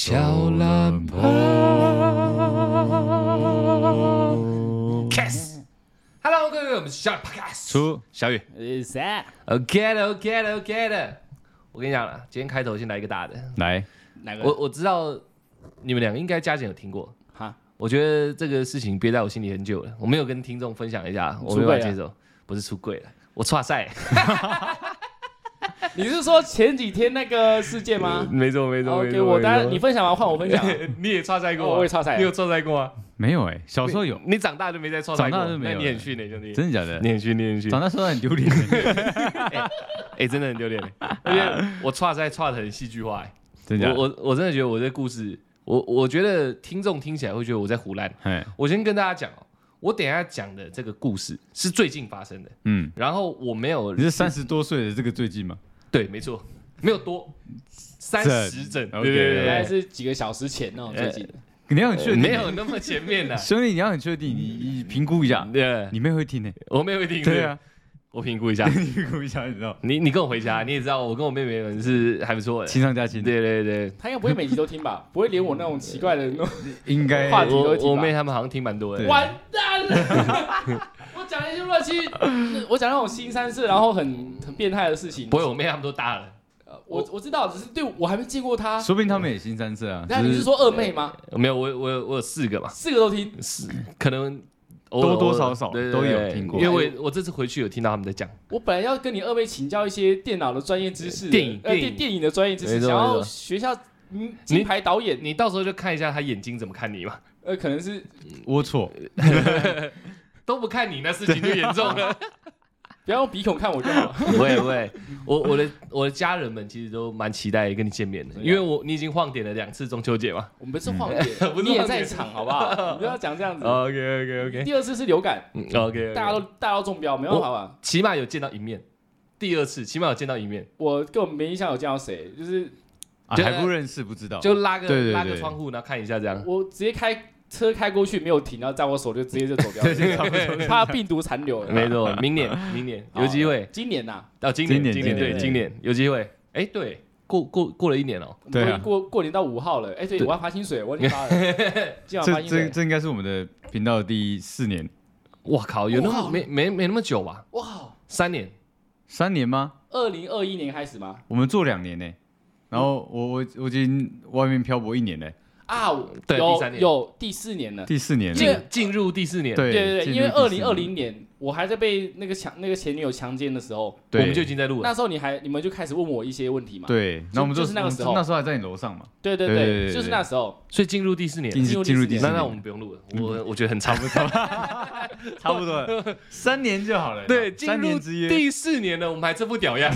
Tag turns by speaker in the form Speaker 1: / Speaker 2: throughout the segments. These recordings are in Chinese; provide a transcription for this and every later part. Speaker 1: 小蓝袍。Kiss。Hello，各位，我们是小蓝 Podcast。Oh,
Speaker 2: 出小雨，
Speaker 3: 呃，啥？
Speaker 1: o k a o k a o k a oh, 我跟你讲了，今天开头先来一个大的。
Speaker 2: 来，
Speaker 3: 哪个？
Speaker 1: 我我知道你们两个应该加减有听过，
Speaker 3: 哈，
Speaker 1: 我觉得这个事情憋在我心里很久了，我没有跟听众分享一下，我
Speaker 3: 出
Speaker 1: 没
Speaker 3: 柜
Speaker 1: 办
Speaker 3: 啊了
Speaker 1: 法接受，不是出柜了，我岔赛。
Speaker 3: 你是说前几天那个事件 吗
Speaker 1: 没错没
Speaker 3: ？OK，我当然你分享完换我分享啊，
Speaker 1: 你也岔赛过吗，
Speaker 3: 哦我也岔赛了
Speaker 1: 你有岔赛过吗？
Speaker 2: 没有哎，小时候有，
Speaker 1: 你长大就没再创作过，
Speaker 2: 长大就没有了
Speaker 1: 那你很逊呢，欸兄弟，
Speaker 2: 真的假的
Speaker 1: 你？很逊，你很逊
Speaker 2: 长，大说很丢脸，
Speaker 1: 哎、真的很丢脸欸，而且我串在串的很戏剧化欸，
Speaker 2: 真假
Speaker 1: 我
Speaker 2: 的？
Speaker 1: 我我真的觉得我这故事，我我觉得听众听起来会觉得我在胡乱。
Speaker 2: 哎，
Speaker 1: 我先跟大家讲哦、我等一下讲的这个故事是最近发生的，
Speaker 2: 嗯，
Speaker 1: 然后我没有，
Speaker 2: 你是三十多岁的这个最近吗？
Speaker 1: 对，没错，没有多三十整，对
Speaker 2: OK，
Speaker 1: 对
Speaker 3: 大概
Speaker 1: 对对
Speaker 3: 是几个小时前哦，最近的。
Speaker 2: 你要很
Speaker 1: 对，
Speaker 2: 确定，
Speaker 1: 呃没有那么前 面的、
Speaker 2: 兄弟，你要很确定，你你评估一下，
Speaker 1: 对，
Speaker 2: 你妹会听呢。
Speaker 1: 我嗯妹会听，
Speaker 2: 啊对啊，，
Speaker 1: 我评估一下
Speaker 2: 评估一 下，你知道，
Speaker 1: 你你跟我回家，你也知道我跟我妹妹们是还不错的，
Speaker 2: 亲上加亲，
Speaker 1: 对对对，
Speaker 3: 他应该不会每集都听吧？不会连我那种奇怪的那种
Speaker 2: 应该
Speaker 3: 话题都会
Speaker 1: 我
Speaker 3: 听吧
Speaker 1: 我妹他们好像听蛮多的
Speaker 2: 对，
Speaker 3: 完蛋了！我讲了一些乱七，我讲那种新三色，然后很很变态的事情。
Speaker 1: 不会，我妹他们都大了，
Speaker 3: 呃，我我知道，只是对我还没见过他。
Speaker 2: 说不定他们也新三色啊。
Speaker 3: 那
Speaker 2: 只
Speaker 3: 你是说二妹吗？
Speaker 1: 没有，我有我有我有四个嘛，
Speaker 3: 四个都听，
Speaker 1: 可能偶尔
Speaker 2: 多多少少
Speaker 1: 偶尔对
Speaker 2: 都有
Speaker 1: 对对
Speaker 2: 听过
Speaker 1: 因哎为我我这次回去有听到他们在讲，
Speaker 3: 我本来要跟你二妹请教一些电脑的专业知识，
Speaker 1: 电影
Speaker 3: 呃
Speaker 1: 电影
Speaker 3: 电电影的专业知识，
Speaker 1: 没错
Speaker 3: 想
Speaker 1: 没
Speaker 3: 要
Speaker 1: 错
Speaker 3: 学校嗯金牌导演，
Speaker 1: 你到时候就看一下他眼睛怎么看你 嘛，
Speaker 3: 呃可能是
Speaker 2: 龌龊，
Speaker 1: 都不看你，那事情就严重了。
Speaker 3: 不要用鼻孔看我就好了。
Speaker 1: 不会不会，我我的我的家人们其实都蛮期待跟你见面的，
Speaker 3: 对啊
Speaker 1: 因为我你已经晃点了两次中秋节嘛。
Speaker 3: 我们是晃眼，
Speaker 1: 嗯 不是
Speaker 3: 你也
Speaker 1: 晃眼
Speaker 3: 在场好不好？你不要讲
Speaker 1: 嗯
Speaker 3: 这样子。
Speaker 1: OK OK
Speaker 3: 第二次是流感，
Speaker 1: OK，
Speaker 3: 大家都大家都中标，没办法吧？
Speaker 1: 嗯起码有见到一面，第二次起码有见到一面，
Speaker 3: 我根本没印象有见到谁，就是
Speaker 2: 啊
Speaker 1: 就
Speaker 2: 还不认识，不知道。
Speaker 1: 就拉
Speaker 2: 对对
Speaker 1: 个
Speaker 2: 对
Speaker 1: 拉个窗户，然后看一下这样。
Speaker 3: 我直接开车开过去，没有停，然后在我手就直接就走掉
Speaker 2: 对对对对
Speaker 3: 了，
Speaker 2: 对
Speaker 3: 怕病毒残留。
Speaker 1: 没错，明年明年有机会，
Speaker 3: 今年呐，
Speaker 1: 到哦今年
Speaker 2: 今年
Speaker 1: 今年
Speaker 3: 今年
Speaker 1: 对
Speaker 3: 对
Speaker 1: 今年有机会。哎，对，过过过了一年哦，
Speaker 2: 对啊
Speaker 3: 过过年到五号了，哎，对
Speaker 1: 对
Speaker 3: 我要发薪水，我已经发了， 今晚发
Speaker 2: 这
Speaker 3: 薪
Speaker 2: 这
Speaker 3: 水。
Speaker 2: 这应该是我们的频道的第四年，
Speaker 1: 哇靠，有那么
Speaker 3: 哇
Speaker 1: 没没没那么久吧？
Speaker 3: 哇，
Speaker 1: 三年，
Speaker 2: 三年吗？
Speaker 3: 二零二一年开始吗？
Speaker 2: 我们做两年呢、然
Speaker 1: 嗯
Speaker 2: 后我我我已经外面漂泊一年了、
Speaker 3: 啊，我
Speaker 1: 对
Speaker 3: 有
Speaker 1: 第三年
Speaker 3: 有第四年了。
Speaker 2: 第四年
Speaker 3: 因
Speaker 2: 了
Speaker 3: 为。
Speaker 1: 进进入第四年，
Speaker 2: 对
Speaker 3: 对对对，
Speaker 2: 进入
Speaker 3: 因为
Speaker 2: 第
Speaker 3: 二
Speaker 2: 四
Speaker 3: 零
Speaker 2: 年
Speaker 3: 二零年我还在被那个强那个前女友强奸的时候，
Speaker 1: 我
Speaker 2: 对，
Speaker 1: 们就已经在录了。
Speaker 3: 那时候你还你们就开始问我一些问题嘛？
Speaker 2: 对，那我们
Speaker 3: 就是那个时候
Speaker 2: 我们那时候还在你楼上嘛，
Speaker 3: 对对
Speaker 2: 对对
Speaker 3: 对，
Speaker 2: 对
Speaker 3: 就是那时候。
Speaker 1: 所以进入第四年，嗯
Speaker 2: 进
Speaker 3: 进入
Speaker 2: 进入
Speaker 3: 第
Speaker 2: 第
Speaker 3: 四
Speaker 1: 那
Speaker 2: 四
Speaker 1: 那我
Speaker 2: 年，
Speaker 1: 们不用录了，我我觉得很差不多。
Speaker 2: 差不多了，三年就好了。
Speaker 1: 对，进
Speaker 2: 三
Speaker 1: 入
Speaker 2: 年之约，
Speaker 1: 第四年了，我们还这副屌 样，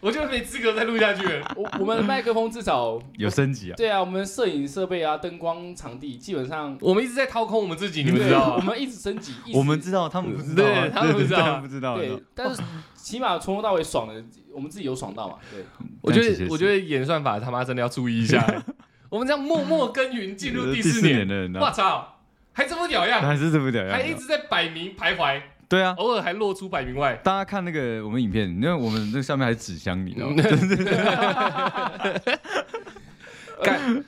Speaker 1: 我就没资格再录下去了。
Speaker 3: 我我们的麦克风至少
Speaker 2: 有升级啊。
Speaker 3: 对啊，我们摄影设备啊、灯光、场地基本上，
Speaker 1: 我们一直在掏空我们自己，你
Speaker 3: 你
Speaker 1: 们知道啊
Speaker 3: 我
Speaker 1: 吗？
Speaker 3: 们一直升级，一直
Speaker 2: 我们知道，他们不知道啊，
Speaker 1: 对他们不知道啊
Speaker 2: 对对对他们不知道。
Speaker 3: 对，但是起码从头到尾爽的，我们自己有爽到嘛？对，
Speaker 1: 我觉
Speaker 2: 但其实
Speaker 1: 得
Speaker 2: 是
Speaker 1: 我觉得演算法他妈真的要注意一下。 我们这样默默耕耘进入第
Speaker 2: 第
Speaker 1: 四
Speaker 2: 四
Speaker 1: 年
Speaker 2: 年，的人
Speaker 1: 我
Speaker 2: 啊，
Speaker 1: 操，还这副屌样，
Speaker 2: 还是这么屌
Speaker 1: 还一
Speaker 2: 样。
Speaker 1: 直在百名徘徊，
Speaker 2: 对啊，
Speaker 1: 偶尔还露出百名外。
Speaker 2: 大家看那个我们影片，因为我们那上面还是纸箱，你知道
Speaker 1: 嗯
Speaker 2: 吗？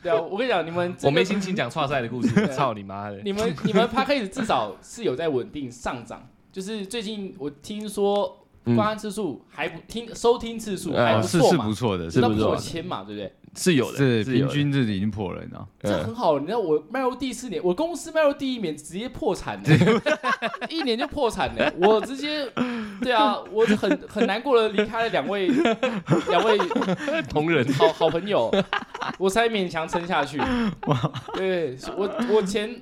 Speaker 3: 对啊，我跟你讲，你们这
Speaker 1: 我
Speaker 3: 个
Speaker 1: 没心情讲跨赛的故事，操你妈的！
Speaker 3: 你们你们 p a c a s 至少是有在稳定上涨，就是最近我听说
Speaker 1: 嗯
Speaker 3: 观看次数还不听收听次数
Speaker 1: 哎
Speaker 3: 还不
Speaker 2: 啊是
Speaker 3: 错
Speaker 2: 是
Speaker 3: 嘛
Speaker 2: 不，错的，
Speaker 3: 知
Speaker 2: 是
Speaker 3: 道
Speaker 2: 不
Speaker 1: 不
Speaker 2: 错
Speaker 3: 破
Speaker 1: 错
Speaker 2: 的，
Speaker 3: 千嘛，对不对？
Speaker 1: 是有的，
Speaker 2: 是
Speaker 1: 有
Speaker 2: 平
Speaker 1: 的。
Speaker 2: 均这已经破了，你 知道？
Speaker 3: 这很好，你知道我迈入第四年，我公司迈入第一年直接破 产了，一年就破产了，我直接对啊，我很很难过的离开了两位两位
Speaker 1: 同人
Speaker 3: 好好朋友，我才勉强撑下去。对，我我钱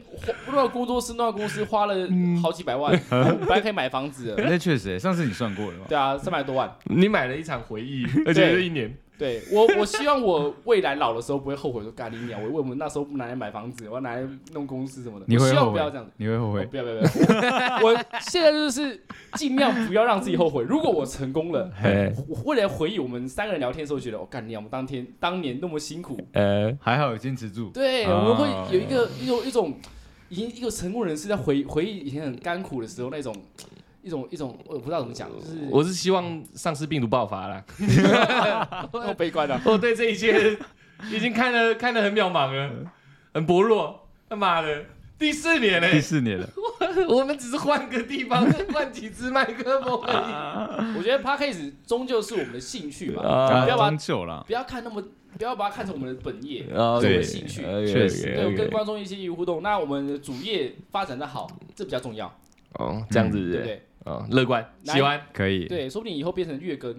Speaker 3: 花乱工作室那公司花了
Speaker 2: 嗯
Speaker 3: 好几百万，本来可以买房子了，
Speaker 2: 那确实欸，上次你算过了吗？
Speaker 3: 对啊，三百多万。
Speaker 1: 你买了一场回忆，而且是一年。
Speaker 3: 对我，我希望我未来老的时候不会后悔说干你鸟，我为我们那时候不拿来买房子，我要拿来弄公司什么的。
Speaker 2: 你会
Speaker 3: 我希
Speaker 2: 后
Speaker 3: 望
Speaker 2: 悔
Speaker 3: 不要这样子。
Speaker 2: 你会后
Speaker 3: 哦
Speaker 2: 悔？
Speaker 3: 不要不要不要！我我现在就是尽量不要让自己后悔。如果我成功了，
Speaker 1: 哎
Speaker 3: 我我为了回忆我们三个人聊天的时候，觉得我干你娘，我们当天当年那么辛苦，
Speaker 1: 呃，
Speaker 2: 还好有坚持住。
Speaker 3: 对，
Speaker 2: 哦
Speaker 3: 我们会有一个一种一种已经一个成功人士在回回忆以前很甘苦的时候那种一种一种，我不知道怎么讲，就是
Speaker 1: 我是希望丧尸病毒爆发啦。
Speaker 3: 那么悲观的、啊
Speaker 1: 我对这一切已经看得看得很渺茫了，很薄弱。他妈的，第四年呢、
Speaker 2: 第四年了，
Speaker 1: 我们只是换个地方，换几支麦克风而
Speaker 3: 我觉得 podcast 终究是我们的兴趣吧，
Speaker 1: 啊
Speaker 3: 要不然
Speaker 2: 很久了，
Speaker 3: 不要看那么，不要把它看成我们的本业，
Speaker 1: 已。
Speaker 3: 这是我
Speaker 2: 对
Speaker 3: 们兴趣。
Speaker 2: 确实
Speaker 3: 对，呃跟观众一些互动，那我们的主业发展的好，这比较重要，
Speaker 1: 哦，这样子
Speaker 3: 对不
Speaker 1: 是不
Speaker 3: 对？
Speaker 1: 是，哦，乐观，
Speaker 3: 来
Speaker 1: 喜欢，
Speaker 2: 可以，
Speaker 3: 对，说不定以后变成月更，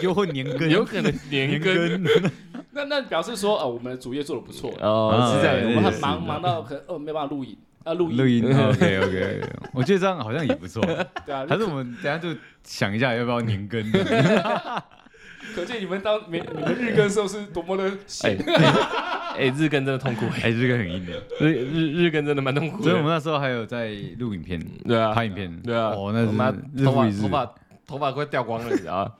Speaker 2: 又会年更，
Speaker 1: 有可能年
Speaker 2: 年
Speaker 1: 更
Speaker 2: 更，
Speaker 3: 那那表示说，呃，我们的主业做的不错，
Speaker 1: 哦，
Speaker 2: 啊
Speaker 1: 是这样，
Speaker 3: 对，我们
Speaker 2: 是
Speaker 3: 很
Speaker 2: 是
Speaker 3: 忙，忙到可能呃没办法录影，啊，录
Speaker 2: 录
Speaker 3: 音，
Speaker 2: 音，OK OK，我觉得这样好像也不错，
Speaker 3: 对啊，
Speaker 2: 还是我们等一下就想一下要不要年更，
Speaker 3: 可见你们当每你们日更的时候是多么的
Speaker 1: 哎
Speaker 3: 闲，
Speaker 1: 哎，日更真的 痛苦，哎
Speaker 2: 哎，这个很硬的，
Speaker 1: 日日日更真的蛮痛苦
Speaker 2: 所以我
Speaker 1: 的
Speaker 2: 们，那时候还有在录影片、
Speaker 1: 对啊，
Speaker 2: 拍影片，
Speaker 1: 对啊，
Speaker 2: 哦，
Speaker 1: 我妈
Speaker 2: 那是日
Speaker 1: 头
Speaker 2: 复
Speaker 1: 发
Speaker 2: 一日
Speaker 1: 头，发头发快掉光了，你知 道吗？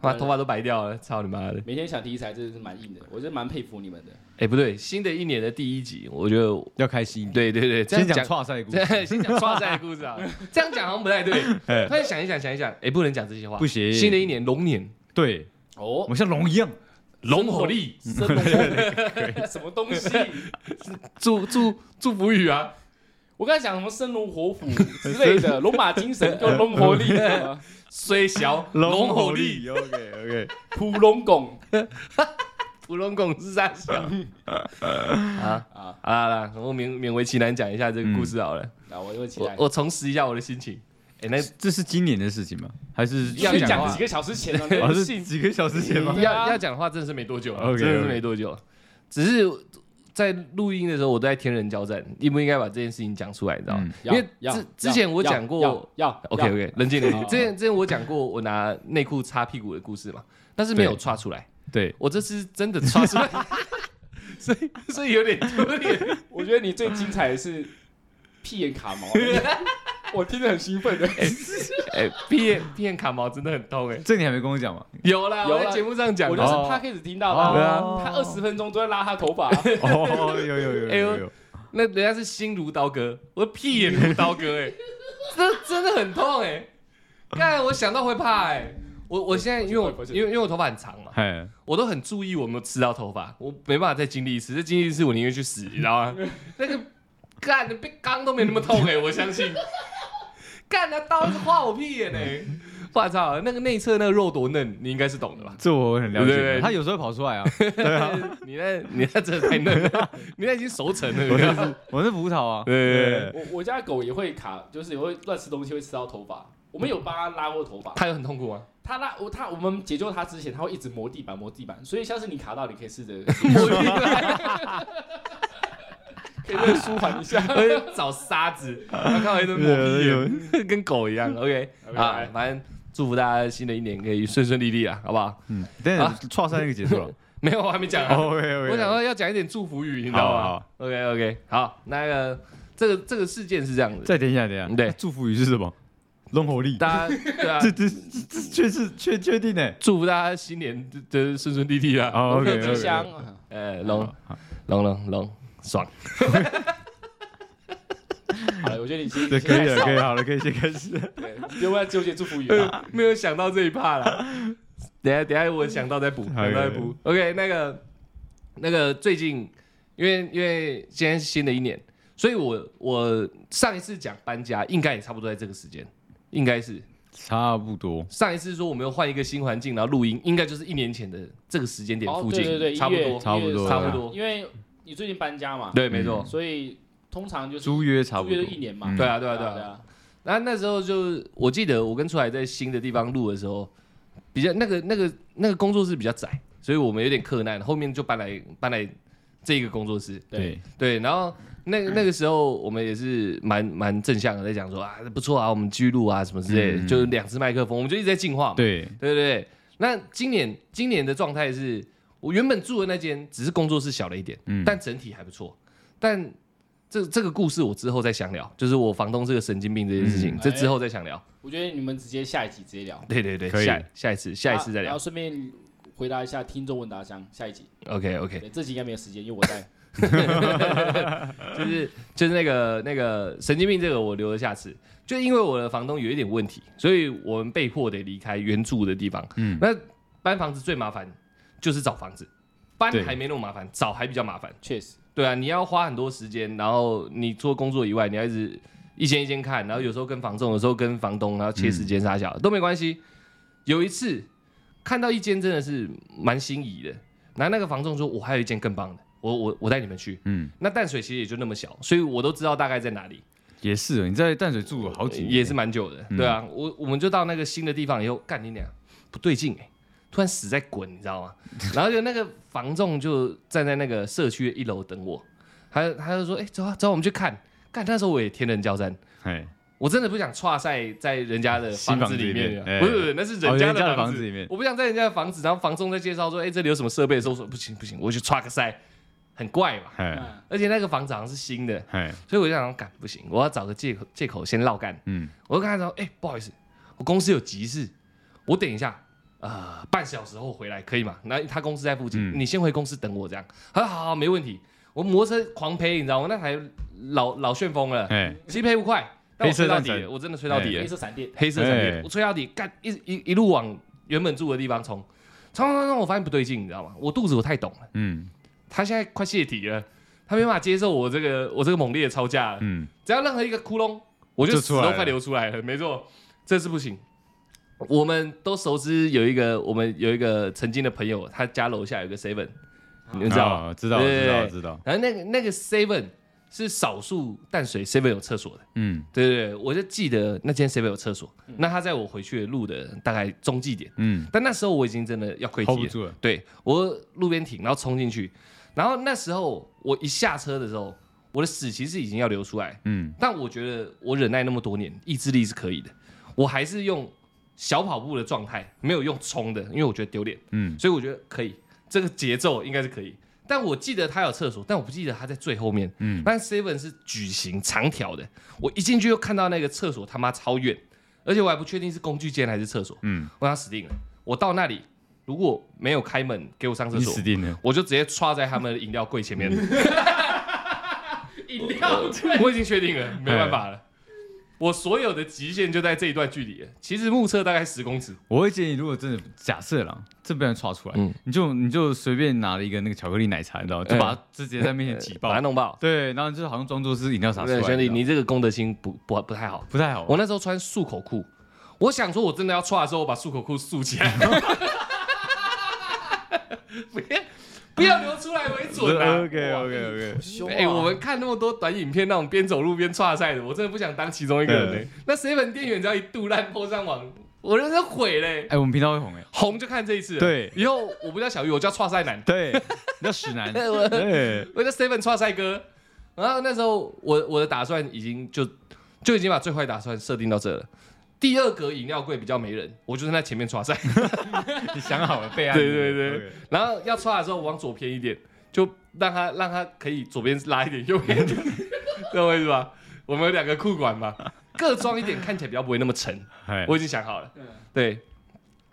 Speaker 1: 把头发都白掉了，操你妈的！
Speaker 3: 每天想题材真的是蛮硬的，我真的蛮佩服你们的。
Speaker 1: 哎，不对，新的一年的第一集，我觉得我，
Speaker 2: 要开心一点。
Speaker 1: 对对对，这样
Speaker 2: 先讲跨赛故事，
Speaker 1: 对， 先讲创赛的故事啊， 这样讲好像不太对。突然想一想，想一想，哎，不能讲这些话。
Speaker 2: 不行
Speaker 1: 新的一年龙年，
Speaker 2: 对，我
Speaker 3: 哦，
Speaker 2: 们像龙一样，
Speaker 1: 龙火力，
Speaker 3: 生龙 什么东西？
Speaker 1: 祝祝祝福语啊！
Speaker 3: 我刚才讲什么生龙活虎之类 的，龙马精神跟龙活力什么，
Speaker 1: 虽小龙火力，
Speaker 2: ，OK OK，
Speaker 3: 普龙拱
Speaker 1: 屠龙拱是三小 啊
Speaker 3: 啊！
Speaker 1: 好啦好啦，我勉勉为其难讲一下这个故事好了。
Speaker 3: 那我就会期
Speaker 1: 我
Speaker 3: 待。啊
Speaker 1: 我重拾一下我的心情。哎，那
Speaker 2: 这是今年的事情吗？还是
Speaker 1: 要
Speaker 3: 去
Speaker 1: 讲
Speaker 3: 讲
Speaker 1: 话
Speaker 3: 几个小时前 的
Speaker 2: 哦，
Speaker 3: 那
Speaker 2: 是
Speaker 3: 信，
Speaker 2: 几个小时前吗？
Speaker 3: 对啊
Speaker 1: 要要讲的话，真的是没多久啊，
Speaker 2: OK，
Speaker 1: 真的是
Speaker 2: OK
Speaker 1: 没多久。只是在录音的时候，我都在天人交战，应不应该把这件事情讲出来，你知道吗？
Speaker 2: 嗯
Speaker 1: 因为
Speaker 3: 要
Speaker 1: 之
Speaker 3: 要
Speaker 1: 之前我
Speaker 3: 要
Speaker 1: 讲过
Speaker 3: 要要
Speaker 1: OK
Speaker 3: 要哦
Speaker 1: OK，冷静冷静。
Speaker 3: 好
Speaker 1: 之前之前我讲过我拿内裤擦屁股的故事嘛，但是没有
Speaker 2: 对
Speaker 1: 刷出来，
Speaker 2: 对，
Speaker 1: 我这次真的刷出 来，所以所以有点丢脸。
Speaker 3: 我觉得你最精彩的是屁眼卡毛， 我听得很兴奋的。
Speaker 1: 哎，屁眼屁眼卡毛真的很痛哎，
Speaker 2: 这你还没跟我讲吗？
Speaker 1: 有啦，
Speaker 3: 有
Speaker 1: 我在
Speaker 3: 啦
Speaker 1: 节目上讲
Speaker 3: 我
Speaker 1: 的
Speaker 3: 就是
Speaker 1: 哦。
Speaker 3: 他开始听到的啊，
Speaker 2: 哦
Speaker 3: 他二十分钟都在拉他头发，啊
Speaker 2: 哦，有有有
Speaker 1: 哎
Speaker 2: 有
Speaker 1: 呦
Speaker 2: 有，
Speaker 1: 那人家是心如刀割，我屁眼如刀割哎、这真的很痛哎、看我想到会怕哎、我我现在因为我
Speaker 3: 不是
Speaker 1: 因为因为我头发很长嘛，
Speaker 2: 哎，
Speaker 1: 我都很注意我有没有吃到头发，我没办法再经历一次，再经历一次我宁愿去死，你知道吗？那个干被刚都没那么痛哎、我相信。干那刀是划我屁眼哎、 我操，那个内侧那个肉多嫩，你应该是懂的吧？
Speaker 2: 这我很了
Speaker 1: 对对对
Speaker 2: 解，他有时候会跑出来啊，
Speaker 1: 对啊， 你那你那真的太嫩了， 你那已经熟成了，你知道吗
Speaker 2: 我是葡萄啊，
Speaker 1: 对对对
Speaker 2: 对，
Speaker 3: 我我家的狗也会卡，就是也会乱吃东西，会吃到头发。我们有帮它拉过头发，
Speaker 1: 他有很痛苦吗？啊
Speaker 3: 它拉我它我们解救它之前，它会一直磨地板磨地板，所以下次你卡到，你可以试着
Speaker 1: 我一来
Speaker 3: 可以再舒缓一下。
Speaker 1: 而且找沙 子，然后看到一堆抹屁眼， 跟狗一样。OK，
Speaker 3: OK，
Speaker 1: 啊，
Speaker 3: 来
Speaker 1: 反正祝福大家新的一年可以顺顺利利啊，好不好？
Speaker 2: 嗯，等
Speaker 1: 啊
Speaker 2: 等，创三那个结束了哦
Speaker 1: 没有，我还没讲啊。
Speaker 2: ，OK OK，
Speaker 1: 我想说要讲一点祝福语，你知道
Speaker 2: 好
Speaker 1: 吗
Speaker 2: 好
Speaker 1: ？OK OK，好，那个这个这个事件是这样子，
Speaker 2: 再等一下，等一下，
Speaker 1: 对
Speaker 2: 那祝福语是什么？龙火力，
Speaker 1: 大 家对啊，
Speaker 2: 这这这这确是确确定哎，
Speaker 1: 祝福大家新年就是顺顺利利啊。
Speaker 2: 哦
Speaker 3: 吉
Speaker 2: ，OK，
Speaker 3: 祥，
Speaker 1: 呃，龙龙龙龙，爽。
Speaker 3: 好了，我觉得你先
Speaker 2: 对，可以
Speaker 3: 先
Speaker 2: 了，
Speaker 3: 开
Speaker 2: 可
Speaker 3: 始
Speaker 2: 以好了，可以先开 始，
Speaker 3: 对，你就不要纠结祝福语 了。
Speaker 1: 呃，没有想到这一趴啦。 等一下等一下，我想到再补，
Speaker 2: 好
Speaker 1: 想到再补。OK，那个那个最近，因为因为今天是新的一年，所以我我上一次讲搬家，应该也差不多在这个时间，应该是
Speaker 2: 差不多，
Speaker 1: 上一次说我们要换一个新环境，然后录音，应该就是一年前的这个时间点
Speaker 3: 哦
Speaker 1: 附近，
Speaker 3: 对对对，
Speaker 1: 差不多，
Speaker 2: 差不多
Speaker 1: 差不多
Speaker 3: 因为你最近搬家嘛，
Speaker 1: 对，没错。
Speaker 3: 所以通常就是
Speaker 2: 租约差不
Speaker 3: 租约
Speaker 2: 多
Speaker 3: 就，一年嘛
Speaker 2: 嗯。
Speaker 1: 对啊，对啊，对
Speaker 3: 对啊，
Speaker 1: 啊
Speaker 3: 对。啊。
Speaker 1: 那那时候就我记得我跟出来在新的地方录的时候，比较那个那个那个工作室比较窄，所以我们有点克难，后面就搬来搬来这个工作室。
Speaker 2: 对，
Speaker 1: 对，然后那个那个时候我们也是蛮蛮正向的，在讲说啊不错啊，我们居录啊什么之类的，
Speaker 2: 嗯
Speaker 1: 就是两只麦克风，我们就一直在进化嘛。
Speaker 2: 对，
Speaker 1: 对对对。那今年今年的状态是我原本住的那间只是工作室小了一点，
Speaker 2: 嗯，
Speaker 1: 但整体还不错。但这这个故事我之后再详聊，就是我房东是个神经病这件事情，
Speaker 3: 嗯
Speaker 1: 这之后再详聊。
Speaker 3: 我觉得你们直接下一集直接聊，
Speaker 1: 对对对，
Speaker 2: 可以
Speaker 1: 下下一次下一次再
Speaker 3: 啊然
Speaker 1: 聊
Speaker 3: 后。顺便回答一下听众问答箱，下一集。
Speaker 1: OK OK，
Speaker 3: 对，这集应该没有时间，因为我在。
Speaker 1: 就是就是那个那个神经病这个我留了下次，就因为我的房东有一点问题，所以我们被迫得离开原住的地方。
Speaker 2: 嗯
Speaker 1: 那搬房子最麻烦就是找房子，搬
Speaker 2: 对
Speaker 1: 还没那么麻烦，找还比较麻烦。
Speaker 3: 确实，
Speaker 1: 对啊，你要花很多时间，然后你做工作以外，你要一直一间一间看，然后有时候跟房仲，有时候跟房东，然后切时间杀小、都没关系。有一次看到一间真的是蛮心仪的，然后那个房仲说：“我还有一间更棒的，我我我带你们去。”
Speaker 2: 嗯，
Speaker 1: 那淡水其实也就那么小，所以我都知道大概在哪里，
Speaker 2: 也是哦，你在淡水住了好几年，
Speaker 1: 也是蛮久的。
Speaker 2: 嗯
Speaker 1: 对啊，我我们就到那个新的地方以后，哎干你俩不对劲哎、突然死在滚，你知 道吗？然后就那个房仲就站在那个社区的一楼等我，他他就说：“哎、走啊走啊，我们去看。”干那时候我也天人交战，
Speaker 2: 哎，
Speaker 1: 我真的不想跨赛在人家的
Speaker 2: 新
Speaker 1: 房
Speaker 2: 房
Speaker 1: 子
Speaker 2: 子
Speaker 1: 里
Speaker 2: 里面
Speaker 1: 面，
Speaker 2: 哎
Speaker 1: 不是不是，那是人家
Speaker 2: 哦人家
Speaker 1: 的
Speaker 2: 的
Speaker 1: 房
Speaker 2: 房
Speaker 1: 子
Speaker 2: 子里面
Speaker 1: 我不想在人家的房子，然后房仲在介绍说：“哎、这里有什么设备？”的时候，我说：“不行不行，我去跨个赛，很怪嘛。
Speaker 2: 哎，
Speaker 3: 嗯”
Speaker 1: 而且那个房子好像是新的，
Speaker 2: 哎，
Speaker 1: 所以我就想说，干不行，我要找个借口借口先绕干。
Speaker 2: 嗯，
Speaker 1: 我就跟他说，哎、不好意思，我公司有急事，我等一下，呃，半小时后回来可以吗？那他公司在附近，
Speaker 2: 嗯
Speaker 1: 你先回公司等我这样。他说好好好，没问题。我摩托车狂赔，你知道吗？那台老老旋风了，
Speaker 2: 哎，
Speaker 1: 其实赔不快，但我
Speaker 2: 黑色
Speaker 1: 吹到
Speaker 2: 战
Speaker 1: 底
Speaker 2: 神
Speaker 1: 了，我真的吹到底了
Speaker 3: 黑。色闪电，
Speaker 1: 黑色闪电，
Speaker 2: 哎
Speaker 1: 我吹到底，干一一一路往原本住的地方冲，冲冲冲，我发现不对劲，你知道吗？我肚子我太懂了，
Speaker 2: 嗯
Speaker 1: 他现在快泄体了，他没办法接受我这个我这个猛烈的超价了。
Speaker 2: 嗯，
Speaker 1: 只要任何一个窟窿，我就
Speaker 2: 就
Speaker 1: 死
Speaker 2: 出来
Speaker 1: 都
Speaker 2: 了
Speaker 1: 快流出来了。没错，这是不行。我们都熟知有一个，我们有一个曾经的朋友，他家楼下有一个 seven，你们知道吗？
Speaker 2: 哦知道，
Speaker 1: 对
Speaker 2: 知道，知道，
Speaker 1: 然后那个那个 seven 是少数淡水 seven 有厕所的，
Speaker 2: 嗯
Speaker 1: 对对对，我就记得那间 seven 有厕所。那他在我回去的路的大概中继点，
Speaker 2: 嗯
Speaker 1: 但那时候我已经真的要亏
Speaker 2: ，hold
Speaker 1: 机
Speaker 2: 不
Speaker 1: 了，
Speaker 2: 住了，
Speaker 1: 对我路边停，然后冲进去，然后那时候我一下车的时候，我的屎其实已经要流出来，
Speaker 2: 嗯
Speaker 1: 但我觉得我忍耐那么多年，意志力是可以的。我还是用小跑步的状态，没有用冲的，因为我觉得丢脸，
Speaker 2: 嗯，
Speaker 1: 所以我觉得可以，这个节奏应该是可以。但我记得他有厕所，但我不记得他在最后面。嗯
Speaker 2: 嗯，
Speaker 1: 但 Seven 是矩形长条的，我一进去就看到那个厕所他妈超远，而且我还不确定是工具间还是厕所。
Speaker 2: 嗯，
Speaker 1: 我想死定了，我到那里如果没有开门给我上厕
Speaker 2: 你
Speaker 1: 所
Speaker 2: 死，定了，
Speaker 1: 我就直接插在他们的饮料柜前面。
Speaker 3: 饮料
Speaker 1: 我已经确定了，没办法了。我所有的极限就在这一段距离了，其实目测大概十公尺。
Speaker 2: 我会建议，如果真的假设啦，这不然刷出
Speaker 1: 嗯哎
Speaker 2: 来，你就你就随便拿了一个那个巧克力奶茶，你知道吗，就把它直接在面前挤
Speaker 1: 把
Speaker 2: 爆
Speaker 1: 它，弄爆。
Speaker 2: 对，然后就好像装作是饮料洒出来，
Speaker 1: 对，兄弟，
Speaker 2: 知道吗
Speaker 1: 你这个公德心不不不太好。
Speaker 2: 不太好，
Speaker 1: 我那时候穿束口裤，我想说我真的要穿的时候，我把束口裤束起 来，不要不要流出来为准啊！
Speaker 2: OK OK OK，
Speaker 3: 凶啊
Speaker 1: 哎、我们看那么多短影片，那种边走路边岔赛的，我真的不想当其中一个人、
Speaker 2: 对
Speaker 1: 欸。那 seven 店员只要一度烂泼上网，我人生毁嘞、欸
Speaker 2: 哎，我们频道会红哎，
Speaker 1: 红就看这一次了。
Speaker 2: 对
Speaker 1: 以后我不叫小鱼，我叫跨赛男，
Speaker 2: 对，你叫屎男，
Speaker 1: 我
Speaker 2: 对，
Speaker 1: 我叫 Seven 跨赛哥。然后那时候我我的打算已经就就已经把最坏打算设定到这了。第二格饮料柜比较没人，我就在那前面跨赛，
Speaker 2: 你想好了备案，
Speaker 1: 对对对，然后要跨的时候往左偏一点，就让他让他可以左边拉一点，右边一点， 懂我意思吧？我们有两个裤管嘛，各装一点，看起来比较不会那么沉。
Speaker 2: 哎，
Speaker 1: 我已经想好了。
Speaker 3: 嗯
Speaker 1: 对，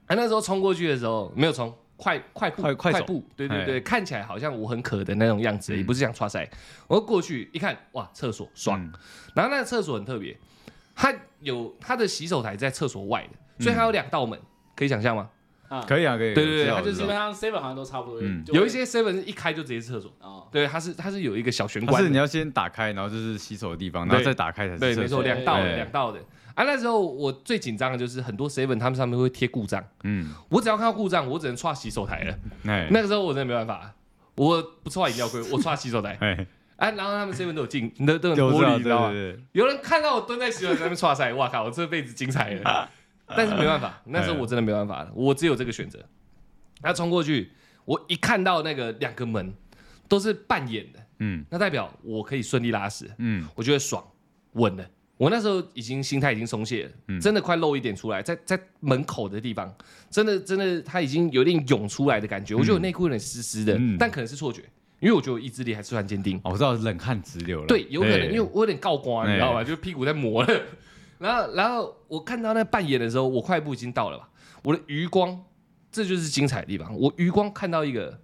Speaker 1: 啊，那时候冲过去的时候没有冲，快快步
Speaker 2: 快快走
Speaker 1: 步，对对
Speaker 2: 哎
Speaker 1: 对，看起来好像我很渴的那种样子，
Speaker 2: 嗯
Speaker 1: 也不是想刷塞。我过去一看，哇，厕所爽。
Speaker 2: 嗯，
Speaker 1: 然后那个厕所很特别，它有它的洗手台在厕所外
Speaker 2: 嗯
Speaker 1: 的，所以它有两道门，可以想象吗？
Speaker 3: 啊，
Speaker 2: 可以啊，可以，
Speaker 1: 对对对
Speaker 2: 我知道
Speaker 1: 他就
Speaker 2: 我
Speaker 1: 是
Speaker 2: 知
Speaker 3: 基
Speaker 2: 道
Speaker 3: 本上 seven 好像都差不多，
Speaker 2: 嗯
Speaker 3: 就会
Speaker 1: 有一些 seven 一开就直接是厕所，
Speaker 3: 哦，
Speaker 1: 对，它是它是有一个小玄
Speaker 2: 它
Speaker 1: 关
Speaker 2: 啊是你
Speaker 1: 的，
Speaker 2: 要先打开，然后就是洗手的地方，然后
Speaker 1: 对
Speaker 2: 再打开才是
Speaker 1: 对，
Speaker 2: 厕
Speaker 1: 没错，
Speaker 2: 所
Speaker 1: 两道的
Speaker 2: 哎
Speaker 1: 两道的。啊，那时候我最紧张的就是很多 seven 他们上面会贴故障，
Speaker 2: 嗯，
Speaker 1: 我只要看到故障，我只能刷洗手台了。
Speaker 2: 哎，
Speaker 1: 那个时候我真的没办法，我不刷饮料 柜，我刷洗手台。
Speaker 2: 哎，
Speaker 1: 哎、然后他们 seven 都有 进，都都有
Speaker 2: 有
Speaker 1: 玻璃，
Speaker 2: 道
Speaker 1: 你
Speaker 2: 对
Speaker 1: 知道吗？
Speaker 2: 对对，
Speaker 1: 有人看到我蹲在洗手台上面刷塞，哇靠，我这辈子精彩 了。但是没办法，那时
Speaker 2: 哎
Speaker 1: 候我真的没办法了，我只有这个选择。他冲过去，我一看到那个两个门都是半掩的，
Speaker 2: 嗯
Speaker 1: 那代表我可以顺利拉屎，
Speaker 2: 嗯
Speaker 1: 我觉得爽，稳了。我那时候已经心态已经松懈了，
Speaker 2: 嗯
Speaker 1: 真的快露一点出来，在在门口的地方，真的真的它已经有点涌出来的感觉。我觉得我内裤有点湿湿的，
Speaker 2: 嗯
Speaker 1: 但可能是错觉，因为我觉得我意志力还是算坚定。
Speaker 2: 哦我知道冷汗直流了，
Speaker 1: 对，有可能，因为
Speaker 2: 为
Speaker 1: 我有点告光，你知道吧？就是屁股在磨了。 然后，然后我看到那扮演的时候，我快步已经到了吧？我的余光，这就是精彩的地方。我余光看到一个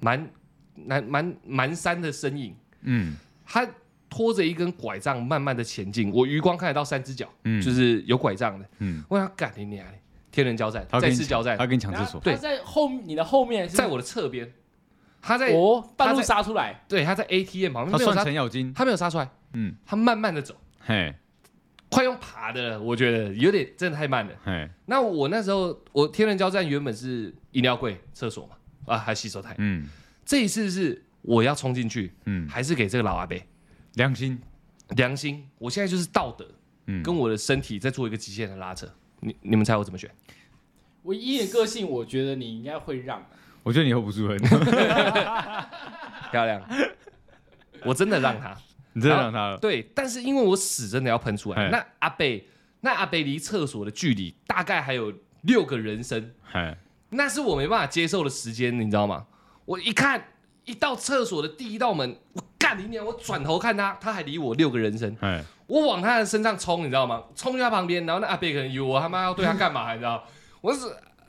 Speaker 1: 蛮蛮蛮蛮山的身影，
Speaker 2: 嗯
Speaker 1: 他拖着一根拐杖慢慢的前进。我余光看得到三只脚，
Speaker 2: 嗯
Speaker 1: 就是有拐杖的。
Speaker 2: 嗯，
Speaker 1: 我想干你娘嘞！天人交战，
Speaker 2: 他
Speaker 1: 再
Speaker 2: 跟你
Speaker 1: 次交战
Speaker 2: 他，跟你抢
Speaker 3: 然
Speaker 2: 厕
Speaker 3: 后
Speaker 2: 所，
Speaker 3: 他在后你的后面是
Speaker 1: 在我的侧边，他在
Speaker 3: 哦，半
Speaker 1: 他
Speaker 3: 路
Speaker 1: 在
Speaker 3: 杀出来，
Speaker 1: 对他在 ATM 旁边
Speaker 2: 他
Speaker 1: 没有
Speaker 2: 算
Speaker 1: 杀，
Speaker 2: 程咬金，
Speaker 1: 他没有杀出来，
Speaker 2: 嗯，
Speaker 1: 他慢慢的走，
Speaker 2: 嘿，
Speaker 1: 快用爬的了，我觉得有点真的太慢了。
Speaker 2: 嘿，
Speaker 1: 那我那时候我天人交战原本是饮料柜、厕所嘛，啊还有洗手台，
Speaker 2: 嗯
Speaker 1: 这一次是我要冲进去，
Speaker 2: 嗯，
Speaker 1: 还是给这个老阿伯
Speaker 2: 良心，
Speaker 1: 良心？我现在就是道德
Speaker 2: 嗯，
Speaker 1: 跟我的身体在做一个极限的拉扯。你你们猜我怎么选？
Speaker 3: 我依你的个性，我觉得你应该会让。
Speaker 2: 我觉得你 hold 不住了，
Speaker 1: 漂亮，我真的让他。
Speaker 2: 你真的让他了，
Speaker 1: 对，但是因为我屎真的要喷出来，
Speaker 2: 哎
Speaker 1: 那阿贝，那阿贝离厕所的距离大概还有六个人生，
Speaker 2: 嘿，
Speaker 1: 那是我没办法接受的时间，你知道吗？我一看，一到厕所的第一道门，我干你娘！我转头看他，他还离我六个人生，
Speaker 2: 嘿，
Speaker 1: 我往他的身上冲，你知道吗？冲去他旁边，然后那阿贝可能以为我他妈要对他干嘛，你知道？我是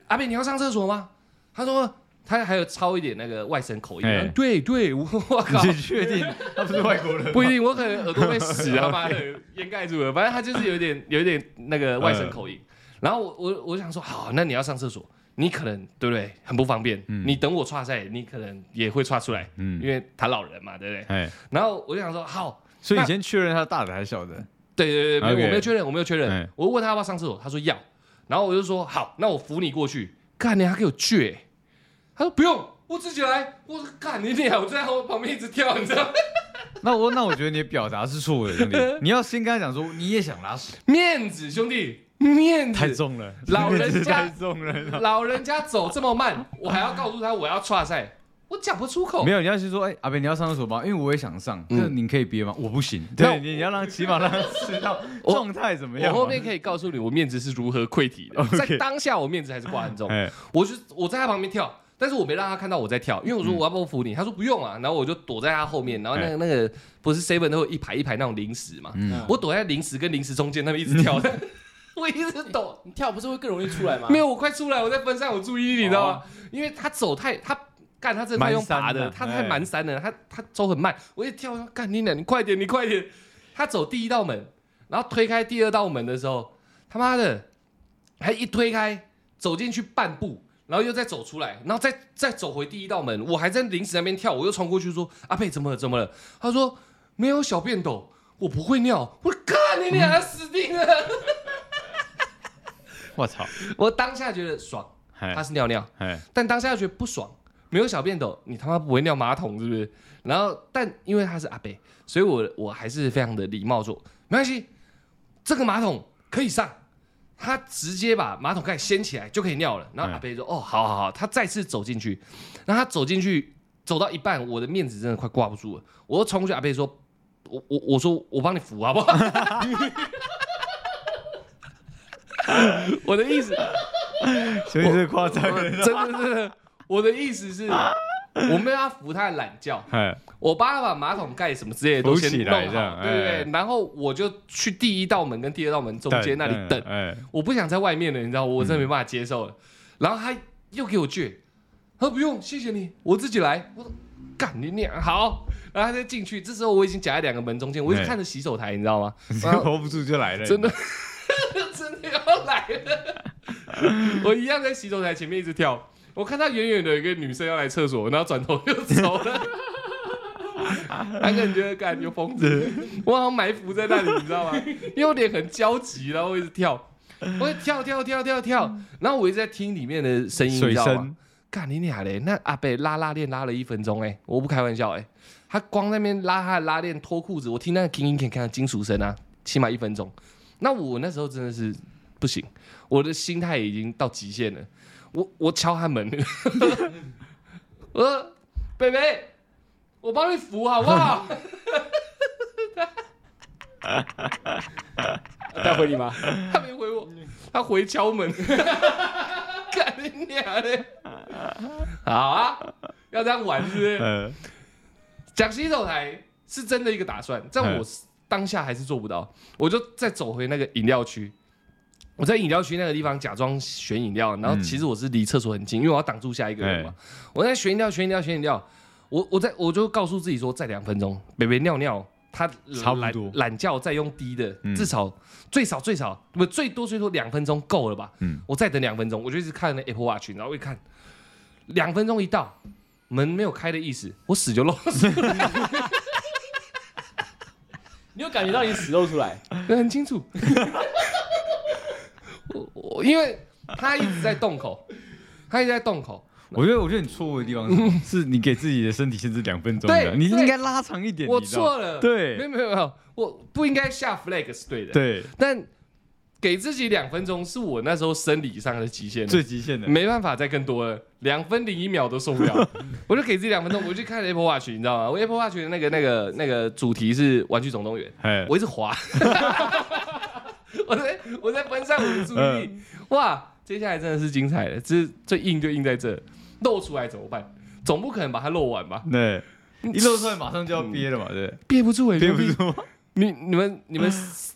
Speaker 1: 阿贝，你要上厕所吗？他说。他还有超一点那个外省口音，
Speaker 2: 哎
Speaker 1: 对对，我我靠，
Speaker 2: 你确定他不是外 国人？
Speaker 1: 不一定，我可能耳朵被屎他 妈的掩盖住了。反正他就是有一点有一点那个外省口
Speaker 2: 嗯
Speaker 1: 音。然后我我我想说，好，那你要上厕所，你可能对不对很不方便，
Speaker 2: 嗯
Speaker 1: 你等我岔赛，你可能也会岔出来，因
Speaker 2: 嗯，
Speaker 1: 为他老人嘛，对不对？
Speaker 2: 嘿，
Speaker 1: 然后我就想说，好，
Speaker 2: 所以
Speaker 1: 那
Speaker 2: 你先确认他大的还是小的？
Speaker 1: 对对对，没有
Speaker 2: OK
Speaker 1: 我没有确认，我没有确认
Speaker 2: 哎。
Speaker 1: 我问他要不要上厕所，他说要，然后我就说好，那我扶你过去。干你还给我倔，他说不用，我自己来。我说干你俩，我就在后旁边一直跳，你知道吗。
Speaker 2: 那我那我觉得你的表达是错误的， 兄弟，你要先跟他讲说你也想拉屎，
Speaker 1: 面子，兄弟，面子
Speaker 2: 太重 了，
Speaker 1: 老人家
Speaker 2: 真的是太重了。
Speaker 1: 老人家走这么慢，我还要告诉他我要岔赛，我讲不出口
Speaker 2: 没。有，你要先说，哎、阿北，你要上厕所吗？因为我也想上，
Speaker 1: 哦嗯
Speaker 2: 那、你可以憋吗？我不行。
Speaker 1: 那我
Speaker 2: 对，你你要让起码让他知道
Speaker 1: 我
Speaker 2: 状态怎
Speaker 1: 我
Speaker 2: 么样嘛。
Speaker 1: 后面可以告诉你，我面子是如何溃体的。
Speaker 2: OK
Speaker 1: 在当下，我面子还是挂很重。
Speaker 2: 哎，
Speaker 1: 我就我在他旁边跳，但是我没让他看到我在跳，因为我说我要不要扶你，他说不用啊，然后我就躲在他后面，然后那个那个不是 seven 都有一排一排那种零食嘛，
Speaker 2: 嗯，
Speaker 1: 我躲在零食跟零食中间，那边一直跳， 我一直抖，
Speaker 3: 你跳不是会更容易出来吗？
Speaker 1: 没有，我快出来，我在分散我注意力，你知道吗？因为他走太他。干他真的太用爬的，
Speaker 2: 蛮山的
Speaker 1: 他太蛮山了，他他走很慢，我一跳，我说干你俩，你快点，你快点！他走第一道门，然后推开第二道门的时候，他妈的，还一推开走进去半步，然后又再走出来，然后再再走回第一道门，我还在临时那边跳，我又冲过去说阿佩怎么了怎么了？他说没有小便斗，我不会尿，我说干你俩死定了！
Speaker 2: 我操，
Speaker 1: 我当下觉得爽，他
Speaker 2: 哎
Speaker 1: 是尿尿。
Speaker 2: 哎，
Speaker 1: 但当下又觉得不爽，没有小便斗，你他妈不会尿马桶是不是？然后，但因为他是阿伯，所以我我还是非常的礼貌说，没关系，这个马桶可以上。他直接把马桶盖掀起来就可以尿了。然后阿伯说：“哦，好好好。”他再次走进去，然后他走进去，走到一半，我的面子真的快挂不住了。我又冲过去，阿伯说：“我我我说我帮你扶好不 好？”我的意思，
Speaker 2: 所以这夸张
Speaker 1: 我
Speaker 2: 了。
Speaker 1: 真的真的，我的意思是，我没有要扶他的懒觉，
Speaker 2: 哎，
Speaker 1: 我帮他把马桶盖什么之类的都先
Speaker 2: 扶起
Speaker 1: 弄
Speaker 2: 来
Speaker 1: 好，
Speaker 2: 这样
Speaker 1: 对
Speaker 2: 哎
Speaker 1: 对对。然后我就去第一道门跟第二道门中间那里等，啊
Speaker 2: 哎，
Speaker 1: 我不想在外面了，你知道，我真的没办法接受
Speaker 2: 嗯
Speaker 1: 了。然后他又给我倔，他说不用，谢谢你，我自己来。我说干你娘，好。然后他就进去，这时候我已经夹在两个门中间，我一直
Speaker 2: 哎
Speaker 1: 看着洗手台，你知道 吗？
Speaker 2: 这
Speaker 1: 然后
Speaker 2: hold 不住就来了，
Speaker 1: 真的 真的要来了。我一样在洗手台前面一直跳，我看到远远的有一个女生要来厕所，然后转头又走 了。他可能觉得干有疯子，我好像埋伏在那里，你知道吗？因为我脸很焦急，然后我一直跳，我一直跳跳跳跳跳，然后我一直在听里面的声音，你
Speaker 2: 水
Speaker 1: 知道吗
Speaker 2: 声？。
Speaker 1: 干你俩嘞！那阿北拉拉链拉了一分钟哎、我不开玩笑哎、他光那边拉他的拉链脱裤子，我听那个叮叮铿铿的金属声啊，起码一分钟。那我那时候真的是不行，我的心态已经到极限了。我我敲他门，我说北北，我帮你扶好不好？
Speaker 3: 他回你吗？
Speaker 1: 他没回我，他回敲门，干你俩嘞！好啊，要这样玩是不是？
Speaker 2: 呃，
Speaker 1: 讲洗手台是真的一个打算，但我
Speaker 2: 嗯
Speaker 1: 当下还是做不到，我就再走回那个饮料区。我在饮料区那个地方假装选饮料，然后
Speaker 2: 嗯
Speaker 1: 其实我是离厕所很近，因为我要挡住下一个人嘛。我在选饮料，选饮料，选饮料。我我在我就告诉自己说，再两分钟，北北尿尿，他
Speaker 2: 差不
Speaker 1: 懒
Speaker 2: 多
Speaker 1: 懒觉再用低的，
Speaker 2: 嗯
Speaker 1: 至少最少最少不最多最多两分钟够了吧？
Speaker 2: 嗯
Speaker 1: 我再等两分钟，我就一直看那 Apple Watch，然后一看，两分钟一到，门没有开的意思，我屎就漏出来，
Speaker 3: 你有感觉到你屎漏出来？
Speaker 1: 很清楚。我我因为他一直在洞口，他一直在洞口，
Speaker 2: 我觉得，我觉得你错误的地方是，是你给自己的身体限制两分钟
Speaker 1: 嗯对
Speaker 2: 的，你
Speaker 1: 对
Speaker 2: 应该拉长一点。
Speaker 1: 我
Speaker 2: 你知道
Speaker 1: 错了，
Speaker 2: 对
Speaker 1: 没有没有没有，我不应该下 flag 是对的，，
Speaker 2: 对
Speaker 1: 但给自己两分钟是我那时候生理上的极限了，
Speaker 2: 最极限的，
Speaker 1: 没办法再更多了，两分零一秒都受不了， 我就给自己两分钟，我就看 Apple Watch，你知道吗？我 Apple Watch 的那个那个那个主题是《玩具总动员》，
Speaker 2: 哎，
Speaker 1: 我一直滑， 我在我在分散我的注意
Speaker 2: 嗯
Speaker 1: 力，哇，接下来真的是精彩了，这最硬就硬在这，露出来怎么办？总不可能把它露完吧？
Speaker 2: 对，一露出来马上就要憋了嘛，对，
Speaker 1: 憋不住哎、
Speaker 2: 憋
Speaker 1: 憋不
Speaker 2: 不
Speaker 1: 住！
Speaker 2: 住，
Speaker 1: 你你们你 们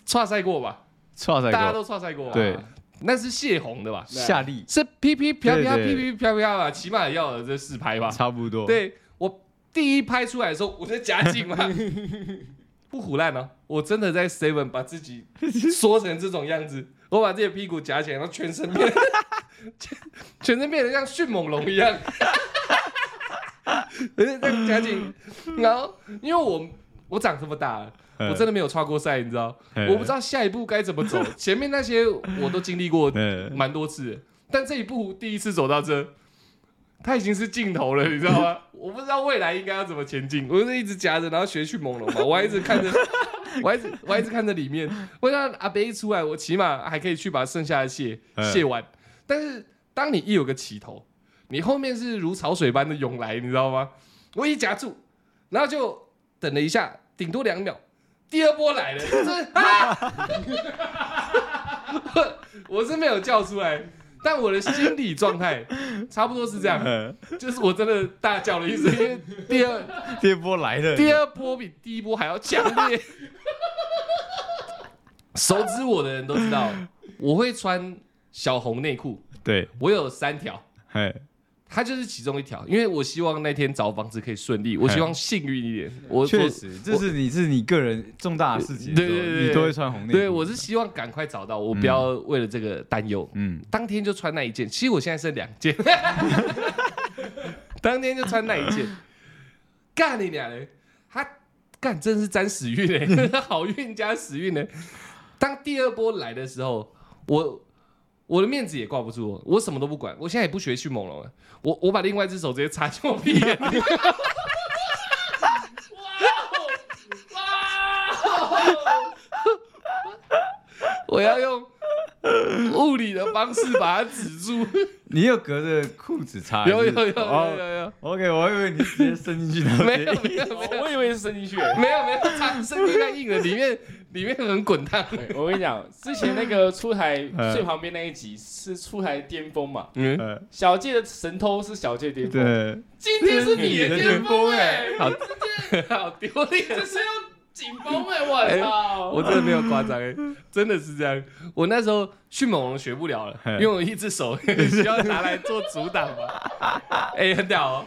Speaker 1: 串赛过吧？
Speaker 2: 差
Speaker 1: 大家
Speaker 2: 赛过，
Speaker 1: 都串赛过吧？啊
Speaker 2: 对，
Speaker 1: 那是泄洪的吧？
Speaker 2: 下力
Speaker 1: 是噼噼啪啪
Speaker 2: 对
Speaker 1: 噼
Speaker 2: 对
Speaker 1: 噼啪啪吧？起码也要有这四拍吧？
Speaker 2: 差不多，，
Speaker 1: 对我第一拍出来的时候，我在夹紧嘛，不胡乱哦，我真的在 seven 把自己缩成这种样子，我把自己的屁股夹起来，然后全身变， 全全身变得像迅猛龙一样， 我就这样夹紧，然后因为我我长这么大了。我真的没有超过赛，你知道？
Speaker 2: 嗯
Speaker 1: 我不知道下一步该怎么走。前面那些我都经历过
Speaker 2: 嗯
Speaker 1: 蛮多次的，但这一步第一次走到这，它已经是尽头了，你知道吗？我不知道未来应该要怎么前进，我就是一直夹着，然后学去猛龙嘛，我还一直看着，我还一直我还一直看着里面，我让阿北一出来，我起码还可以去把剩下的蟹
Speaker 2: 嗯
Speaker 1: 蟹完。但是当你一有个起头，你后面是如潮水般的涌来，你知道吗？我一夹住，然后就等了一下，顶多两秒，第二波来了，这啊！ 我我是没有叫出来，但我的心理状态差不多是这样，
Speaker 2: 嗯
Speaker 1: 就是我真的大叫了一声，因为第二
Speaker 2: 第二波来了，
Speaker 1: 第二波比第一波还要强烈。熟知我的人都知道，我会穿小红内裤，
Speaker 2: 对，
Speaker 1: 我有三条，
Speaker 2: 哎，
Speaker 1: 它就是其中一条，因为我希望那天找房子可以顺利，我希望幸运一点。我
Speaker 2: 确实，这是你是你个人重大的事情的时候，
Speaker 1: 对对对
Speaker 2: 你都会穿红
Speaker 1: 我
Speaker 2: 内裤，
Speaker 1: 对我是希望赶快找到，我不要为了这个担忧。
Speaker 2: 嗯，
Speaker 1: 当天就穿那一件，其实我现在剩两件， 当天就穿那一 件，干你俩嘞！他干真是沾屎运 嘞，好运加屎运嘞。当第二波来的时候，我我的面子也挂不住，哦我什么都不管，我现在也不学迅猛龙了，哦我我把另外一只手直接插进我屁眼里，我要用物理的方式把它止住。
Speaker 2: 你又隔着裤子擦，
Speaker 1: 有有
Speaker 2: 还
Speaker 1: 有有
Speaker 2: 是
Speaker 1: 有
Speaker 2: 哦
Speaker 1: 有有，
Speaker 2: ，OK，我还以为你直接伸进去的，
Speaker 1: 没有没有没有。
Speaker 3: 我以为是伸进去。
Speaker 1: 没有没有，它身体太硬了，里面里面很滚烫。
Speaker 3: 我跟你讲，之前那个出台
Speaker 2: 嗯
Speaker 3: 最旁边那一集是出台巅峰嘛，
Speaker 1: 嗯，
Speaker 2: 呃，
Speaker 3: 小界的神偷是小界巅峰，
Speaker 2: 对，
Speaker 3: 今天是你的巅峰哎，
Speaker 1: 好， 好丢脸！
Speaker 3: 这是要紧绷哎，我操！
Speaker 1: 我真的没有夸张、欸，真的是这样。我那时候迅猛龙学不了了，因为我一只手 需要拿来做阻挡嘛。哎、很屌哦。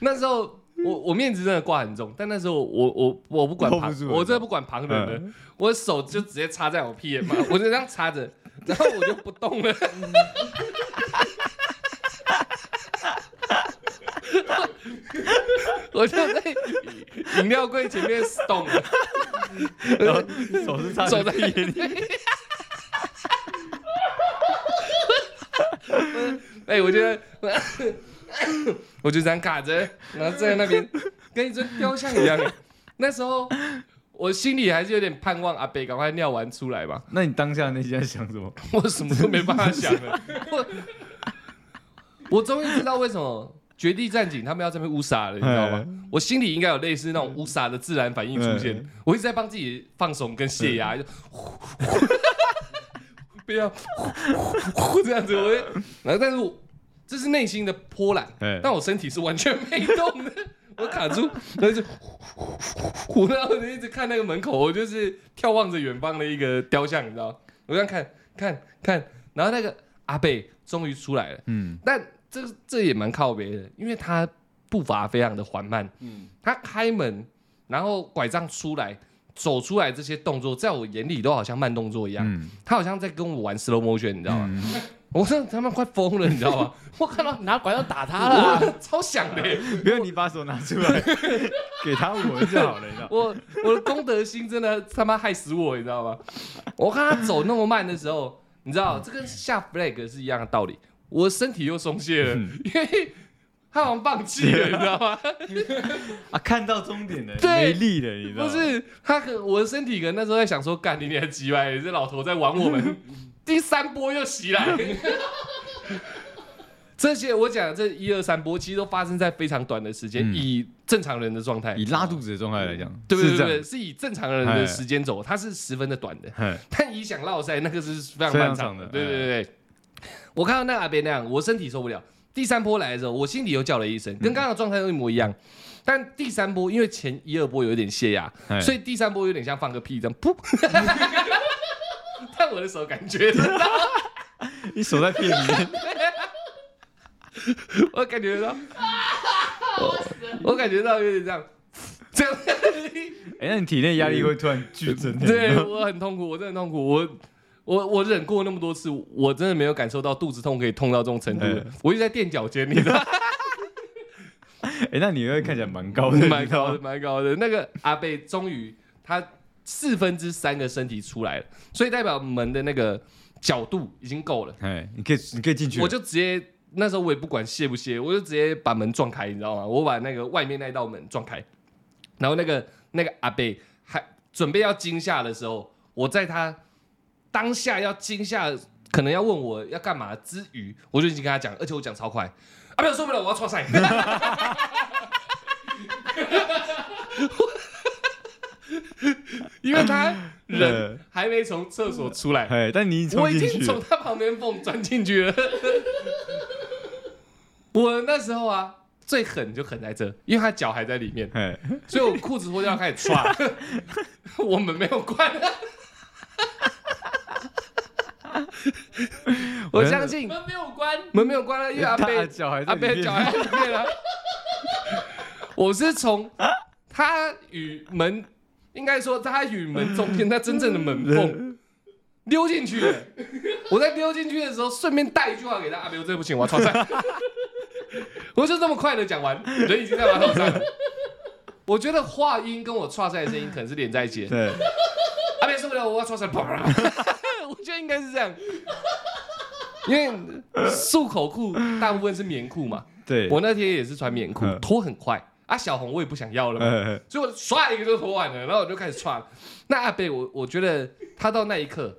Speaker 1: 那时候我我面子真的挂很重，但那时候我我我不管
Speaker 2: Hold
Speaker 1: 旁
Speaker 2: 不，住了
Speaker 1: 我真的不管旁人的，
Speaker 2: 嗯
Speaker 1: 我的手就直接插在我屁眼嘛，我就这样插 着，然后我就不动了。 我就在饮料柜前面 stone 了，
Speaker 2: 然后手是插
Speaker 1: 手在
Speaker 2: 屁眼里，
Speaker 1: 哎、我觉得，我就这样卡着，然后在那边跟一尊雕像一样。欸那时候我心里还是有点盼望阿北赶快尿完出来吧，
Speaker 2: 那你当下内心在想什么？
Speaker 1: 我什么都没办法想了。我我终于知道为什么《绝地战警》他们要这边乌沙了，你知道吗？我心里应该有类似那种乌沙的自然反应出现
Speaker 2: 嗯，
Speaker 1: 我一直在帮自己放松跟泄压，就 不要 这样子，我会然后但是我这是内心的波澜，
Speaker 2: 哎，
Speaker 1: 但我身体是完全没动的，我卡住，然后就呼，然后我就一直看那个门口，我就是眺望着远方的一个雕像，你知道，我这样看看看，然后那个阿贝终于出来了，
Speaker 2: 嗯，
Speaker 1: 但这这也蛮靠别的，因为他步伐非常的缓慢，
Speaker 3: 嗯，
Speaker 1: 他开门，然后拐杖出来。走出来这些动作，在我眼里都好像慢动作一样，
Speaker 2: 嗯
Speaker 1: 他好像在跟我玩 slow motion，你知道吗？我真的他妈快疯了，你知道吗？我看到
Speaker 3: 拿拐杖打他
Speaker 1: 啊
Speaker 3: 了，，
Speaker 1: 超想的耶，
Speaker 2: 不用你把手拿出 来，给他闻就好了，你知道。
Speaker 1: 我我的公德心真的他妈害死我，你知道吗？我看他走那么慢的时候，你知道这跟下 flag 是一样的道理，我身体又松懈了，因为他好像放弃了，你知道吗？
Speaker 2: 啊，看到终点了，
Speaker 1: 对
Speaker 2: 没力了，你知道
Speaker 1: 不
Speaker 2: 吗？
Speaker 1: 是他可我的身体可能那时候在想说，干你你还急歪，这老头在玩我 们，第三波又袭来。 这些我讲的这一二三波，其实都发生在非常短的时间，
Speaker 2: 嗯
Speaker 1: 以正常人的状态，
Speaker 2: 以拉肚子的状态来讲，
Speaker 1: 对不对？
Speaker 2: 是
Speaker 1: 对
Speaker 2: 这
Speaker 1: 不对，
Speaker 2: 样，
Speaker 1: 是以正常人的时间走，它是十分的短的。
Speaker 2: 嘿
Speaker 1: 但你想落赛，那个是非常漫长的。哎对
Speaker 2: 非常长的
Speaker 1: 对对对，我看到那个阿伯那样，我身体受不了。第三波来的时候，我心里又叫了一声，跟刚刚的状态都一模一样。但第三波，因为前一二波有点泄压，
Speaker 2: 嘿
Speaker 1: 所以第三波有点像放个屁这样，噗。 但我的手感觉得到，
Speaker 2: 你手在屁里面，
Speaker 1: 我感觉得到，我感觉到有点这样，这 样。
Speaker 2: 哎，那你体内压力会突然剧增，
Speaker 1: 对我很痛苦，我真的很痛苦，我我我忍过那么多次，我真的没有感受到肚子痛可以痛到这种程度
Speaker 2: 嗯。
Speaker 1: 我一直在垫脚尖，你知道吗，
Speaker 2: 哎，那你会看起来蛮高的，
Speaker 1: 蛮
Speaker 2: 你知道
Speaker 1: 高
Speaker 2: 吗
Speaker 1: 的，蛮高的。那个阿贝终于他四分之三个身体出来了，所以代表门的那个角度已经够了，
Speaker 2: 哎，你可以，你可以进去了，
Speaker 1: 我就直接。那时候我也不管卸不卸，我就直接把门撞开，你知道吗？我把那个外面那道门撞开，然后那个那个阿贝还准备要惊吓的时候，我在他当下要惊吓，可能要问我要干嘛之余，我就已经跟他讲，而且我讲超快，阿贝受不了，我要创赛。 因为他
Speaker 2: 呃
Speaker 1: 人还没从厕所出来，
Speaker 2: 哎，但你已 经
Speaker 1: 我
Speaker 2: 冲
Speaker 1: 已
Speaker 2: 进
Speaker 1: 经
Speaker 2: 去
Speaker 1: 从
Speaker 2: 了，
Speaker 1: 他旁边缝钻进去了。我那时候啊，最狠就狠在这，因为他脚还在里面，
Speaker 2: 哎，
Speaker 1: 所以我裤子脱掉开始抓。我们没有关。我相信
Speaker 3: 门没有关，
Speaker 1: 门没有关了，因为阿
Speaker 2: 他
Speaker 1: 贝
Speaker 2: 的脚还在
Speaker 1: 阿贝
Speaker 2: 里
Speaker 1: 的脚
Speaker 2: 面，
Speaker 1: 还 在里面啊。我是从他与门，应该说他与门中间，他真正的门缝溜进去的。我在溜进去的时候，顺便带一句话给他：阿贝，我真的不行，我要创 赛。我就这么快的讲完，人已经在马桶上了。我觉得话音跟我创赛的声音可能是连在一起的。
Speaker 2: 对，
Speaker 1: 阿北受不了，我要说成啪！我觉得应该是这样，因为束口裤大部分是棉裤嘛，
Speaker 2: 对，
Speaker 1: 我那天也是穿棉裤，
Speaker 2: 嗯
Speaker 1: 脱很快。啊，小红我也不想要了嘛，
Speaker 2: 哎，
Speaker 1: 所以我唰一个就脱完了，然后我就开始穿。那阿北，我我觉得他到那一刻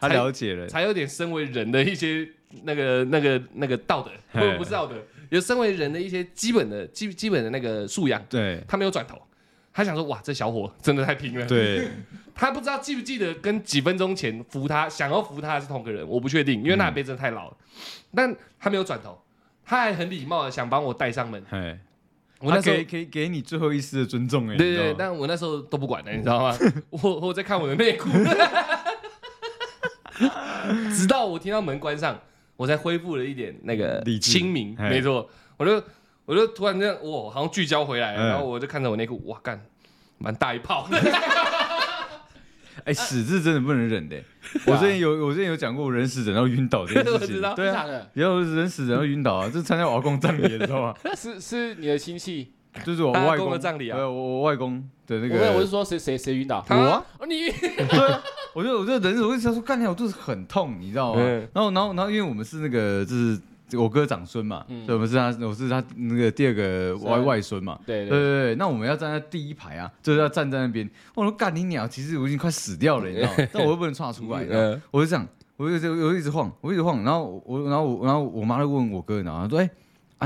Speaker 2: 他了解了，
Speaker 1: 才有点身为人的一些那个那个那个道德，
Speaker 2: 嘿
Speaker 1: 我不是道德，有身为人的一些基本的基基本的那个素养。
Speaker 2: 对，
Speaker 1: 他没有转头，他想说哇，这小伙真的太拼了。
Speaker 2: 对，
Speaker 1: 他不知道记不记得跟几分钟前扶他想要扶他的是同个人，我不确定，因为
Speaker 2: 嗯
Speaker 1: 那杯真的太老了。但他没有转头，他还很礼貌的想帮我带上门。
Speaker 2: 哎，
Speaker 1: 我
Speaker 2: 他
Speaker 1: 那时候
Speaker 2: 给给给你最后一丝的尊重，哎，
Speaker 1: 对对
Speaker 2: 你
Speaker 1: 对，
Speaker 2: 知道吗
Speaker 1: 但我那时候都不管了，你知道 吗？我我在看我的内裤， 直到我听到门关上，我才恢复了一点那个
Speaker 2: 理智
Speaker 1: 清明。
Speaker 2: 嘿
Speaker 1: 没错，我就我就突然间，哇，好像聚焦回来了，
Speaker 2: 嗯
Speaker 1: 然后我就看着我内裤，哇，干，蛮大一 泡的。
Speaker 2: 哎，屎是真的不能忍的，我之前有我之前有讲过，我忍死忍到晕倒这件
Speaker 1: 啊 我
Speaker 2: 事
Speaker 1: 知
Speaker 2: 情
Speaker 1: 道，
Speaker 2: 对啊
Speaker 3: 真。的
Speaker 2: 然后人死人后晕倒啊！这参加我阿公葬礼，你知道吗？
Speaker 3: 假的是是你的亲戚，
Speaker 2: 就是我
Speaker 1: 他阿
Speaker 2: 外
Speaker 1: 公的葬礼啊
Speaker 2: 对我我外公的那
Speaker 3: 我
Speaker 2: 个，
Speaker 3: 没有我是说谁谁谁晕倒，
Speaker 1: 他
Speaker 2: 我啊
Speaker 3: 哦 你
Speaker 2: 对啊，我就我就忍着，我就想说，干哎掉我肚子很痛，你知道吗
Speaker 1: 嗯？
Speaker 2: 然后然后然后，因为我们是那个就是我哥长孙嘛，所以我们是他我是他那个第二个外
Speaker 3: 嗯是啊
Speaker 2: 外孙嘛。
Speaker 3: 对
Speaker 2: 对
Speaker 3: 对，
Speaker 2: 对对，那我们要站在第一排啊，就是要站在那边。我说干你鸟，其实我已经快死掉了，你知 道吗？但我又不能岔出来，你知道吗
Speaker 1: 嗯
Speaker 2: 我就这样，我就一直我就一直晃，我一直晃，然后我我然后我然后我妈就问我哥，然后她说，哎、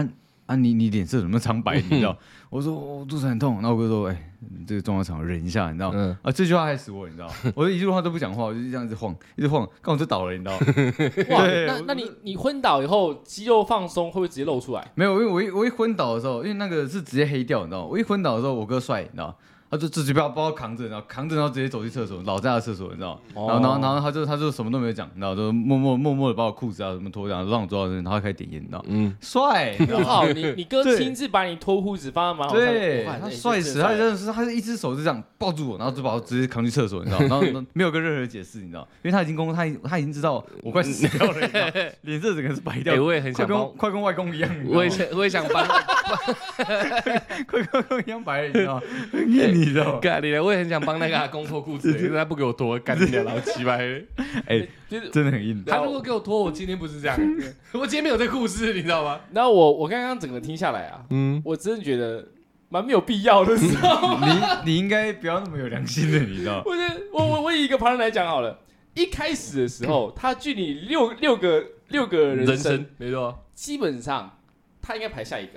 Speaker 2: 啊啊你你脸色怎么苍白？你知道？我说我肚子很痛，然后我哥说，哎、这个重要场合忍一下，你知道？
Speaker 1: 嗯
Speaker 2: 啊，这句话害死我，你知道？我就一句话都不讲话，我就这样子晃，一直晃，刚我就倒了，你知道？
Speaker 3: 哇，
Speaker 2: 对
Speaker 3: 那
Speaker 2: 我
Speaker 3: 那你你昏倒以后肌肉放松会不会直接露出来？
Speaker 2: 没有，因为我一我一昏倒的时候，因为那个是直接黑掉，你知道吗？我一昏倒的时候，我哥帅，你知道吗？他就自己包包扛着，然后扛着，然后直接走进厕所，老家的厕所，你知道吗？
Speaker 3: 哦
Speaker 2: 然后，然后，然后他就他就什么都没有讲，然后就默默默默的把我裤子啊什么脱掉，然后让我坐到这边，然后开始点烟，你知 道吗？
Speaker 1: 嗯，
Speaker 2: 帅，你知道
Speaker 3: 我
Speaker 2: 吗
Speaker 3: 靠，你你哥
Speaker 2: 对
Speaker 3: 亲自把你脱裤子放在马桶 上，
Speaker 2: 对，
Speaker 3: 哇
Speaker 2: 他
Speaker 3: 哎
Speaker 2: 帅
Speaker 3: 这
Speaker 2: 死，他真的是，他是一只手就这样抱住我，然后就把我直接扛去厕所，你知道吗，然后然后没有跟任何人解释，你知道吗，因为他已经公，他已他已经知道我快死掉了，你知道吗脸色整个是白 掉
Speaker 1: 哎，，我也很
Speaker 2: 快
Speaker 1: 想
Speaker 2: 跟
Speaker 1: 帮，
Speaker 2: 快跟外公一样，你知道吗
Speaker 1: 我也想，我也想帮，
Speaker 2: 快跟外公一样白了，你知道吗，很硬你知道吗？
Speaker 1: 干你了，我也很想帮那个阿公脱裤 子，可是他不给我脱，干你了，老鸡掰。
Speaker 2: 哎，
Speaker 3: 就是。
Speaker 2: 真的很硬，
Speaker 1: 他如果给我脱，我今天不是这 样，我今天没有这故事，你知道吗？
Speaker 3: 那我我刚刚整个听下来啊，
Speaker 1: 嗯，
Speaker 3: 我真的觉得蛮没有必要的，知 道吗？
Speaker 2: 你你应该不要那么有良心的，你知道吗？
Speaker 3: 我觉得我我我以一个旁人来讲好了，一开始的时候，他距离六六个六个
Speaker 1: 人
Speaker 3: 人生
Speaker 1: 生，没错。
Speaker 3: 基本上他应该排下一个。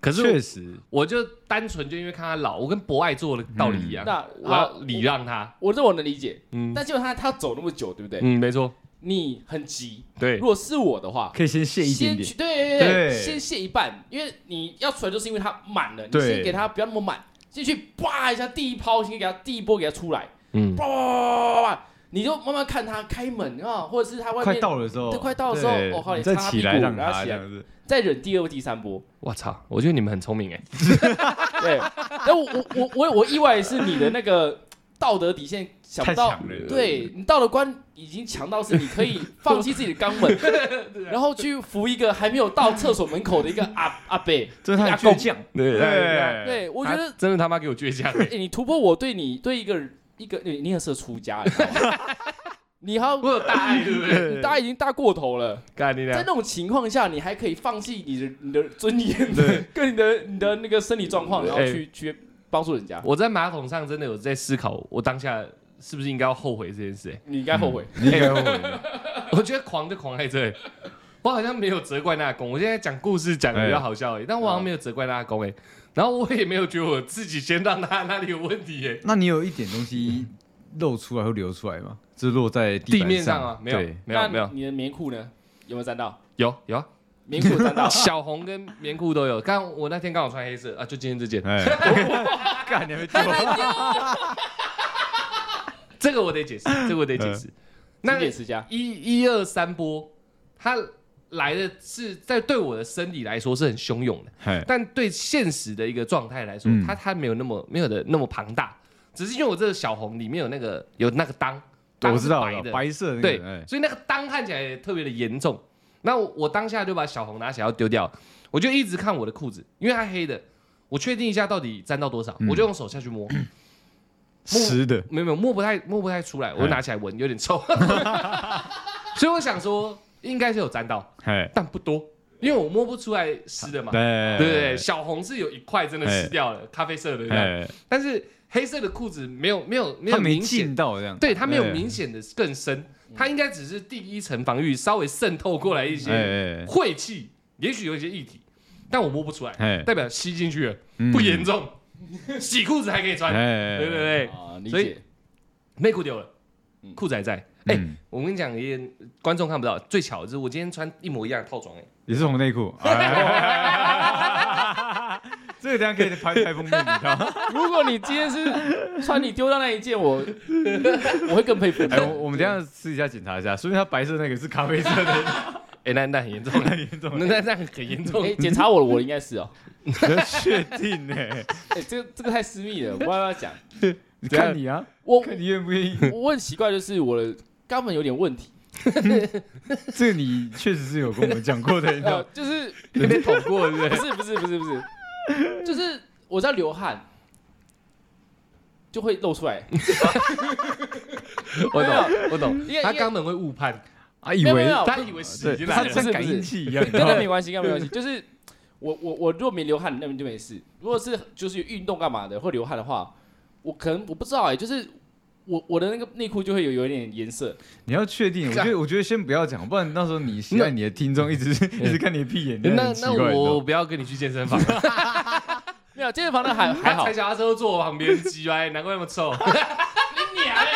Speaker 1: 可
Speaker 2: 确
Speaker 1: 是
Speaker 2: 实，
Speaker 1: 我就单纯就因为看他老，我跟博爱做的道理一样，
Speaker 3: 那
Speaker 1: 我要礼让他。
Speaker 3: 我这我能理解，
Speaker 1: 嗯
Speaker 3: 但结果他他走那么久，对不对？
Speaker 1: 嗯，没错，
Speaker 3: 你很急，
Speaker 1: 对
Speaker 3: 如，果是我的话，
Speaker 2: 可以先卸一点
Speaker 3: 先
Speaker 2: 点
Speaker 3: 去，对对对对，
Speaker 2: 对
Speaker 3: 先卸一半，因为你要出来就是因为它满了，你
Speaker 2: 对
Speaker 3: 先给它不要那么满，先去叭一下第一抛，先给它第一波给它出来，
Speaker 1: 嗯，
Speaker 3: 叭叭叭叭叭叭，你就慢慢看它开门啊，或者是它外
Speaker 2: 快
Speaker 3: 面
Speaker 2: 到的时候，
Speaker 3: 对快到的时候
Speaker 2: 对
Speaker 3: 哦好
Speaker 2: 你
Speaker 3: 你
Speaker 2: 再
Speaker 3: 擦
Speaker 2: 起
Speaker 3: 屁
Speaker 2: 来
Speaker 3: 股
Speaker 2: 让
Speaker 3: 然后
Speaker 2: 他
Speaker 3: 起
Speaker 2: 这
Speaker 3: 来
Speaker 2: 样子，
Speaker 3: 再忍第二、第三波。
Speaker 1: 我操，我觉得你们很聪明哎，
Speaker 3: 对，但我我我我我意外的是你的那个道德底线想不
Speaker 2: 太
Speaker 3: 到
Speaker 2: 强。了，
Speaker 1: 呃
Speaker 3: 对你道德观已经强到是你可以放弃自己的肛 门，
Speaker 1: 啊
Speaker 3: 然后去扶一个还没有到厕所门口的一个阿阿伯，
Speaker 2: 真的太
Speaker 3: 阿公
Speaker 2: 倔强，
Speaker 1: 对
Speaker 2: 对
Speaker 3: 对我觉得
Speaker 1: 他真哎的他妈给我倔 强哎，
Speaker 3: 欸你突破我对你对一个一个你你很适合出家，你知道吗 你还
Speaker 1: 我有大爱，对不对？啊
Speaker 3: 大家已经大过头了，
Speaker 1: 干你
Speaker 3: 在
Speaker 1: 俩
Speaker 3: 那，种情况下，你还可以放弃你的你的尊严，
Speaker 2: 对，
Speaker 3: 跟你的你的那个生理状况，然后
Speaker 1: 欸
Speaker 3: 去去帮助人家，
Speaker 1: 我在马桶上真的有在思考，我当下是不是应该要后悔这件事？哎，
Speaker 3: 你应该后悔。
Speaker 2: 你应该后悔的。
Speaker 1: 我觉得狂就狂在这里。我好像没有责怪那阿公，我现在讲故事讲的比较好笑而已，但我好像没有责怪那阿公哎、然后我也没有觉得我自己先让他哪里有问题哎、
Speaker 2: 那你有一点东西露出来或流出来吗？就是落在地
Speaker 1: 地
Speaker 2: 板
Speaker 1: 面上啊，没有
Speaker 2: 对
Speaker 1: 没有
Speaker 3: 那
Speaker 1: 没有
Speaker 3: 你的棉裤呢？有没有沾到？
Speaker 1: 有有啊，
Speaker 3: 棉裤有沾到，
Speaker 1: 小红跟棉裤都有。刚我那天刚好穿黑色啊，就今天这 件，
Speaker 2: 哎，干你还没丢，
Speaker 1: 这个我得 解释，这个我得解释。
Speaker 2: 嗯
Speaker 1: 那
Speaker 3: 那也是家。
Speaker 1: 一一二三波，他来的是在对我的生理来说是很汹涌的。
Speaker 2: 哎
Speaker 1: 但对现实的一个状态来说，
Speaker 2: 嗯
Speaker 1: 它它没有那么没有的那么庞大，只是因为我这个小红里面有那个有那个裆，裆
Speaker 2: 我
Speaker 1: 是
Speaker 2: 知道
Speaker 1: 白
Speaker 2: 了
Speaker 1: 的，
Speaker 2: 白色的那
Speaker 1: 对
Speaker 2: 个，哎，
Speaker 1: 所以那个裆看起来也特别的严重。那我我当下就把小红拿起来要丢掉，我就一直看我的裤子，因为它黑的，我确定一下到底沾到多少，
Speaker 2: 嗯
Speaker 1: 我就用手下去 摸，
Speaker 2: 湿的，
Speaker 1: 没有没有摸不太摸不太出
Speaker 2: 哎
Speaker 1: 来，我就拿起来闻，有点 臭，所以我想说应该是有沾到，
Speaker 2: 哎，
Speaker 1: 但不多，因为我摸不出来湿的嘛。
Speaker 2: 对
Speaker 1: 对对，小红是有一块真的
Speaker 2: 哎
Speaker 1: 湿掉了，咖啡色的这样，
Speaker 2: 哎，
Speaker 1: 但是黑色的裤子没有没有没
Speaker 2: 他
Speaker 1: 有
Speaker 2: 没
Speaker 1: 明显
Speaker 2: 进，到这样，
Speaker 1: 对它没有
Speaker 2: 哎
Speaker 1: 明显的更深，
Speaker 2: 嗯
Speaker 1: 它应该只是第一层防御稍微渗透过来一些
Speaker 2: 哎
Speaker 1: 晦气，也许有一些液体，但我摸不出来，
Speaker 2: 哎，
Speaker 1: 代表吸进去了，
Speaker 2: 嗯
Speaker 1: 不严，重，洗裤子还可以穿，
Speaker 2: 哎，
Speaker 1: 对对对，
Speaker 3: 啊，理
Speaker 1: 所以
Speaker 3: 解。
Speaker 1: 内裤丢了
Speaker 3: 嗯，
Speaker 1: 裤子还在，
Speaker 2: 哎
Speaker 1: 哎，，我跟你讲，也观众看不到，最巧的是我今天穿一模一样的套装，哎，
Speaker 2: 也是红 内裤，哎 这个等下可以拍拍封面，你知道吗？
Speaker 3: 如果你今天是穿你丢掉那一件，我 我会更佩服你。
Speaker 2: 哎，我我们等一下私底下检查一下，说不定他白色那个是咖啡色的，
Speaker 1: 哎，那那很 严重，
Speaker 2: 很严重，
Speaker 1: 那那那很严 重，
Speaker 3: 哎，检查我的，我应该是哦。
Speaker 2: 确 定呢？
Speaker 3: 哎，这个这个太私密了，我不知道要不要讲。
Speaker 2: 你看你啊，
Speaker 3: 我
Speaker 2: 看你愿不愿意。
Speaker 3: 我很奇怪，就是我的肛门有点问题，
Speaker 2: 这个你确实是有跟我们讲过的，你知道
Speaker 3: 呃
Speaker 2: 吗，
Speaker 3: 就是
Speaker 1: 你被捅过对不
Speaker 3: 不
Speaker 1: 对？
Speaker 3: 是不是不是不是，就是我在流汗就会露出来，
Speaker 1: 我懂，我懂
Speaker 3: 因为，
Speaker 1: 他肛门会误判，
Speaker 2: 啊，以
Speaker 3: 没有没
Speaker 2: 为
Speaker 3: 有
Speaker 1: 他以为屎已经
Speaker 2: 对，
Speaker 1: 来
Speaker 2: 他
Speaker 3: 不
Speaker 1: 了
Speaker 3: 是不
Speaker 2: 像
Speaker 3: 是
Speaker 2: 感应器一样，你知
Speaker 3: 跟
Speaker 2: 道
Speaker 3: 那
Speaker 2: 吗
Speaker 3: 没关系，跟那没关系，就是。我我我如果没流汗，那边就没事。如果是就是运动干嘛的或流汗的话，我可能我不知道哎、就是我我的那个内裤就会有有一点颜色，
Speaker 2: 你要确定，我觉得我觉得先不要讲，不然到时候你现在你的听众一直 一直看你的屁眼，真的
Speaker 1: 那
Speaker 2: 很奇
Speaker 1: 嗯那
Speaker 2: 怪。你知道
Speaker 1: 我
Speaker 2: 吗
Speaker 1: 不要跟你去健身房，
Speaker 3: 没有健身房的 还还
Speaker 1: 他
Speaker 3: 好
Speaker 1: 踩，脚踏车坐我旁边，鸡歪，难怪那么臭。
Speaker 3: 你娘
Speaker 1: 欸
Speaker 3: 嘞！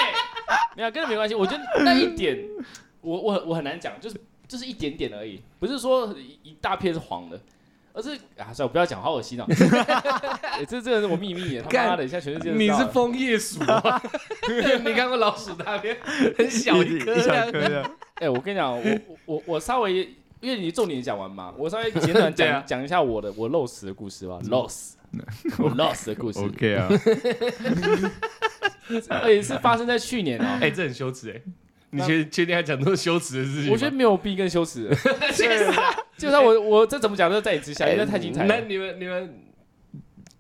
Speaker 3: 没有，跟那没关系。我觉得那一点，我我很我很难讲，就是就是一点点而已，不是说一一大片是黄的，而是啊，算了，我不要讲，好恶心哦。 欸这真的是我秘密耶，他妈的，现在全世界都知
Speaker 1: 你
Speaker 3: 道
Speaker 1: 是
Speaker 3: 了
Speaker 1: 枫叶鼠啊？ 你看过老鼠大便很小一颗
Speaker 2: 一小
Speaker 1: 的，
Speaker 2: 颗的，
Speaker 3: 哎、我跟你讲，我我我稍微，因为你重点讲完嘛，我稍微 简短
Speaker 1: 对啊嗯
Speaker 3: 讲讲、一下我的我 loss 的故事吧，loss，我 loss 的故事，
Speaker 2: OK 啊，
Speaker 3: 而且是发生在去年哦、
Speaker 1: 哎，这很羞耻哎！你确确定要讲这么羞耻的事情吗？
Speaker 3: 我觉得没有逼跟羞 耻了，
Speaker 1: 得确实啊，哎
Speaker 3: 基本上我我这怎么讲都在哎你之下，因为太精彩
Speaker 1: 那
Speaker 3: 了，
Speaker 1: 你们你们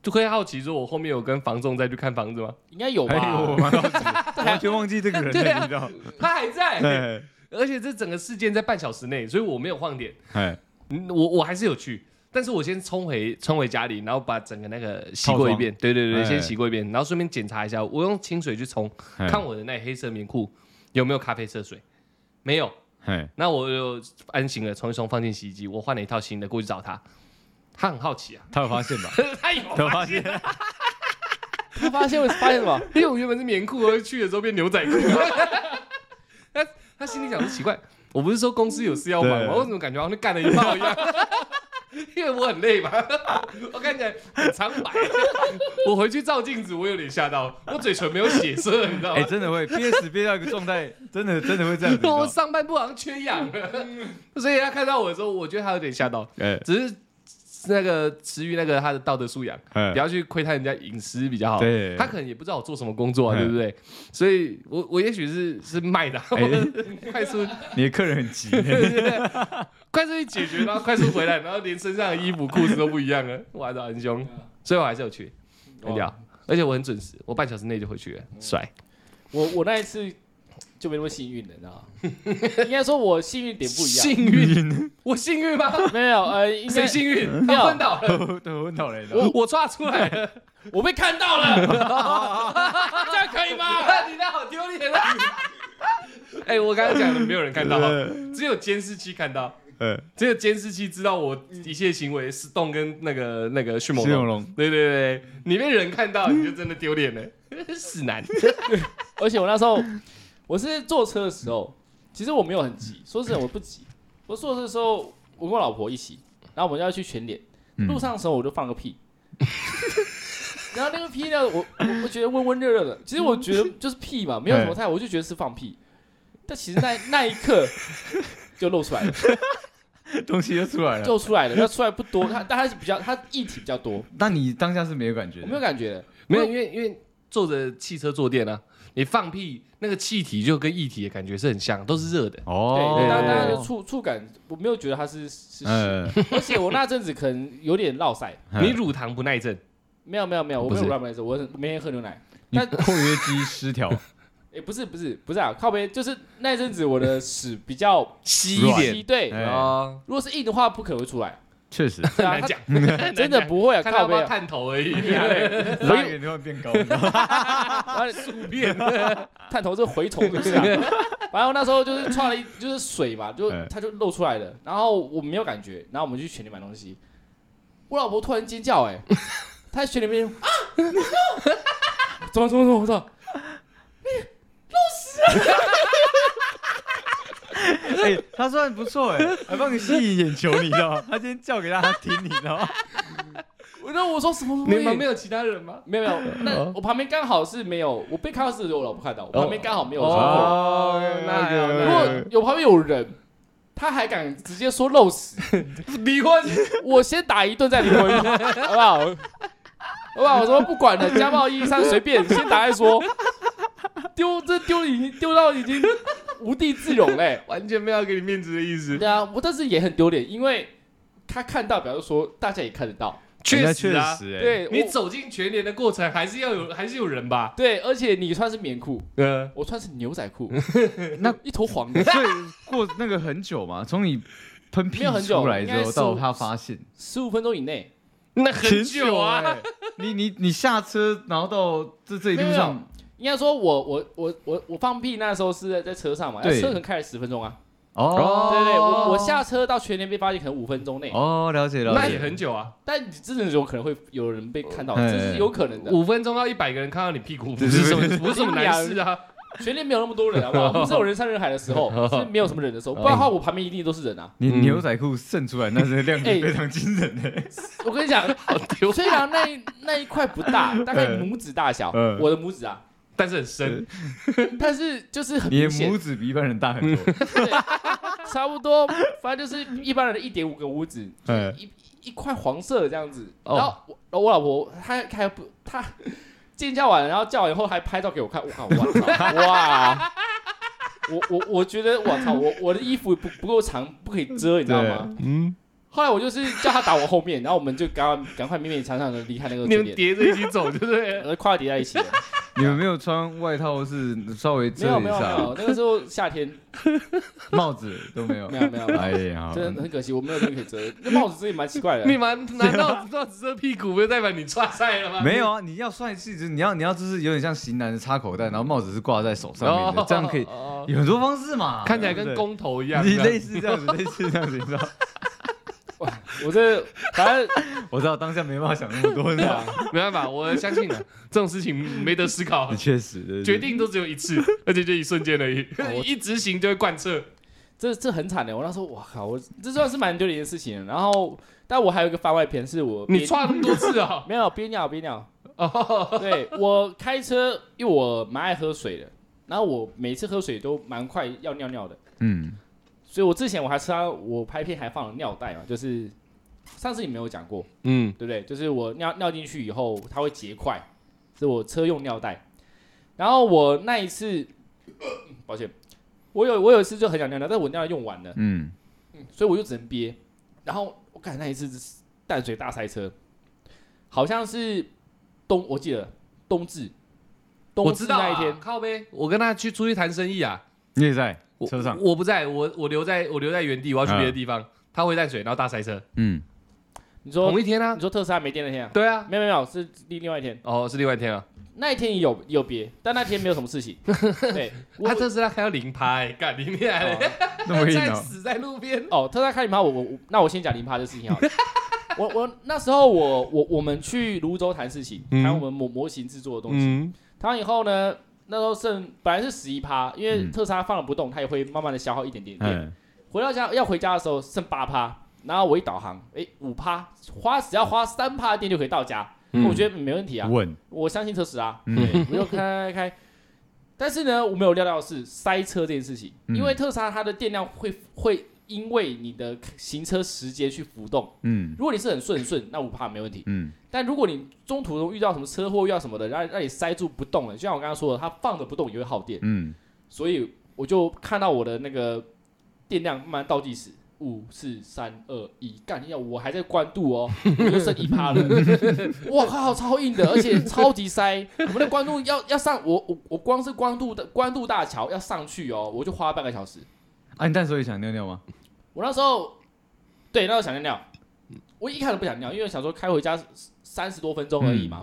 Speaker 1: 就会好奇说，我后面有跟房仲再去看房子吗？
Speaker 3: 应该有
Speaker 2: 还
Speaker 1: 哎
Speaker 2: 有我
Speaker 3: 吧？
Speaker 2: 蛮好奇的完全忘记这个人
Speaker 1: 啊对啊
Speaker 2: 了，你 知道？
Speaker 1: 他还在，
Speaker 2: 哎
Speaker 1: 而且这整个事件在半小时内，所以我没有晃点。
Speaker 2: 哎，
Speaker 1: 嗯，我我还是有去，但是我先冲回冲回家里，然后把整个那个洗过一遍，对对对，
Speaker 2: 哎
Speaker 1: 先洗过一遍，然后顺便检查一下，我用清水去冲，
Speaker 2: 哎
Speaker 1: 看我的那黑色棉裤有没有咖啡色水，没有，
Speaker 2: 哎
Speaker 1: 那我就安心了，冲一冲放进洗衣机，我换了一套新的过去找他，他很好奇啊，
Speaker 2: 他有发现吧？
Speaker 1: 他有
Speaker 2: 他有
Speaker 1: 发
Speaker 2: 发
Speaker 1: 现
Speaker 2: 现，
Speaker 3: 他发现我发现 什么？
Speaker 1: 因为我原本是棉裤，而去了之后变牛仔裤， 他他心里想说奇怪，我不是说公司有事要忙吗？
Speaker 2: 对
Speaker 1: 我怎么感觉好像干了一炮一样？ 因为我很累吧， 我看起来很苍白。 我回去照镜子，我有点吓到，我嘴唇没有血色，你知道
Speaker 2: 哎，
Speaker 1: 吗？
Speaker 2: 真的 会憋死憋到一个状态，真的真的会这样子你知
Speaker 1: 我
Speaker 2: 道。
Speaker 1: 上半部好像缺氧了， 所以他看到我的时候，我觉得他有点吓到，
Speaker 2: 哎
Speaker 1: 只是那个池鱼那个他的道德素养。
Speaker 2: 哎
Speaker 1: 不，要去窥探人家隐私比较好。
Speaker 2: 对
Speaker 1: 他可能也不知道我做什么工作、啊，
Speaker 2: 嗯
Speaker 1: 对不对？所以我我也许是是卖的啊，
Speaker 2: 哎
Speaker 1: 我 快速
Speaker 2: 你的客人很急，
Speaker 1: 快速去解决，然后快速回来，然后连身上的衣服裤子都不一样了，哇，的很凶。所以我还是有去，很屌，而且我很准时，我半小时内就回去了，帅。
Speaker 3: 我我那一次就没那么幸运了，你知道吗？应该说我幸运点不一样，
Speaker 1: 幸 运，我幸运 吗？
Speaker 3: 没有呃，应
Speaker 1: 谁
Speaker 3: 该
Speaker 1: 幸运？
Speaker 3: 没有
Speaker 1: 他昏倒了，
Speaker 2: 对，我问到了，你知道
Speaker 1: 我我抓出来了，
Speaker 3: 哦 我被看 到了，这样可以吗？
Speaker 1: 啊你那好丢脸啊！ 哎，我刚刚讲的没有人看到啊，只有监视器看到。
Speaker 2: 呃，
Speaker 1: 只有监视器知道我一切行为是动跟那个那个迅猛
Speaker 2: 释永
Speaker 1: 龙。
Speaker 2: 龙，
Speaker 1: 对对对，你被人看到，你就真的丢脸了， 死男。
Speaker 3: 而且我那时候我是坐车的时候，其实我没有很急，
Speaker 1: 嗯
Speaker 3: 说真的我不急。我坐车的时候，我跟我老婆一起，然后我们要去全脸，
Speaker 2: 嗯
Speaker 3: 路上的时候我就放个屁。 然后那个屁呢，我我我觉得温温热热的，其实我觉得就是屁嘛，没有什
Speaker 1: 嗯
Speaker 3: 么太，我就觉得是放屁。但其实那那一刻就露 出来了，
Speaker 2: 东西就出
Speaker 1: 嗯
Speaker 2: 来了。
Speaker 3: 就出来了，那出来不多，它但它是比较它液体比较多，
Speaker 2: 但你当下是没有感觉
Speaker 1: 嗯
Speaker 3: 我没有
Speaker 2: 的，
Speaker 3: 感觉的。
Speaker 1: 没有，因为因为坐着汽车坐电啊，你放屁，那个气体就跟液体的感觉是很像，都是热的。
Speaker 3: 对，
Speaker 1: 哦
Speaker 2: 哦
Speaker 1: 对嗯
Speaker 3: 大
Speaker 1: 当
Speaker 3: 家大家
Speaker 1: 然
Speaker 3: 就触触感，我没有觉得它是是是，
Speaker 2: 呃，
Speaker 3: 而且我那阵子可能有点落腮，
Speaker 2: 哎
Speaker 1: 你乳糖不耐症，
Speaker 3: 没有没有没有，我
Speaker 2: 不
Speaker 3: 没
Speaker 2: 是
Speaker 3: 有软妹子，我很每天喝牛奶。
Speaker 2: 你括约肌失调，
Speaker 3: 哎，不是不是不是啊，靠背就是那一阵子我的屎 比较
Speaker 1: 稀
Speaker 2: 一
Speaker 3: 稀，对，
Speaker 2: 哎
Speaker 1: 哦，
Speaker 3: 如果是硬的话不可能会出 来，
Speaker 2: 确实，
Speaker 3: 对啊
Speaker 1: 难，讲，
Speaker 3: 它 真的不会啊，
Speaker 1: 看到
Speaker 3: 靠
Speaker 1: 不
Speaker 3: 背
Speaker 1: 要
Speaker 3: 啊。
Speaker 1: 探头而已，
Speaker 2: 拉远突然变高，你知道吗
Speaker 3: 然后
Speaker 1: 宿便。
Speaker 3: 探头是蛔虫，是不 是啊？反正我那时候就是创了一就是水嘛，就
Speaker 2: 哎
Speaker 3: 它就漏出来了，然后我没有感觉，然后我们去全联买东西，我老婆突然尖叫， 哎，她在群里面啊，怎么怎么怎么怎么？
Speaker 2: 哎，他算不错 哎，还帮你吸引眼球，你知道吗？他今天叫给大家听，你知道吗？
Speaker 3: 我那我说什么？
Speaker 1: 你们旁边有其他人吗？
Speaker 3: 没有没 有，那我旁边刚好是没有，我被看到是有我老婆看到，我旁边刚好没有 人。
Speaker 1: 哦
Speaker 2: 那
Speaker 1: 那
Speaker 3: 如果有旁边有人，他还敢直接说漏死，
Speaker 1: 离婚，
Speaker 3: 我先打一顿再离 婚，好不好？好不好？我说不管了，家暴一一三随便，先打再说。丢这丢已经丢到已经无地自容嘞、
Speaker 1: 完全没有给你面子的意思。
Speaker 3: 对啊，我但是也很丢脸，因为他看到，表示说大家也看得到。
Speaker 1: 确实
Speaker 2: 确
Speaker 1: 啊，
Speaker 2: 实哎，
Speaker 3: 对，
Speaker 1: 你
Speaker 3: 我
Speaker 1: 走进全年的过程还是要有，还是有人吧？
Speaker 3: 对，而且你穿是棉裤，
Speaker 2: 呃
Speaker 1: 嗯，
Speaker 3: 我穿是牛仔 裤，
Speaker 2: 那
Speaker 3: 一头黄 的。
Speaker 2: 所以过那个很久嘛，从你喷屁
Speaker 3: 没有很久
Speaker 2: 出来之
Speaker 3: 应该
Speaker 2: 后
Speaker 3: 是
Speaker 2: 到他发现，
Speaker 3: 十五分钟以内，
Speaker 1: 那 很久啊，
Speaker 2: 哎，你你你下车，然后到这这一路
Speaker 3: 没
Speaker 2: 上，
Speaker 3: 应该说我我我我我放屁那时候是在在车上嘛，那
Speaker 2: 对
Speaker 3: 车可能开了十分钟啊，
Speaker 2: 哦
Speaker 1: 哦
Speaker 3: 对不对？我我下车到全年被发现可能五分钟内，
Speaker 2: 哦，了解了解，
Speaker 1: 那也很久啊，
Speaker 3: 但你真的有可能会有人被看到，
Speaker 2: 哎
Speaker 3: 这是有可能的。
Speaker 1: 哦 五分钟到一百个人看到你屁股，不
Speaker 2: 对
Speaker 1: 是
Speaker 2: 对
Speaker 1: 什
Speaker 2: 对
Speaker 1: 么不是什么难事啊。
Speaker 3: 全年没有那么 多人，好不好？我们这种人山人海的时候
Speaker 1: 哦
Speaker 3: 是没有什么人的时候，不然的话我旁边一定都是人啊。
Speaker 2: 你
Speaker 1: 嗯
Speaker 2: 牛仔裤渗出来，那是量
Speaker 3: 哎
Speaker 2: 级非常惊人的。
Speaker 1: 哎
Speaker 3: 我跟你 讲，
Speaker 1: 好哦丢，
Speaker 3: 虽然那一那一块不大，大概拇指大小，
Speaker 2: 嗯
Speaker 3: 我的拇指啊，
Speaker 1: 但是很深，
Speaker 3: 但是就是很
Speaker 2: 你的
Speaker 3: 明显
Speaker 2: 拇，指比一般人大很 多。
Speaker 3: 差不多，反正就是一般人的一点五个拇指，
Speaker 2: 嗯
Speaker 3: 一一块黄色的这样子。
Speaker 1: 哦
Speaker 3: 然后我，然后我老婆她她还不她尖叫完了，然后叫完以后还拍照给我看，我靠，我操，哇！我我我觉得我操，我我的衣服不不够长，不可以遮，你知道吗？
Speaker 1: 嗯，
Speaker 3: 后来我就是叫她打我后面，然后我们就赶快赶快勉勉强强的离开那个
Speaker 1: 你
Speaker 3: 酒
Speaker 1: 们
Speaker 3: 店，
Speaker 1: 叠着一起走，对 不对
Speaker 3: 然？
Speaker 2: 啊
Speaker 3: 后快要叠在一起了。
Speaker 2: 你们没有穿外套，是稍微
Speaker 3: 没
Speaker 2: 遮
Speaker 3: 有
Speaker 2: 一
Speaker 3: 没有没
Speaker 1: 啊
Speaker 2: 下，
Speaker 3: 有，那个时候夏天
Speaker 2: 帽子都没有
Speaker 3: 没。有没有，
Speaker 2: 哎呀，
Speaker 3: 真的很可惜，我没有东西可以遮。那帽子真的蛮奇怪的，
Speaker 1: 你 们难道不知道只遮屁股，不就代表你穿晒了吗？
Speaker 2: 没有啊！你要帅气，就是你要你要就是有点像型男的插口袋，然后帽子是挂在手上面的，这样可以
Speaker 1: 哦，哦哦
Speaker 2: 有很多方式嘛。
Speaker 1: 看起来跟
Speaker 2: 对不对
Speaker 1: 公头一样。
Speaker 2: 你
Speaker 1: 这样
Speaker 2: 类似这样子，类似这样子，你知道？
Speaker 3: 我这反 正
Speaker 2: 我知道当下没办法想那么多的，
Speaker 1: 没办法，我相 信了，这种事情没得思考
Speaker 2: 你，确实
Speaker 1: 决。定都只有一次，而且就一瞬间而已
Speaker 3: 哦 我，
Speaker 1: 一执行就会贯彻。
Speaker 3: 这这很惨的。我那时候，哇靠，我这算是蛮丢脸的事情。然后，但我还有一个番外篇，是我
Speaker 1: 你
Speaker 3: 憋
Speaker 1: 错那么多次啊！
Speaker 3: 没有憋尿憋尿。对我开车，因为我蛮爱喝水的，然后我每次喝水都蛮快要尿尿的，
Speaker 2: 嗯，
Speaker 3: 所以我之前我还吃到我拍片还放了尿袋嘛，就是上次你没有讲过，
Speaker 1: 嗯，
Speaker 3: 对不对？就是我尿尿进去以后，它会结块，是我车用尿袋。然后我那一次， 抱歉，我有我有一次就很想尿尿，但是我尿用完了。
Speaker 2: 嗯，
Speaker 3: 所以我就只能憋。然后我感那一次是淡水大塞车，好像是冬，我记得冬至，冬
Speaker 1: 我
Speaker 3: 至
Speaker 1: 知道
Speaker 3: 那一
Speaker 1: 啊
Speaker 3: 天，
Speaker 1: 靠呗，我跟他去出去谈生意啊。
Speaker 2: 你也在
Speaker 1: 我
Speaker 2: 车上，
Speaker 1: 我不在，我我留在我留在原地，我要去别的
Speaker 2: 嗯
Speaker 1: 地方。他回淡水，然后大塞车，
Speaker 2: 嗯，
Speaker 3: 你
Speaker 1: 同
Speaker 3: 说
Speaker 1: 一天啊
Speaker 3: 你？说特斯拉没电那天啊？
Speaker 1: 对啊，
Speaker 3: 没有没有，是另另外一天，
Speaker 1: 哦，是另外一天啊。
Speaker 3: 那一天也有也有憋，但那天没有什么事 情。对，我哦
Speaker 1: 他特斯拉开到零拍，干你娘嘞！
Speaker 2: 那么硬
Speaker 1: 在
Speaker 2: 哦，
Speaker 1: 死在路边。
Speaker 3: 哦，特斯拉开零趴，我我我那我先讲零趴的事 情好了。我我那时候我我我们去泸州谈事情，
Speaker 1: 嗯
Speaker 3: 谈我们模模型制作的东西。
Speaker 1: 嗯，
Speaker 3: 谈完以后呢，那时候剩本来是十一趴，因为
Speaker 2: 嗯
Speaker 3: 特斯拉放了不动，它也会慢慢的消耗一点点电。
Speaker 2: 嗯，
Speaker 3: 回到家要回家的时候剩八趴，然后我一导航，哎，五趴，花只要花三趴的电就可以到家，我觉得没问题啊，
Speaker 2: 稳，
Speaker 3: 我相信特斯拉，
Speaker 2: 嗯
Speaker 3: 对，我就开开开。但是呢，我没有料到的是塞车这件事情，
Speaker 2: 嗯
Speaker 3: 因为特斯拉它的电量会会因为你的行车时间去浮动。
Speaker 2: 嗯
Speaker 3: 如果你是很顺很顺，那五趴没问题。
Speaker 2: 嗯
Speaker 3: 但如果你中途遇到什么车祸，遇到什么的，让让你塞住不动了，就像我刚刚说的，它放着不动也会耗电，
Speaker 2: 嗯，
Speaker 3: 所以我就看到我的那个电量慢慢倒计时，五四三二一，干你要我还在关渡哦，我就剩一趴了，哇靠，超硬的，而且超级塞，我们的关渡要要上，我我我光是关渡的关渡大桥要上去哦，我就花半个小时，
Speaker 2: 啊，你那时候也想尿尿吗？
Speaker 3: 我那时候对那时候想尿尿，我一开始不想尿，因为想说开回家三十多分钟而已嘛，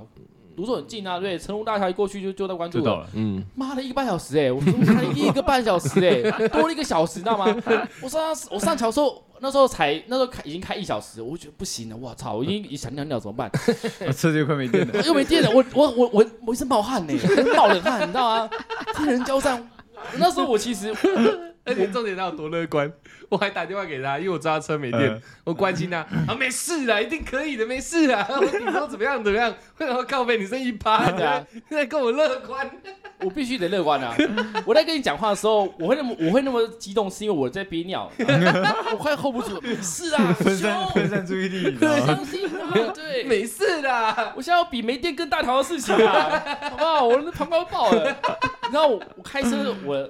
Speaker 3: 泸州很近啊，对，成龙大桥一过去就就到关
Speaker 2: 就
Speaker 3: 渡
Speaker 2: 到
Speaker 3: 了。
Speaker 2: 了，
Speaker 1: 嗯，
Speaker 3: 妈的，一个半小时哎、我们中午开了一个半小时哎、多了一个小时，你知道吗？我上我上桥的时候，那时候才那时候开已经开一小时，我就觉得不行了，我操，我已经想尿尿怎么办？
Speaker 2: 啊车子又快没电了，
Speaker 3: 又没电了，我我我我我一身冒汗呢、冒冷汗，你知道吗？天人交战。那时候我其实
Speaker 1: 而且重点他有多乐观，我还打电话给他，因为我知道他车没电
Speaker 2: 嗯，
Speaker 1: 我关心他，啊，没事啦，一定可以的，没事啦， 我顶多怎么样怎么样，会然后靠背你剩一趴，
Speaker 3: 对啊
Speaker 1: 你 在跟我乐观，
Speaker 3: 我必须得乐观啊！ 我在跟你讲话的时候，我会那么我会那么激动，是因为我在憋尿， 我快 hold 不住。是啊，
Speaker 2: 分散分散注意力，你知道
Speaker 3: 我
Speaker 2: 吗
Speaker 3: 相信啊，对，
Speaker 1: 没事啦，
Speaker 3: 我现在要比没电更大条的事情啊， 好不好？我的膀胱要爆了。然后我我开车，我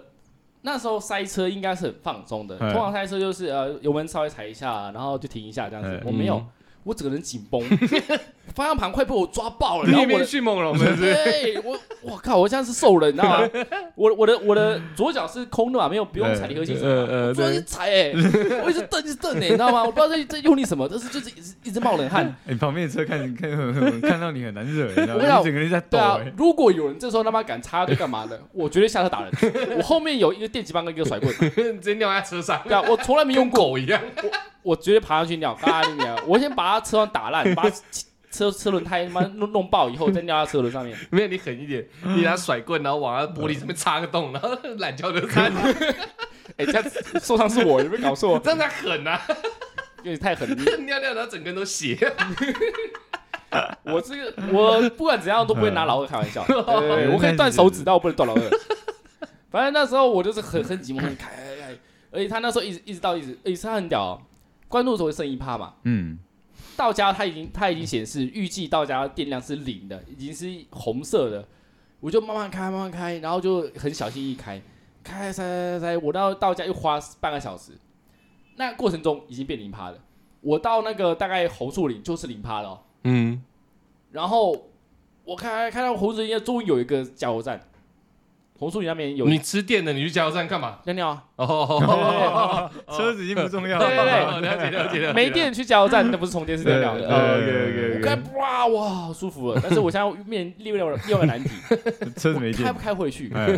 Speaker 3: 那时候塞车应该是很放松的，
Speaker 2: 嗯
Speaker 3: 通常塞车就是呃油门稍微踩一下，然后就停一下这样子
Speaker 2: 嗯。
Speaker 3: 我没有
Speaker 1: 嗯，
Speaker 3: 我整个人紧绷， 方向盘快被我抓爆了，
Speaker 1: 你
Speaker 3: 然后
Speaker 1: 也
Speaker 3: 我
Speaker 1: 没
Speaker 3: 的
Speaker 1: 迅猛龙是不是？
Speaker 3: 对我，我靠，我现在是瘦了，你知道 吗？我我的我的左脚是空的嘛，没有不用踩离合器什么的。
Speaker 1: 呃
Speaker 3: 我
Speaker 1: 呃
Speaker 3: 昨天
Speaker 1: 对
Speaker 3: 一踩哎、 我一直蹬一直蹬哎、你知道吗？我不知道在在用力什么，但是就是一直一直冒冷 汗。
Speaker 2: 哎你旁边的车看看看到你很难惹，你知道吗？
Speaker 3: 我跟你讲
Speaker 2: 你整个人在抖
Speaker 3: 对啊
Speaker 2: 哎，，
Speaker 3: 如果有人这时候他妈敢插队干嘛的，我绝对下 车打人。我后面有一个电击棒跟一个甩棍，
Speaker 1: 直接尿在车上，
Speaker 3: 对啊，我从来没用
Speaker 1: 跟
Speaker 3: 过，
Speaker 1: 狗一样，
Speaker 3: 我绝对爬上去尿，嘎里面，我先把他车窗打烂，把他车车轮胎他妈弄弄爆以后，再尿在车轮上面。
Speaker 1: 没有你狠一点，你拿甩棍，然后往他玻璃上面插个洞，然后 懒觉就插进去，
Speaker 3: 哎、这样子受伤是我，有没有搞错？
Speaker 1: 这样才狠啊！
Speaker 3: 有点太狠了。
Speaker 1: 尿尿然后整个人都血，
Speaker 3: 我这个我不管怎样都不会拿老二开玩笑，对 对对
Speaker 2: 嗯
Speaker 3: 我可以断手指，但我不能断老二。反正那时候我就是很很寂寞，很开，哎哎而且他那时候一直一直到一直，哎，他很屌、哦，关注的时候剩一趴嘛，
Speaker 2: 嗯，
Speaker 3: 到家他已经他已经显示预计到家电量是零的，已经是红色的，我就慢慢开慢慢开，然后就很小心翼翼开，开开开开开，我到到家又花半个小时，那过程中已经变零趴了，我到那个大概红树林就是零趴了、哦。
Speaker 1: 嗯，
Speaker 3: 然后我开开到红树林，终于有一个加油站，红树林那边有
Speaker 1: 你吃电的，你去加油站干嘛？
Speaker 3: 尿尿 啊，
Speaker 1: 哦，
Speaker 2: 车子已经不重要
Speaker 3: 对对对
Speaker 2: 了。
Speaker 1: 哦了解了解了解，
Speaker 3: 没电去加油站，那不是充 电是尿尿
Speaker 2: 对
Speaker 3: 的。
Speaker 2: 对
Speaker 3: 我
Speaker 2: 对
Speaker 3: 开哇哇好舒服了，但是我现在面 另外另外一个难题，
Speaker 2: 对，车子没
Speaker 3: 我开
Speaker 2: 电
Speaker 3: 不，开回去
Speaker 2: 哎，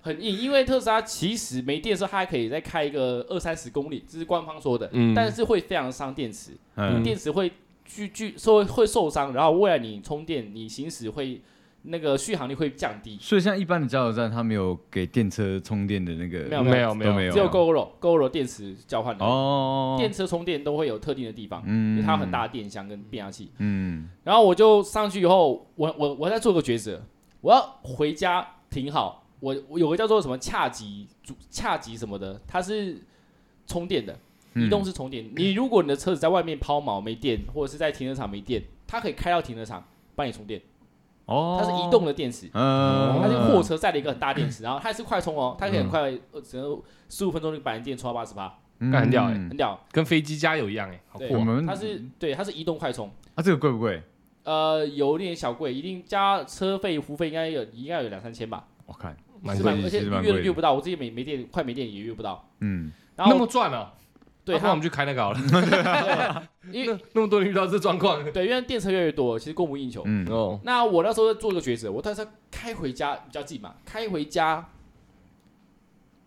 Speaker 3: 很硬，因为特斯拉其实没电的时候它还可以再开一个二三十公里，这是官方说的，
Speaker 1: 嗯
Speaker 3: 但是会非常伤电池，
Speaker 2: 嗯
Speaker 3: 电池会巨巨受会受伤，然后未来你充电你行驶会那个续航力会降低，
Speaker 2: 所以像一般的加油站，它没有给电车充电的那个，
Speaker 3: 没有
Speaker 1: 没有没
Speaker 2: 都没
Speaker 1: 有，
Speaker 2: 有，
Speaker 3: 只有 GoRo GoRo 电池交换的
Speaker 2: 哦，
Speaker 3: 电车充电都会有特定的地方，因
Speaker 2: 嗯
Speaker 3: 为它有很大，的电箱跟变压器。
Speaker 2: 嗯
Speaker 3: 然后我就上去以后，我我我再做个抉择，我要回家停好。我我有个叫做什么恰吉主恰吉什么的，它是充电的，
Speaker 2: 嗯
Speaker 3: 移动式充电。你如果你的车子在外面抛锚没电，或者是在停车场没电，它可以开到停车场帮你充电，
Speaker 2: 哦，
Speaker 3: 它是移，动的电池。
Speaker 2: 嗯，
Speaker 3: 它是货车载了一个很大电池，然后它也是快充哦，它可以很快，呃只能十五分钟就把你电充到八十八，
Speaker 1: 干掉
Speaker 2: 嗯
Speaker 1: 欸
Speaker 3: 很屌。
Speaker 1: 跟飞机加油一样哎，好
Speaker 3: 对
Speaker 2: 哦我
Speaker 1: 酷
Speaker 2: 们
Speaker 3: 它是对，它是移动快充，
Speaker 2: 啊，这个贵不贵？
Speaker 3: 呃，有点小贵，一定加车费、服务费应该有应该有两三千吧，
Speaker 2: 我看，
Speaker 1: 蛮
Speaker 3: 是
Speaker 1: 贵
Speaker 3: 吧
Speaker 2: 蛮
Speaker 1: 的，
Speaker 3: 而且
Speaker 2: 其实蛮
Speaker 3: 约
Speaker 2: 贵
Speaker 3: 都
Speaker 2: 的
Speaker 3: 约不到，我自己没没电，快没电也约不到。
Speaker 2: 嗯，
Speaker 3: 然
Speaker 1: 那
Speaker 3: 后
Speaker 1: 么赚啊！
Speaker 3: 对
Speaker 1: 那不然我
Speaker 3: 它
Speaker 1: 们，去开那个好了，
Speaker 3: 对因为
Speaker 1: 那么多人遇到这状况，
Speaker 3: 对，因为电车越来越多，其实供不应求。
Speaker 2: 嗯，
Speaker 1: 哦，
Speaker 3: 那我那时候做一个抉择，我当时开回家比较近嘛，开回家，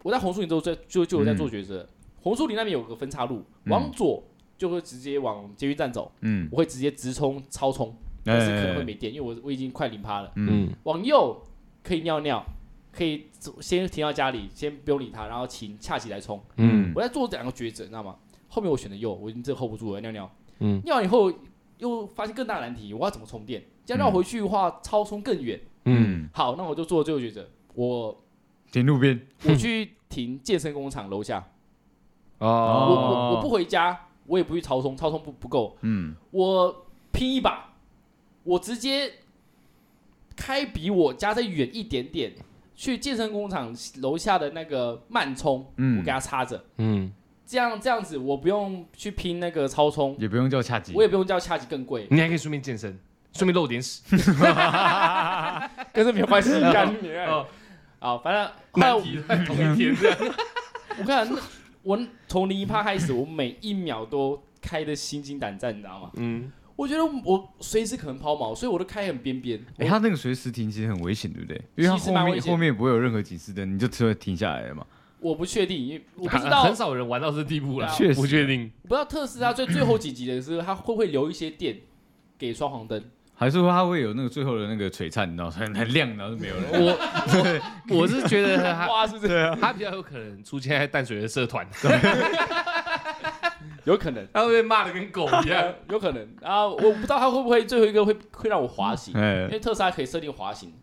Speaker 3: 我在红树林之后在就就有在做抉择。红树林那边有个分岔路，
Speaker 2: 嗯
Speaker 3: 往左就会直接往捷运站走，
Speaker 2: 嗯，
Speaker 3: 我会直接直冲超冲，
Speaker 2: 哎
Speaker 3: 但是可能会没电，因为我我已经快零趴了。
Speaker 2: 嗯，
Speaker 3: 往右可以尿尿，可以走先停到家里，先不用理它，然后请恰起来冲。
Speaker 2: 嗯
Speaker 3: 我在做这两个抉择，你知道吗？后面我选的右，我已经真的 hold 不住了，尿尿。
Speaker 1: 嗯，
Speaker 3: 尿完以后又发现更大的难题，我要怎么充电？这样绕回去的话，超充更远。
Speaker 1: 嗯，
Speaker 2: 嗯，
Speaker 3: 好，那我就做最后抉择，我
Speaker 2: 停路边，
Speaker 3: 我去停健身工厂楼下，我
Speaker 1: 哦，
Speaker 3: 我我不回家，我也不去超充，超充不不够，
Speaker 2: 嗯，
Speaker 3: 我拼一把，我直接开比我家再远一点点，去健身工厂楼下的那个慢充，
Speaker 2: 嗯
Speaker 3: 我给它插着，
Speaker 1: 嗯，
Speaker 3: 这样这样子我不用去拼那个超充，
Speaker 2: 也不用叫恰吉，
Speaker 3: 我也不用叫恰吉 更贵，
Speaker 1: 你还可以顺便健身，顺便露点屎，
Speaker 3: 跟这没有关系，干你娘
Speaker 1: 哦
Speaker 3: 啊！反正后来
Speaker 1: 难
Speaker 3: 我
Speaker 1: 题在同一天这样，
Speaker 3: 我看那我从零一趴开始，我每一秒都开的心惊胆战，你知道吗？
Speaker 1: 嗯，
Speaker 3: 我觉得我随时可能抛锚，所以我都开很边边。
Speaker 2: 哎，他那个随时停其实很危险，对不对？因为他
Speaker 3: 其实
Speaker 2: 后
Speaker 3: 蛮危
Speaker 2: 面
Speaker 3: 险
Speaker 2: 后面不会有任何警示灯，你就车停下来了嘛。
Speaker 3: 我我不确定，因为我不 知
Speaker 1: 很
Speaker 3: 道
Speaker 1: 很少人玩到这地步了，
Speaker 2: 确实
Speaker 1: 不啊确定，
Speaker 3: 我不知道特斯拉最最后几集的时候，它会不会留一些电给双 黄灯？
Speaker 2: 还是说他会有那个最后的那个璀璨，你知道，很很亮，然后就没有了。
Speaker 1: 我 我是觉得他
Speaker 3: 哇，是不是？
Speaker 1: 他比较有可能出现在淡水的社 团，
Speaker 3: 有可能，
Speaker 1: 他会被骂的跟狗一样。
Speaker 3: 有可能啊！我不知道它会不会最后一个会会让我滑行，因
Speaker 2: 哎，
Speaker 3: 为特斯拉可以设定滑行，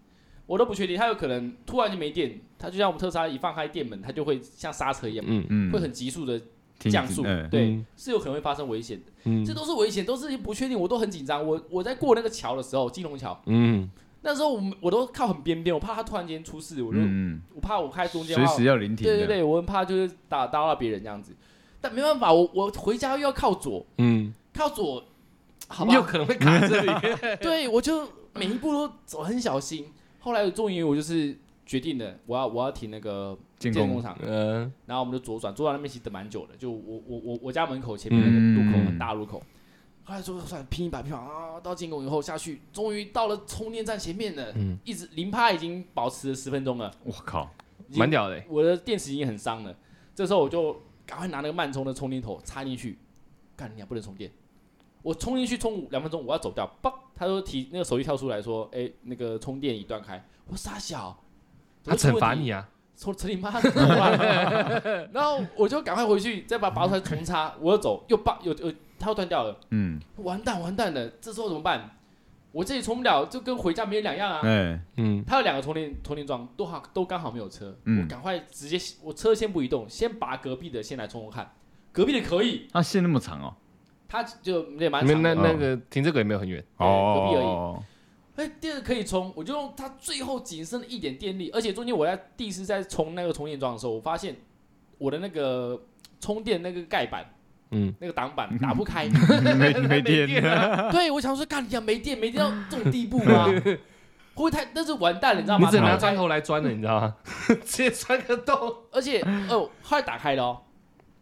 Speaker 3: 我都不确定。它有可能突然就没电，它就像我们特斯拉一放开电门，它就会像刹车一样，
Speaker 1: 嗯
Speaker 2: 嗯
Speaker 3: 会，很急速的
Speaker 2: 停
Speaker 3: 降速
Speaker 2: 嗯
Speaker 3: 对
Speaker 1: 嗯，
Speaker 3: 是有可能会发生危险的。
Speaker 1: 嗯
Speaker 3: 这都是危险，都是不确定，我都很紧张。我我在过那个桥的时候，金融桥
Speaker 1: 嗯，
Speaker 3: 那时候我们我都靠很边边，我怕它突然间出事，我就、
Speaker 2: 嗯，
Speaker 3: 我怕我开中
Speaker 2: 嗯
Speaker 3: 间的
Speaker 2: 随
Speaker 3: 话，
Speaker 2: 时要临停。
Speaker 3: 对对，对，我很怕就是打打扰到别人这样子。但没办法，我我回家又要靠左，
Speaker 1: 嗯，
Speaker 3: 靠左，好
Speaker 1: 你有
Speaker 3: 吧，
Speaker 1: 可能会卡这 里。
Speaker 3: 对我就每一步都走很小心。后来终于我就是决定了，我要我要停那个
Speaker 2: 建
Speaker 3: 建工
Speaker 2: 工，
Speaker 3: 厂，
Speaker 1: 嗯
Speaker 3: 然后我们就左转，左转那边其实等蛮久的，就我我我我家门口前面那个路口、
Speaker 2: 嗯
Speaker 3: 很大路口。后来说算了拼一把票啊，到进攻以后下去，终于到了充电站前面了，
Speaker 1: 嗯，
Speaker 3: 一直零趴已经保持了十分钟了，
Speaker 2: 我靠，
Speaker 3: 已经
Speaker 1: 蛮屌的欸。
Speaker 3: 我的电池已经很伤了。这时候我就赶快拿那个慢充的充电头插进去，干你俩不能充电，我冲进去冲五两分钟，我要走掉，嘣，他就提那个手机跳出来说，哎、那个充电已断开，我傻小，
Speaker 1: 他惩罚你啊，
Speaker 3: 从成你妈怎么办然后我就赶快回去，再把拔出来重插，我又走，又拔又又它又断掉了，
Speaker 2: 嗯，
Speaker 3: 完蛋完蛋了，这时候怎么办？我这里充不了，就跟回家没两样啊。
Speaker 2: 哎，
Speaker 1: 嗯，
Speaker 3: 它有两个充电充电桩，都好都刚好没有车，
Speaker 2: 嗯
Speaker 3: 我赶快直接我车先不移动，先拔隔壁的先来充充看，隔壁的可以，
Speaker 2: 那线那么长哦，
Speaker 3: 它就也蛮
Speaker 1: 你们那
Speaker 3: 长的。
Speaker 1: 那个停车格也没有很 远，
Speaker 3: 隔壁而已
Speaker 2: 哦，
Speaker 3: 哎，第二个可以充，我就用它最后仅剩的一点电力，而且中间我在第一次在充那个充电桩的时候，我发现我的那个充电那个盖板。
Speaker 1: 嗯，
Speaker 3: 那个挡板打不 开，
Speaker 2: 没 没电了，
Speaker 1: 啊
Speaker 3: 对我想说，干你讲没电，没电到这种地步吗？会不会太？那是完蛋了，你知道
Speaker 1: 你
Speaker 3: 吗？
Speaker 1: 只能拿
Speaker 3: 打
Speaker 1: 砖
Speaker 3: 不开
Speaker 1: 头来钻了，你知道 吗？直接钻个洞，
Speaker 3: 而且哦，后来打开了哦，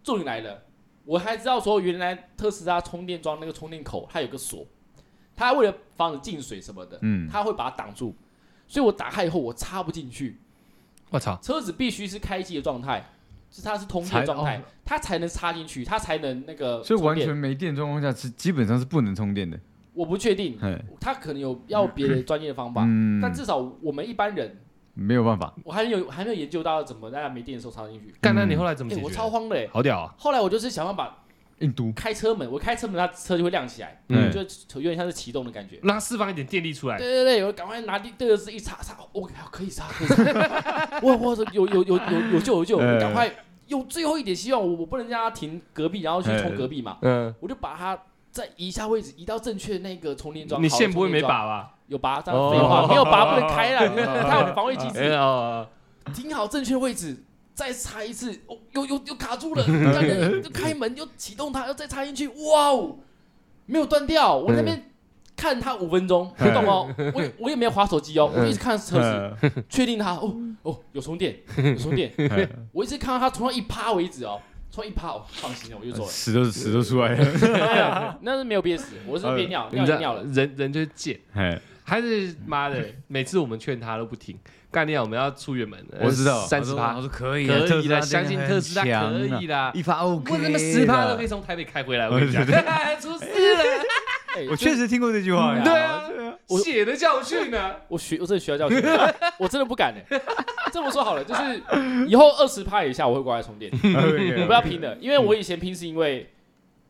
Speaker 3: 终于来了，我还知道说原来特斯拉充电桩那个充电口它有个锁，它为了防止进水什么的，
Speaker 2: 嗯，
Speaker 3: 它会把它挡住，所以我打开以后我插不进去，
Speaker 1: 我操，
Speaker 3: 车子必须是开机的状态，是它是通电的状态，它才能插进去，它才能那个
Speaker 2: 哦所以
Speaker 3: 充
Speaker 2: 完
Speaker 3: 电
Speaker 2: 全没电的状况下是基本上是不能充电的，
Speaker 3: 我不确定，
Speaker 2: 哎，
Speaker 3: 它可能有要别的专业的方法，
Speaker 2: 嗯，
Speaker 3: 但至少我们一般人，
Speaker 2: 没有办法，
Speaker 3: 我还没有还没有研究到怎么在没电的时候插进去。
Speaker 1: 干，那你后来怎么
Speaker 3: 哎、
Speaker 1: 解
Speaker 3: 我超
Speaker 1: 决？
Speaker 3: 慌的、欸。
Speaker 1: 好屌啊！
Speaker 3: 后来我就是想办法
Speaker 2: 印度，
Speaker 3: 开车门，我开车门，它车就会亮起来，
Speaker 2: 嗯
Speaker 3: 就就有点像是启动的感觉。
Speaker 1: 让它释放一点电力出来
Speaker 3: 对，对对，我赶快拿第这个是一插插，我、哦、可以插，可以插， 我我有有有有有救有救，
Speaker 2: 哎
Speaker 3: 我赶快用最后一点希望，我我不能让它停隔壁，然后去冲隔壁嘛，
Speaker 1: 嗯，
Speaker 3: 我就把它再移一下位置，移到正确的那个充电桩。
Speaker 1: 你
Speaker 3: 好的
Speaker 1: 线不会
Speaker 3: 充
Speaker 1: 没
Speaker 3: 电桩？
Speaker 1: 拔吧？
Speaker 3: 有拔，这
Speaker 1: 哦
Speaker 3: 样废话，没有拔不能开 了，它有防卫机
Speaker 1: 哎
Speaker 3: 制。
Speaker 1: 哦，
Speaker 3: 停好正确位置，再插一次，哦，又又又卡 住了，干人就开门又启动它，又再插进去，哇哦，没有断掉，我那边看它五分钟，不动哦，我也我也没有划手机哦，我一直看车子，
Speaker 2: 子，
Speaker 3: 确定它，哦哦有充电，有充电，我一直看到它充到一趴为止哦。充一趴，哦，放心了，我就走了。
Speaker 2: 屎都屎都出来了，
Speaker 3: 哎呀那是没有憋死，我是憋
Speaker 2: 呃
Speaker 3: 尿，
Speaker 1: 你
Speaker 3: 尿
Speaker 1: 知
Speaker 3: 就尿
Speaker 1: 道
Speaker 3: 了。
Speaker 1: 人人就是贱。
Speaker 2: 哎，
Speaker 1: 还是妈的，每次我们劝他都不听。干你啊！我们要出远门，
Speaker 2: 我知道，
Speaker 1: 三十
Speaker 2: 他
Speaker 1: 趴
Speaker 2: 说可以啊，
Speaker 1: 可以啦，
Speaker 2: 特斯拉
Speaker 1: 相信特斯拉
Speaker 2: 真的
Speaker 1: 可
Speaker 2: 很强啊
Speaker 1: 以啦。
Speaker 2: 一发 OK，
Speaker 1: 我他妈十趴都可以
Speaker 2: 以。
Speaker 1: 从台北开回来，我跟你讲， 出事了，
Speaker 3: 哎
Speaker 2: 我确实听过这句话，
Speaker 1: 对 啊，血的教训啊呢？
Speaker 3: 我学，我真的学到教训，我真的不敢哎、这么说好了，就是以后二十趴以下我会乖乖充电， 我
Speaker 2: 我
Speaker 3: 不要拼了，因为我以前拼是因为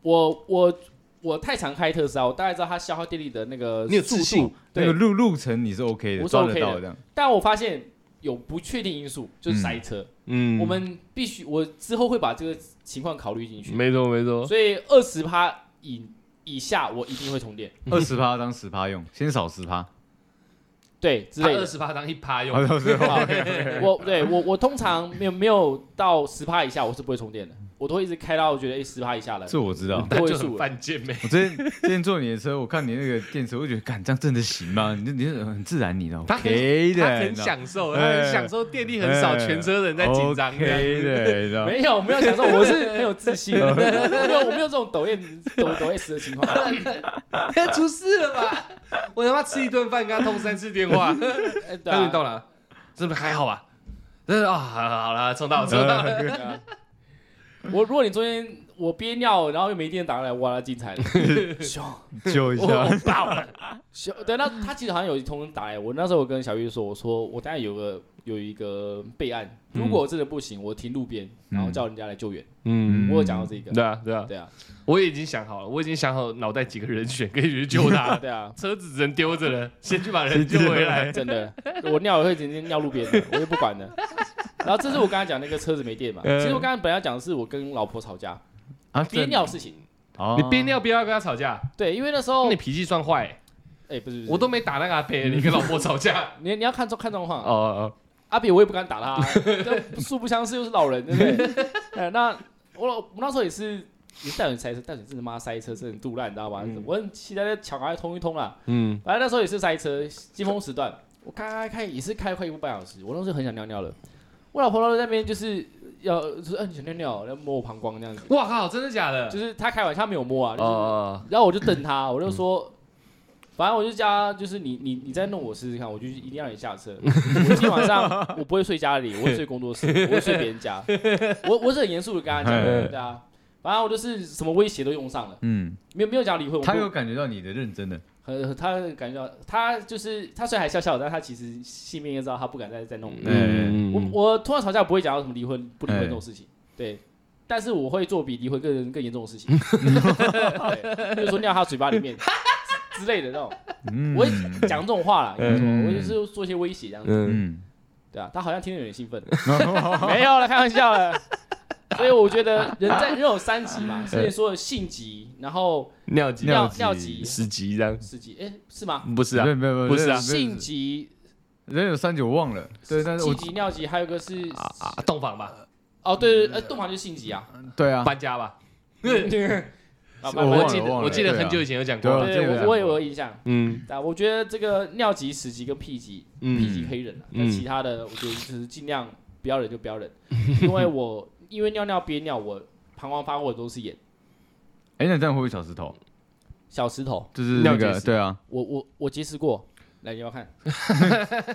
Speaker 3: 我我我太常开特斯拉，我大概知道它消耗电力的那个
Speaker 1: 你有自
Speaker 3: 速
Speaker 1: 信
Speaker 3: 度，
Speaker 2: 那个
Speaker 3: 对，
Speaker 2: 路路程你是 OK 的，
Speaker 3: 我是
Speaker 2: 抓
Speaker 3: OK
Speaker 2: 得
Speaker 3: 的
Speaker 2: 到这样。
Speaker 3: 但我发现有不确定因素，就是塞车，
Speaker 1: 嗯
Speaker 3: 我们必须我之后会把这个情况考虑进去，
Speaker 1: 没错没错，
Speaker 3: 所以二十趴以以下我一定会充电，
Speaker 2: 二 十趴当十趴用，先少十趴，
Speaker 3: 对之
Speaker 1: 他
Speaker 3: 类
Speaker 1: 啊二
Speaker 3: 的。
Speaker 1: 十趴当一趴用，
Speaker 2: 到最后
Speaker 3: 好 我对我我通常没有没有到十趴以下，我是不会充电的，我都会一直开到我觉得哎十趴以下 了。
Speaker 2: 这我知道。
Speaker 1: 那就很犯贱呗。
Speaker 2: 我之前之前坐你的车，我看你那个电池，我就觉得，干这样真的行吗？你这你这很自然，你知道
Speaker 1: 他很
Speaker 2: ，OK 的，
Speaker 1: 他很享受，他很享受电力很少，全车人在紧张。
Speaker 2: 哎，OK 的，你
Speaker 1: 啊
Speaker 2: 知 道。
Speaker 3: 没有，我没有想说我是很有自信的，我没有我没有这种抖 M 抖抖 S 的情 况。
Speaker 1: 出事了吧？我他妈吃一顿饭跟他通三次电 话。
Speaker 3: 哎对
Speaker 1: 但是
Speaker 3: 啊
Speaker 1: 你到哪？是不是还好吧？嗯啊，好了好了，冲到了冲到了，
Speaker 3: 对啊我如果你中间我憋尿，然后又没电打来，哇，那精彩 了！凶
Speaker 2: 救一
Speaker 1: 我
Speaker 2: 下，
Speaker 1: 爆了。
Speaker 3: 凶，对，那他其实好像有一通打来，我那时候我跟小玉说，我说我等下有个有一个备案，如果真的不行，我停路边，然后叫人家来救援。
Speaker 1: 嗯，
Speaker 3: 我有讲到这个，
Speaker 1: 对啊对啊，
Speaker 3: 对啊，
Speaker 1: 我也已经想好了，我已经想好脑袋几个人选可以去救他 了。
Speaker 3: 对啊，
Speaker 1: 车子只能丢着了，先去把人救回来。
Speaker 3: 真的，我尿也会直接尿路边的，我也不管的。然后这是我刚才讲那个车子没电嘛，
Speaker 1: 嗯
Speaker 3: 其实我刚才本来要讲的是我跟老婆吵架
Speaker 2: 啊哦
Speaker 3: 憋尿，的事情。
Speaker 1: 哦你憋，尿憋到跟他吵架，哦
Speaker 3: 对，因为那时候
Speaker 1: 那你
Speaker 3: 哎、
Speaker 1: 脾气算坏欸，
Speaker 3: 不是，不是
Speaker 1: 我都没打那个阿贝，你跟老婆吵架。
Speaker 3: 你你要看状看状 况。
Speaker 1: 哦哦，
Speaker 3: 阿比我也不敢打他，这素不相识又是老人，对不 对？哎，那我老我那时候也是。也是淡水塞车，淡水真的妈塞车，真的杜烂，你知道吗？
Speaker 1: 嗯
Speaker 3: 我很期待在抢快通一通啦。
Speaker 1: 嗯
Speaker 3: 反正那时候也是塞车，尖峰时段，我开开开也是开快一个半小时，我那时候很想尿尿了。我老婆在那边就是要就是嗯、你想尿尿，要摸我膀胱这样子，
Speaker 1: 哇靠，真的假的？
Speaker 3: 就是她开玩笑没有摸啊，
Speaker 1: 哦
Speaker 3: 就是
Speaker 1: 哦，
Speaker 3: 然后我就瞪他，我就说，反正我就叫他，就是你你你再弄我试试看，我就一定让你下车。我今天晚上我不会睡家里，我会睡工作室，我会睡别人家。我我是很严肃的跟他讲，
Speaker 2: 嘿
Speaker 3: 对啊。反正我就是什么威胁都用上了，
Speaker 2: 嗯，
Speaker 3: 没有没有讲离婚。我
Speaker 2: 他
Speaker 3: 不
Speaker 2: 有感觉到你的认真的，
Speaker 3: 很很他感觉到他就是他虽然还笑笑的，但他其实心里面也知道他不敢再再弄。
Speaker 2: 嗯
Speaker 3: 我我通常吵架不会讲到什么离婚不离婚
Speaker 2: 哎
Speaker 3: 这种事情，对。但是我会做比离婚更更严重的 事情，对比如说尿他嘴巴里面之之类的那种，
Speaker 2: 嗯，
Speaker 3: 我会讲这种话啦，应该说，
Speaker 2: 嗯
Speaker 3: 我就是做一些威胁这样子，
Speaker 1: 嗯，
Speaker 2: 嗯，
Speaker 3: 对啊，他好像听得有点 兴奋，没有了，开玩笑了。所以我觉得人在人有三级嘛，所以说性急，然后
Speaker 1: 尿急
Speaker 3: 尿
Speaker 2: 急
Speaker 3: 尿急、
Speaker 1: 十级这样，
Speaker 3: 四级，哎，是吗？
Speaker 1: 不是啊
Speaker 2: 对，没有没有，
Speaker 1: 不是啊
Speaker 2: 人有
Speaker 3: 性急、
Speaker 2: 人有三九忘了，对，但是
Speaker 3: 气
Speaker 2: 我
Speaker 3: 急、尿急，还有一个是
Speaker 1: 啊，洞房吧，
Speaker 3: 哦，对，呃，洞房就是性急啊，
Speaker 2: 对啊，
Speaker 1: 搬家吧，
Speaker 3: 啊
Speaker 2: 我忘了
Speaker 1: 记得
Speaker 2: 忘了
Speaker 1: 我记得很久以前有讲过
Speaker 2: 啊
Speaker 1: 了，
Speaker 2: 这个
Speaker 3: 对，
Speaker 2: 讲
Speaker 3: 我我也有印象。
Speaker 1: 嗯
Speaker 3: 啊，我觉得这个尿急、屎急跟屁急，屁急
Speaker 1: 嗯
Speaker 3: 可以忍啊，
Speaker 1: 嗯
Speaker 3: 但其他的我觉得就是尽量不要忍就不要忍， 因为我因为尿尿憋尿，我膀胱发过的都是眼
Speaker 2: 哎，那这样会不会小石头？
Speaker 3: 小石头，
Speaker 2: 就是那
Speaker 1: 尿结
Speaker 2: 个，
Speaker 1: 石
Speaker 2: 对 啊，
Speaker 3: 我我我结石过，来你要看，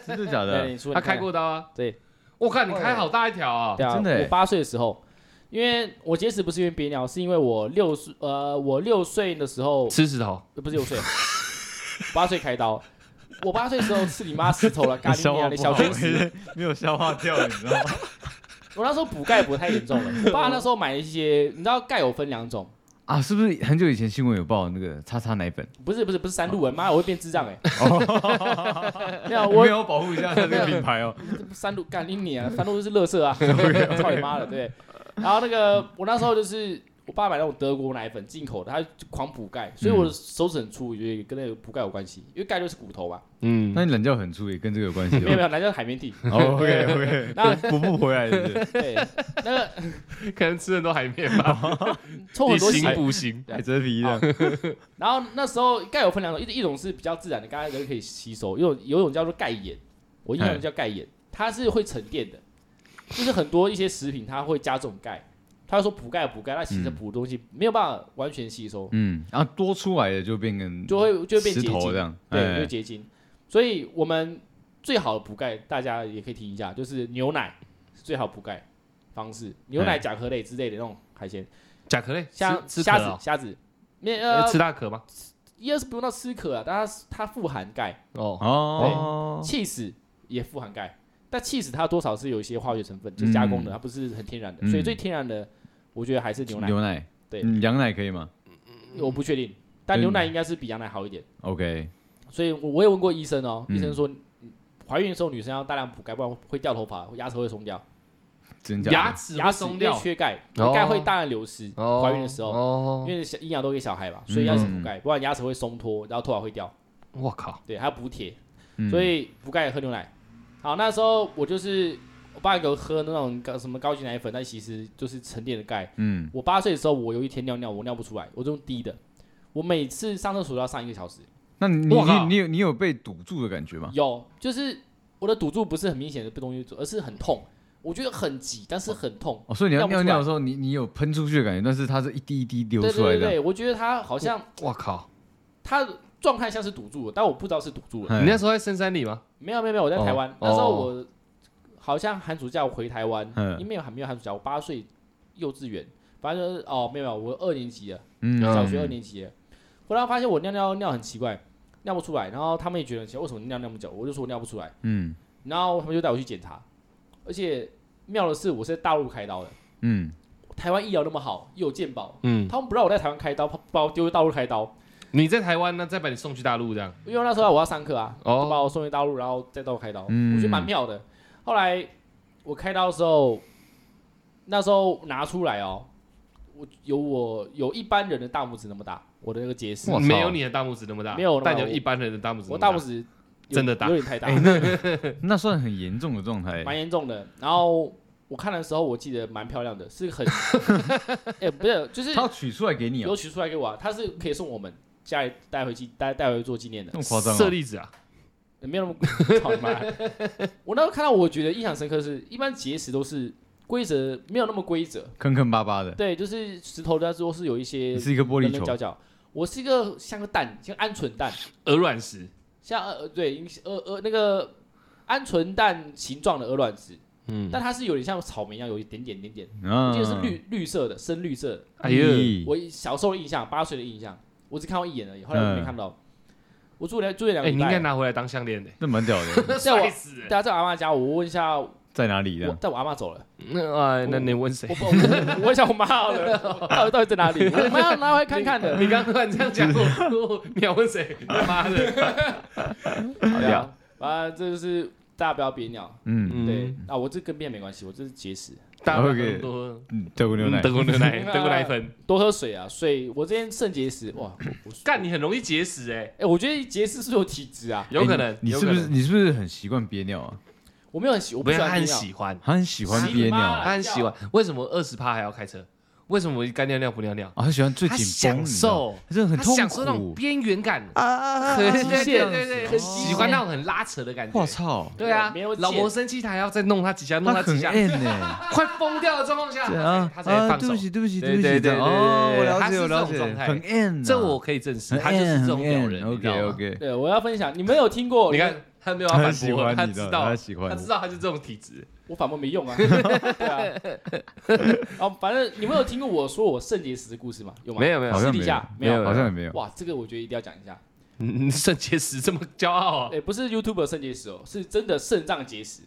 Speaker 2: 真的假
Speaker 3: 来
Speaker 2: 的？
Speaker 3: 你说
Speaker 1: 他
Speaker 3: 你看
Speaker 1: 开过刀啊，
Speaker 3: 对，
Speaker 1: 我看你开好大一条啊，
Speaker 3: 对啊，
Speaker 2: 真的欸
Speaker 3: 我八岁的时候，因为我结石不是因为憋尿，是因为我六岁，呃，我六岁的时候
Speaker 1: 吃石头，
Speaker 3: 呃不是六岁， 八岁开刀。我八岁的时候吃你妈石头 了，咖喱面啊你小
Speaker 2: 不好
Speaker 3: 菌丝。
Speaker 2: 没有消化掉，你知道吗？
Speaker 3: 我那时候补钙补得太严重了，我爸那时候买一些，你知道钙有分两种，
Speaker 2: 啊，是不是很久以前新闻有报那个叉叉奶 粉？
Speaker 3: 不是不是不是三鹿丸，妈我会变智障哎、
Speaker 2: 哦
Speaker 3: 欸。没有我
Speaker 2: 没有保护一下它这个品牌哦。
Speaker 3: 三路干你你啊，三路是乐色啊， 操你妈的，对。然后那个我那时候就是我爸买那种德国奶粉进口的，他就狂补钙，所以我的手指很粗，我觉得跟那个补钙有关系，因为钙就是骨头嘛。
Speaker 1: 嗯
Speaker 2: 那你懒觉很粗也跟这个有关系
Speaker 3: 没有
Speaker 2: 哦。
Speaker 3: 没有，那叫海绵体。
Speaker 2: OK OK，
Speaker 3: 那
Speaker 2: 补不回来是不是？
Speaker 3: 对，那个
Speaker 1: 可能吃很多海绵 吧，
Speaker 3: 抽很多
Speaker 1: 一
Speaker 3: 血
Speaker 1: 心。不行，
Speaker 2: 海蜇皮这样，
Speaker 3: 然后那时候钙有分两种，一一种是比较自然的，刚才人可以吸收，有有一种叫做钙盐，我印象中叫钙盐，它是会沉淀的，就是很多一些食品它会加重钙，他说补钙补钙，那其实
Speaker 2: 嗯
Speaker 3: 补的东西没有办法完全吸收，
Speaker 2: 嗯，然后多出来的就变成
Speaker 3: 就会就会
Speaker 2: 嗯
Speaker 3: 变
Speaker 2: 石
Speaker 3: 结
Speaker 2: 头
Speaker 3: 晶
Speaker 2: 这，样，
Speaker 3: 对，就
Speaker 2: 哎
Speaker 3: 会结晶。所以我们最好的补钙，大家也可以听一下，就是牛奶是最好补钙方式，牛奶、
Speaker 2: 哎
Speaker 3: 甲壳类之类的那种海鲜，
Speaker 1: 甲壳类，
Speaker 3: 像
Speaker 1: 吃吃
Speaker 3: 虾
Speaker 1: 壳
Speaker 3: 子
Speaker 1: 哦、
Speaker 3: 虾子，没
Speaker 1: 呃
Speaker 3: 呃
Speaker 1: 吃，大壳吗？
Speaker 3: 一二是不用到吃壳啊，但它它富含钙
Speaker 1: 哦，
Speaker 2: 哦，
Speaker 3: ，cheese 也富含钙，但 cheese 它多少是有一些化学成分，就是加工的，
Speaker 2: 嗯
Speaker 3: 它不是很天然的，
Speaker 2: 嗯
Speaker 3: 所以最天然的，我觉得还是牛奶，
Speaker 2: 牛奶，
Speaker 3: 对
Speaker 2: 嗯羊奶可以吗
Speaker 3: 我不确定，但
Speaker 2: 嗯
Speaker 3: 牛奶应该是比羊奶好一点。
Speaker 2: ？OK，
Speaker 3: 所以我我也问过医生哦，
Speaker 2: 嗯
Speaker 3: 医生说嗯怀孕的时候女生要大量补钙，不然会掉头发，牙齿会松掉，
Speaker 2: 真假的？
Speaker 1: 牙齿
Speaker 3: 嗯牙
Speaker 1: 会
Speaker 3: 齿因
Speaker 1: 松
Speaker 3: 为
Speaker 1: 掉，
Speaker 3: 缺钙，
Speaker 1: 哦
Speaker 3: 钙会大量流失。
Speaker 1: 哦
Speaker 3: 怀孕的时候因
Speaker 1: 哦，
Speaker 3: 为小营养都给小孩嘛，所以要补
Speaker 2: 嗯
Speaker 3: 钙，不然牙齿会松脱，然后头发会掉。
Speaker 1: 我靠，
Speaker 3: 对，还要补铁，
Speaker 2: 嗯
Speaker 3: 所以补钙也喝牛奶。好，那时候我就是我爸给我喝那种高什么高级奶粉，但其实就是沉淀的钙。
Speaker 2: 嗯，
Speaker 3: 我八岁的时候，我有一天尿尿，我尿不出来，我就用滴的。我每次上厕所都要上一个小时，
Speaker 2: 那你你
Speaker 1: 我靠
Speaker 2: 你有你有被堵住的感觉吗？
Speaker 3: 有，就是我的赌注不是很明显的被东西阻，而是很痛，我觉得很急，但是很痛。
Speaker 2: 哦，所以你要
Speaker 3: 尿不出
Speaker 2: 尿
Speaker 3: 来
Speaker 2: 尿的时候，你你有喷出去的感觉，但是它是一滴一滴流
Speaker 3: 对
Speaker 2: 出来
Speaker 3: 对对
Speaker 2: 的。
Speaker 3: 对，我觉得他好像
Speaker 1: 我靠，
Speaker 3: 他状态像是赌注了，但我不知道是赌注了。
Speaker 2: 哎
Speaker 1: 你那时候在深山里吗？
Speaker 3: 没有没有没有，我在台湾、
Speaker 1: 哦
Speaker 3: 那时候我好像寒暑假我回台湾，
Speaker 2: 嗯
Speaker 3: 因为还没有寒暑假，我八岁幼稚园，反正就是哦没有没有，我二年级了，
Speaker 2: 嗯
Speaker 3: 小学二年级了。后来发现我尿尿尿很奇怪，尿不出来，然后他们也觉得很奇怪，为什么尿尿那么久？我就说我尿不出来。
Speaker 2: 嗯
Speaker 3: 然后他们就带我去检查，而且妙的是，我是在大陆开刀的，
Speaker 2: 嗯，
Speaker 3: 台湾医疗那么好，又有健保，
Speaker 1: 嗯，
Speaker 3: 他们不让我在台湾开刀，怕把我丢去大陆开刀，
Speaker 1: 你在台湾呢，再把你送去大陆这样。
Speaker 3: 因为那时候我要上课啊，
Speaker 1: 哦
Speaker 3: 就把我送去大陆，然后再到开刀，
Speaker 2: 嗯
Speaker 3: 我觉得蛮妙的。后来我开刀的时候，那时候拿出来哦，我有我有一般人的大拇指那么大，我的那个结石
Speaker 2: 哇，
Speaker 1: 没有你的大拇指那么大，
Speaker 3: 没有那么大
Speaker 1: 但有一般人的大拇指那么
Speaker 3: 我大拇指有
Speaker 1: 真的大哎
Speaker 3: 有点太大，
Speaker 2: 那算很严重的状态。
Speaker 3: 蛮严重的。然后我看的时候，我记得蛮漂亮的，是很， 哎、不是，就是
Speaker 2: 他要取出来给你
Speaker 3: 有
Speaker 2: 哦，
Speaker 3: 取出来给我、啊，他是可以送我们家里带回去带带回去做纪念的
Speaker 2: 那，么夸张
Speaker 1: 舍
Speaker 2: 哦？
Speaker 1: 利子啊，
Speaker 3: 没有那么 操你妈！我那时候看到，我觉得印象深刻是，一般结石都是规则没有那么规则，
Speaker 2: 坑坑巴巴的，
Speaker 3: 对，就是石头它都是有一些
Speaker 2: 你是一个玻璃
Speaker 3: 棱棱
Speaker 2: 球
Speaker 3: 角，角。我是一个像个蛋，像鹌鹑蛋，
Speaker 1: 鹅卵石，
Speaker 3: 呃像呃对，呃呃那个鹌鹑蛋形状的鹅卵石，
Speaker 1: 嗯，
Speaker 3: 但它是有点像草莓一样，有一点点点点，
Speaker 2: 啊
Speaker 3: 我记得是绿嗯绿色的，深绿色的。
Speaker 1: 哎呀，
Speaker 2: 咦
Speaker 3: 我小时候的印象，八岁的印象，我只看过一眼而已，后来我没
Speaker 2: 嗯
Speaker 3: 看到。我住了住了两
Speaker 1: 哎、
Speaker 3: 个礼
Speaker 1: 你应该
Speaker 3: 拜，
Speaker 1: 拿回来当项链的，
Speaker 2: 那蛮屌的，
Speaker 1: 那
Speaker 3: 在我
Speaker 1: 帅死了。
Speaker 3: 大家在我阿妈家，我问一下，我
Speaker 2: 在哪里的？
Speaker 3: 但我阿妈走了，
Speaker 1: 那哎，那你问谁
Speaker 3: 我？不我我问一下我妈 好了，到底到底在哪里？我妈要拿回来看看的。
Speaker 1: 你刚刚突然这样讲，我我你要问谁？妈的！好
Speaker 3: 对啊，啊，这就是大家不要憋尿。
Speaker 2: 嗯，
Speaker 3: 对
Speaker 1: 嗯，，
Speaker 3: 啊，我这跟憋没关系，我这是节食，
Speaker 1: 大家
Speaker 2: OK
Speaker 1: 多
Speaker 2: 嗯德国牛奶
Speaker 1: 嗯，德国牛奶，德国奶粉。
Speaker 3: 多喝水啊。所以我这边肾结石， 哇，我
Speaker 1: 干，你很容易结石哎，
Speaker 3: 哎，我觉得结石是有体质啊，
Speaker 1: 有可能
Speaker 2: 哎。你你
Speaker 1: 有
Speaker 2: 是
Speaker 1: 可
Speaker 2: 不
Speaker 1: 能
Speaker 2: 是？你是不是很习惯憋尿啊？
Speaker 3: 我没有很喜，我
Speaker 1: 我
Speaker 3: 不
Speaker 1: 不
Speaker 3: 喜
Speaker 1: 要
Speaker 3: 欢
Speaker 1: 他
Speaker 3: 憋
Speaker 1: 很
Speaker 3: 尿。
Speaker 1: 喜欢，
Speaker 2: 他很喜欢
Speaker 3: 喜
Speaker 2: 憋尿
Speaker 3: 妈
Speaker 2: 啊，
Speaker 1: 他很喜欢。为什么二十趴还要开车？为什么该尿尿不尿尿？
Speaker 2: 啊他喜欢最
Speaker 1: 他
Speaker 2: 紧绷，
Speaker 1: 享
Speaker 2: 你知道吗，
Speaker 1: 受，
Speaker 2: 他真的很
Speaker 1: 他享受那
Speaker 2: 痛
Speaker 1: 种
Speaker 2: 苦
Speaker 1: 边缘感，
Speaker 2: 啊
Speaker 1: 对
Speaker 2: 极
Speaker 1: 对
Speaker 2: 限
Speaker 1: 对对
Speaker 2: 哦
Speaker 1: 对，喜欢那种很拉扯的感
Speaker 2: 我
Speaker 1: 觉。
Speaker 2: 操，
Speaker 1: 对啊
Speaker 3: 没有，解
Speaker 1: 老婆生气，他还要再弄他几下，弄
Speaker 2: 他
Speaker 1: 他
Speaker 2: 很
Speaker 1: 几下，
Speaker 2: N 呢，
Speaker 1: 快疯掉的状况下，哎
Speaker 2: 对啊
Speaker 1: 他才他才
Speaker 2: 啊，
Speaker 1: 放
Speaker 2: 对
Speaker 1: 手
Speaker 2: 不。起对不起
Speaker 1: 对
Speaker 2: 对不
Speaker 1: 对
Speaker 2: 起
Speaker 1: 对
Speaker 2: 的，
Speaker 1: 对
Speaker 2: 哦，
Speaker 1: 对
Speaker 2: 我
Speaker 1: 对
Speaker 2: 了
Speaker 1: 他
Speaker 2: 解
Speaker 1: 是
Speaker 2: 我了
Speaker 1: 这种
Speaker 2: 解
Speaker 1: 状，态
Speaker 2: 很 N，啊
Speaker 1: 这我可以证实，
Speaker 2: 很
Speaker 1: 他就是这种屌
Speaker 2: N
Speaker 1: 人，你知道
Speaker 2: OK
Speaker 1: 吗
Speaker 2: OK，
Speaker 3: 对，我要分享，你们有听过？
Speaker 1: 你看他没有办法
Speaker 2: 他很
Speaker 1: 反
Speaker 2: 喜
Speaker 1: 驳，
Speaker 2: 欢
Speaker 1: 他
Speaker 2: 你
Speaker 1: 知
Speaker 2: 的，
Speaker 1: 道
Speaker 2: 他，喜欢
Speaker 1: 他
Speaker 2: 我
Speaker 1: 知，道他是这种体质。
Speaker 3: 我反驳没 用啊。对啊，哦，反正你们有听过我说我肾结石的故事吗？有吗？
Speaker 1: 没有没
Speaker 2: 好
Speaker 1: 有，
Speaker 2: 像
Speaker 3: 私
Speaker 2: 没
Speaker 3: 底
Speaker 2: 有
Speaker 3: 下，
Speaker 1: 没有
Speaker 2: 好像也没有，
Speaker 3: 哇，这个我觉得一定要讲一下。
Speaker 1: 嗯，肾结石这么骄傲啊
Speaker 3: 哎，不是 YouTube 肾结石哦，是真的肾脏结石。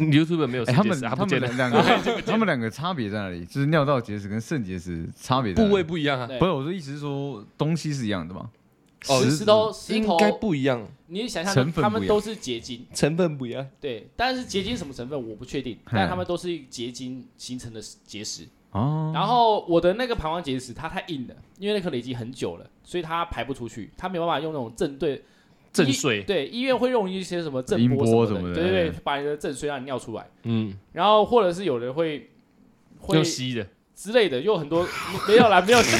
Speaker 1: ，YouTube 没有肾
Speaker 2: 哎，他
Speaker 1: 结
Speaker 2: 们
Speaker 1: 石，他
Speaker 2: 他
Speaker 1: 不见
Speaker 2: 们
Speaker 1: 得
Speaker 2: 两个，他们两个差别在哪里？就是尿道结石跟肾结石差别在哪
Speaker 1: 部
Speaker 2: 里
Speaker 1: 位不一样啊，
Speaker 3: 对
Speaker 2: 不是，我的意思是说东西是一样的嘛？
Speaker 1: 哦
Speaker 3: 石石
Speaker 2: 嗯
Speaker 3: 头石
Speaker 1: 应
Speaker 3: 头，
Speaker 1: 该不一样，
Speaker 3: 你想象
Speaker 2: 成分
Speaker 3: 他们
Speaker 2: 不一样
Speaker 3: 都是结晶，
Speaker 1: 成分不一样。
Speaker 3: 对，但是结晶什么成分我不确定，但他们都是结晶形成的结石。
Speaker 2: 哦，
Speaker 3: 然后我的那个膀胱结石它太硬了，因为那颗累积很久了，所以它排不出去，它没办法用那种正对
Speaker 1: 正睡，
Speaker 3: 对医院会用一些什么震
Speaker 2: 音波
Speaker 3: 波
Speaker 2: 什么的
Speaker 3: 的，对对对
Speaker 2: 嗯，
Speaker 3: 把你的正水让你尿出来。
Speaker 1: 嗯，
Speaker 3: 然后或者是有人会会
Speaker 1: 用吸的，
Speaker 3: 之类的，又有很多没有啦，没有。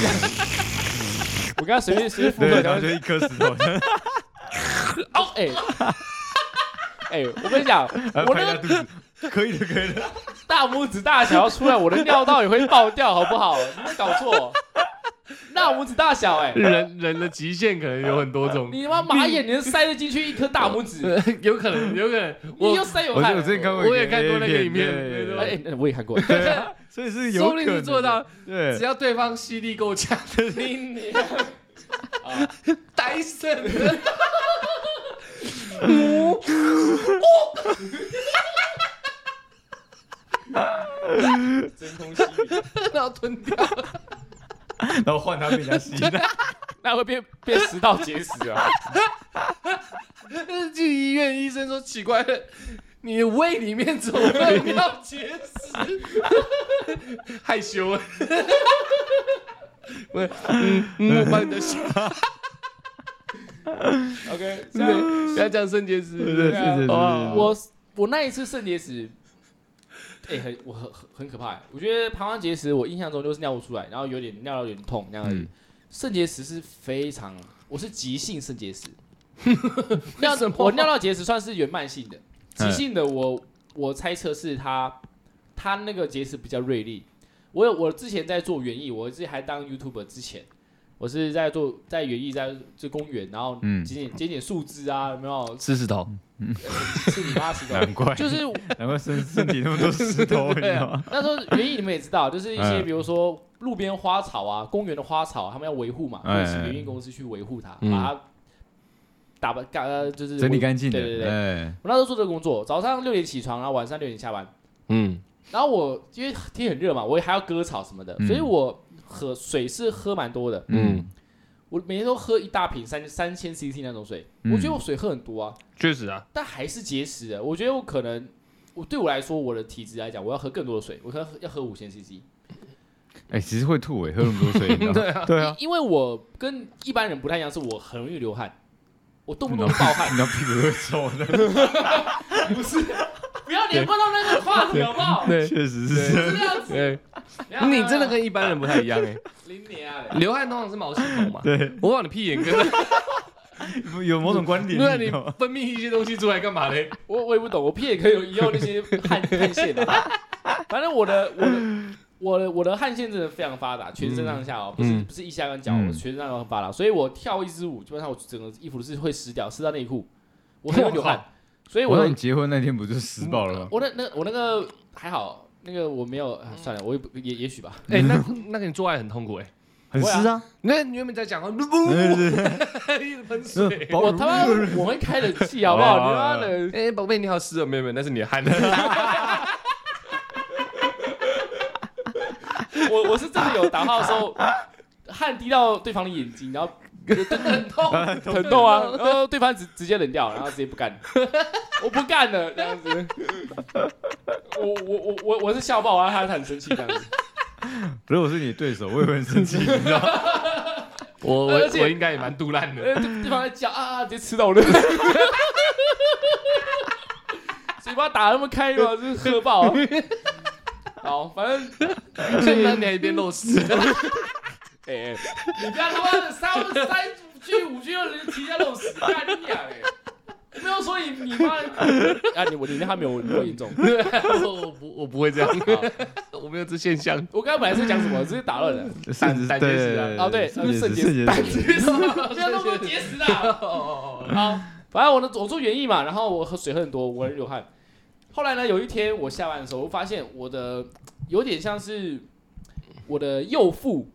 Speaker 3: 我刚刚随便随便附
Speaker 2: 对，
Speaker 3: 和
Speaker 2: 然
Speaker 3: 他
Speaker 2: 后就一颗石头，
Speaker 3: 哦，哎、 哎、我跟 你讲，
Speaker 2: 然
Speaker 3: 我
Speaker 2: 后拍他
Speaker 3: 那个
Speaker 2: 肚子，可以的，可以的。
Speaker 3: 大拇指大小要出来，我的尿道也会爆掉，好不好？你们搞 错，大拇指大小、 哎，
Speaker 1: 人人的极限可能有很多 种，
Speaker 3: 你他妈马眼，你能塞得进去一颗大拇指？
Speaker 1: 有可能，有可能，
Speaker 3: 你
Speaker 1: 我
Speaker 3: 又塞有
Speaker 2: 我
Speaker 3: 害。
Speaker 2: 我之前看过一，
Speaker 1: 我也看过那个影片
Speaker 2: 对
Speaker 1: 对
Speaker 3: 哎、
Speaker 1: 对
Speaker 3: 哎那我也看 过，
Speaker 2: 对啊，所以是有
Speaker 1: 说
Speaker 2: 可
Speaker 1: 不
Speaker 2: 能
Speaker 1: 定是
Speaker 2: 的
Speaker 1: 做到，
Speaker 2: 对
Speaker 1: 只，要对方吸力够强，
Speaker 3: 你你
Speaker 1: 戴森。
Speaker 3: 真空吸吮
Speaker 1: 然后吞掉，
Speaker 2: 然后换他被人家吸，
Speaker 3: 那会变变食道结石 啊！
Speaker 1: 去医院，医生说奇怪了，你的胃里面怎么会有尿结石？害羞啊！不是，嗯嗯，我帮你的手，
Speaker 3: OK，这样
Speaker 1: 不要讲肾结石，
Speaker 2: 对
Speaker 1: 对
Speaker 2: 对
Speaker 1: 不
Speaker 2: 对
Speaker 1: 对？
Speaker 2: 对对对
Speaker 1: 哇
Speaker 2: 啊对，
Speaker 3: 我我那一次肾结石，哎、很我很很很可怕欸。我觉得膀胱结石，我印象中就是尿不出来，然后有点尿到有点痛那样而已
Speaker 2: 嗯。
Speaker 3: 肾、结石是非常，我是急性肾结石，尿
Speaker 1: 什么
Speaker 3: 我尿道结石算是原慢性的，急
Speaker 2: 嗯
Speaker 3: 性的我我猜测是它它那个结石比较锐利。我有我之前在做园艺，我自己还当 YouTuber 之前。我是在做在园艺，在这公园，然后
Speaker 2: 嗯
Speaker 3: 捡捡捡捡树枝啊，有没有？
Speaker 1: 吃石头，
Speaker 3: 是你 妈石头，
Speaker 2: 难怪，
Speaker 3: 就是
Speaker 2: 难怪身身体那么多石头， 你知道吗？
Speaker 3: 那时候园艺你们也 知道，就是一些
Speaker 2: 嗯
Speaker 3: 比如说路边花草啊、公园的花草，他们要维护嘛，
Speaker 2: 哎
Speaker 3: 会请园艺公司去维护它，
Speaker 1: 嗯
Speaker 3: 把它打扮干，呃就是
Speaker 2: 整理
Speaker 3: 维
Speaker 2: 干净的，
Speaker 3: 对对对
Speaker 2: 哎，
Speaker 3: 我那时候做这个工作，早上六点起床，然后晚上六点下班。
Speaker 1: 嗯，
Speaker 3: 然后我因为天很热嘛，我也还要割草什么的，
Speaker 2: 嗯
Speaker 3: 所以我喝水是喝蛮多的。
Speaker 1: 嗯
Speaker 2: 嗯，
Speaker 3: 我每天都喝一大瓶三三千 CC 那种水，
Speaker 2: 嗯
Speaker 3: 我觉得我水喝很多啊，
Speaker 1: 确实啊，
Speaker 3: 但还是结石的。我觉得我可能，我对我来说，我的体质来讲，我要喝更多的水，我可能要喝五千 CC。
Speaker 2: 哎，其实会吐哎，喝那么多水，你知道吗？ 对啊，
Speaker 3: 因因为我跟一般人不太一样，是我很容易流汗，我动不动就爆汗，
Speaker 2: 你知道屁股都会臭 的，
Speaker 3: 不是？不要连贯到那个话题好不好？
Speaker 1: 对
Speaker 2: 确实是这样。
Speaker 3: 这样子，
Speaker 1: 对，
Speaker 3: 等一
Speaker 1: 你
Speaker 3: 下
Speaker 1: 真的跟一般人不太一样哎，
Speaker 3: 零年啊嘞，
Speaker 1: 流汗通常是毛细孔嘛，
Speaker 2: 对，
Speaker 1: 我往你屁眼跟，
Speaker 2: 有有某种关联，
Speaker 1: 那
Speaker 2: 你
Speaker 1: 你
Speaker 2: 知道吗
Speaker 1: 分泌一些东西出来干嘛嘞？
Speaker 3: 我我也不懂，我屁也可以有以后那些汗汗腺的， 反正我的我的。我的我的汗腺真的非常发达，全身上下哦，不是
Speaker 1: 嗯
Speaker 3: 不是腋下跟脚，
Speaker 2: 嗯
Speaker 3: 我全身上下都很发达，所以我跳一支舞，基本上我整个衣服是会湿掉，湿到内裤，我很有流汗，所以
Speaker 2: 我
Speaker 3: 我
Speaker 2: 说你结婚那天不就施暴了吗？
Speaker 3: 我那那我那个还好，那个我没有，啊算了，我也不也也许吧。
Speaker 1: 哎、那那个你做爱很痛苦哎、
Speaker 2: 很湿 啊，
Speaker 1: 那你原本在讲啊，
Speaker 3: 嗯
Speaker 1: 一直喷水。
Speaker 2: 保
Speaker 3: 哦我他妈我会开冷气好不好？你妈的！
Speaker 1: 哎、宝贝，你好湿哦，没有没有，那是你的 汗。
Speaker 3: 我我是真的有打炮的时候，汗滴到对方的眼睛，然后
Speaker 1: 很痛，
Speaker 3: 疼痛啊，然后对方直直接冷掉，然后直接不干，我不干了这样子。我我我我我是笑爆啊，他很生气这样子。
Speaker 2: 如果是你对手，我也会很生气，你 知道吗？
Speaker 1: 我我
Speaker 3: 而且
Speaker 1: 我应该也蛮肚烂的。
Speaker 3: 呃，对对方在叫啊啊，直接吃到我的。 嘴巴打那么开嘛，就是喝爆、啊好，反正嗯
Speaker 1: 所以那你还一边露屎，
Speaker 3: 哎、哎你不要他妈的三三句五句二十提下漏屎，干你娘哎！没有说你你妈啊，你我你那还没有我我严重。嗯
Speaker 1: 我不我不会这样，我没有这现象。
Speaker 3: 我刚刚本来是讲什么，直接打乱了。
Speaker 1: 散
Speaker 2: 圣
Speaker 1: 散
Speaker 2: 对
Speaker 1: 结石啊
Speaker 3: 哦对
Speaker 2: 圣结
Speaker 3: 呃
Speaker 2: 石
Speaker 3: 圣结
Speaker 2: 圣
Speaker 3: 石
Speaker 2: 结
Speaker 3: 蛋
Speaker 2: 石
Speaker 3: 不要那么多结石啦。好，反正我呢，我住园艺嘛，然后我喝水喝很多，我很流汗。后来呢，有一天我下班的时候，我发现我的有点像是我的右腹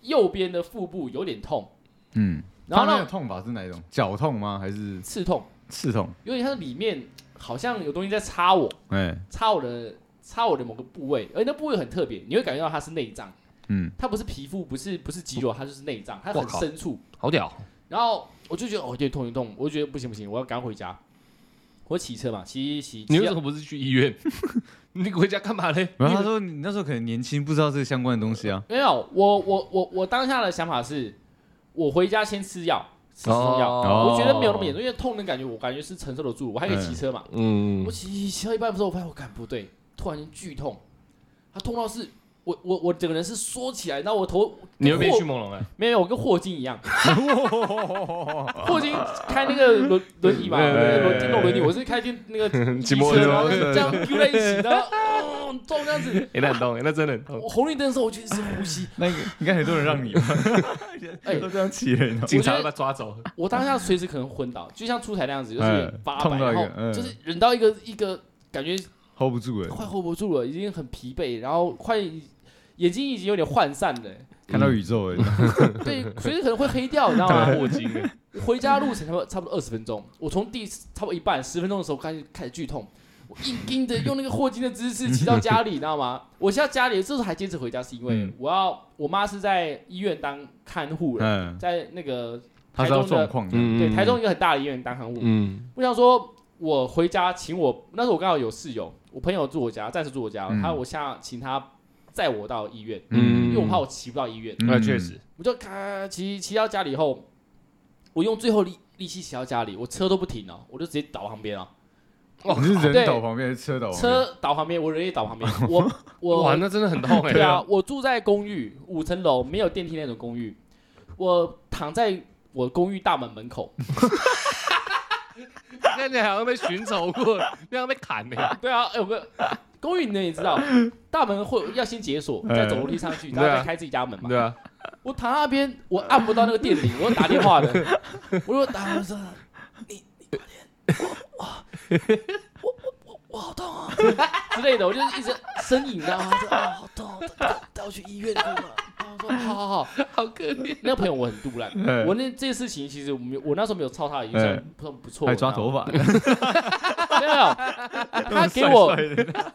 Speaker 3: 右边的腹部有点痛，
Speaker 2: 嗯，
Speaker 3: 然后
Speaker 2: 他那个
Speaker 3: 呢
Speaker 2: 痛法是哪一种？绞痛吗？还是
Speaker 3: 刺痛，
Speaker 2: 刺痛？
Speaker 3: 有点像是里面好像有东西在插我，
Speaker 2: 哎，
Speaker 3: 插我的插我的某个部位，而那部位很特别，你会感觉到它是内脏，
Speaker 2: 嗯，
Speaker 3: 它不是皮肤，不是不是肌肉，它就是内脏，它
Speaker 1: 我
Speaker 3: 很
Speaker 1: 靠
Speaker 3: 深处。
Speaker 1: 好屌，
Speaker 3: 然后我就觉得哦，有点痛，有点痛，我就觉得不行不行，我要赶快回家。我骑车嘛，骑骑骑
Speaker 1: 你为什么不是去医院？你回家干嘛嘞？
Speaker 2: 然后他说你那时候可能年轻，不知道这个相关的东西啊。
Speaker 3: 没有，我我我我当下的想法是，我回家先吃药，吃止痛药。
Speaker 2: 哦
Speaker 3: 我觉得没有那么严重，因为痛的感觉我感觉是承受得住，我还可以骑车嘛。
Speaker 1: 嗯
Speaker 3: 我，骑骑骑到一半的时候，我发现我感不对，突然间剧痛，它痛到是我我我整个人是缩起来，然后我头
Speaker 1: 你又变
Speaker 3: 霍
Speaker 1: 迅猛龙了。
Speaker 3: 没有，我跟霍金 一样，霍金开那个轮轮椅嘛，
Speaker 1: 对对对
Speaker 3: 轮电动轮椅，我是开电 那个
Speaker 1: 骑
Speaker 3: 机
Speaker 1: 摩托
Speaker 3: 车，
Speaker 1: 车
Speaker 3: 然后这样丢在一起，然后哦，很痛这样子。
Speaker 1: 哎、那很痛，哎那真的很痛。
Speaker 3: 我红绿灯的时候，我就一直呼吸。
Speaker 2: 那个应该很多人让你吧？
Speaker 3: 哎
Speaker 2: 都这样骑人哦，
Speaker 1: 警察要把他抓走，
Speaker 3: 我当下随时可能昏倒，就像出台那样子，
Speaker 1: 哎
Speaker 3: 就是
Speaker 2: 嗯
Speaker 3: 发
Speaker 2: 痛
Speaker 3: 白，
Speaker 2: 到一
Speaker 3: 然
Speaker 2: 个
Speaker 3: 后
Speaker 2: 嗯
Speaker 3: 就是忍到一个一个感觉
Speaker 2: hold 不住哎，
Speaker 3: 快 hold 不住了，已经很疲惫，然后快眼睛已经有点涣散了，
Speaker 2: 看到宇宙哎，
Speaker 3: 对，随时可能会黑掉，你知道
Speaker 1: 他
Speaker 3: 吗
Speaker 1: 把？霍金了。
Speaker 3: 回家路程差不多差不多二十分钟，我从第差不多一半十分钟的时候开始开始剧痛，我硬硬的用那个霍金的姿势骑到家里，你知道吗？我现在家里这时候还坚持回家，是因为
Speaker 2: 嗯
Speaker 3: 我要我妈是在医院当看护了，
Speaker 2: 嗯，
Speaker 3: 在那个
Speaker 2: 他
Speaker 3: 台
Speaker 2: 知道
Speaker 3: 中
Speaker 2: 状
Speaker 3: 的
Speaker 2: 况的，
Speaker 1: 嗯
Speaker 3: 对台中，一个很大的医院当看护，
Speaker 1: 嗯
Speaker 3: 我想说我回家请我那时候我刚好有室友，我朋友住我家，暂时住我家，
Speaker 2: 嗯
Speaker 3: 他我下请他载我到医院，
Speaker 2: 嗯
Speaker 3: 因为我怕我骑不到医院，
Speaker 1: 那哎确实，
Speaker 3: 我就咔骑骑到家里以后，我用最后力力气骑到家里，我车都不停哦，我就直接倒旁边哦，
Speaker 2: 哦，你是人
Speaker 3: 对
Speaker 2: 倒旁边还是车倒旁边？
Speaker 3: 车倒旁边，我人也倒旁边，我
Speaker 1: 哇，
Speaker 3: 我
Speaker 1: 那真的很 痛哎、
Speaker 3: 对啊，我住在公寓五层楼，没有电梯那种公寓，我躺在我公寓大门门口，
Speaker 1: 那你好像被寻仇过，那样被砍欸呢、
Speaker 3: 对啊，哎、我们公寓你也知道，大门会要先解
Speaker 2: 嗯
Speaker 3: 锁，再走楼梯上去，然后
Speaker 1: 对啊
Speaker 3: 再开自己家门 嘛。
Speaker 1: 对啊，
Speaker 3: 我躺在那边，我按不到那个电铃，我打电话了，我就打，我说你你快点，我我我我我好痛啊之类的，我就一直呻吟，然后说啊好痛，带带我去医院好吗？然后我说好好好，
Speaker 1: 好可怜。
Speaker 3: 那个朋友我很杜烂，
Speaker 2: 嗯
Speaker 3: 我那这件事情其实我没有，我那时候没有操他的影响
Speaker 2: 嗯，
Speaker 3: 不算不错，
Speaker 2: 还抓头
Speaker 3: 发，
Speaker 2: 发，
Speaker 3: 没有，他给我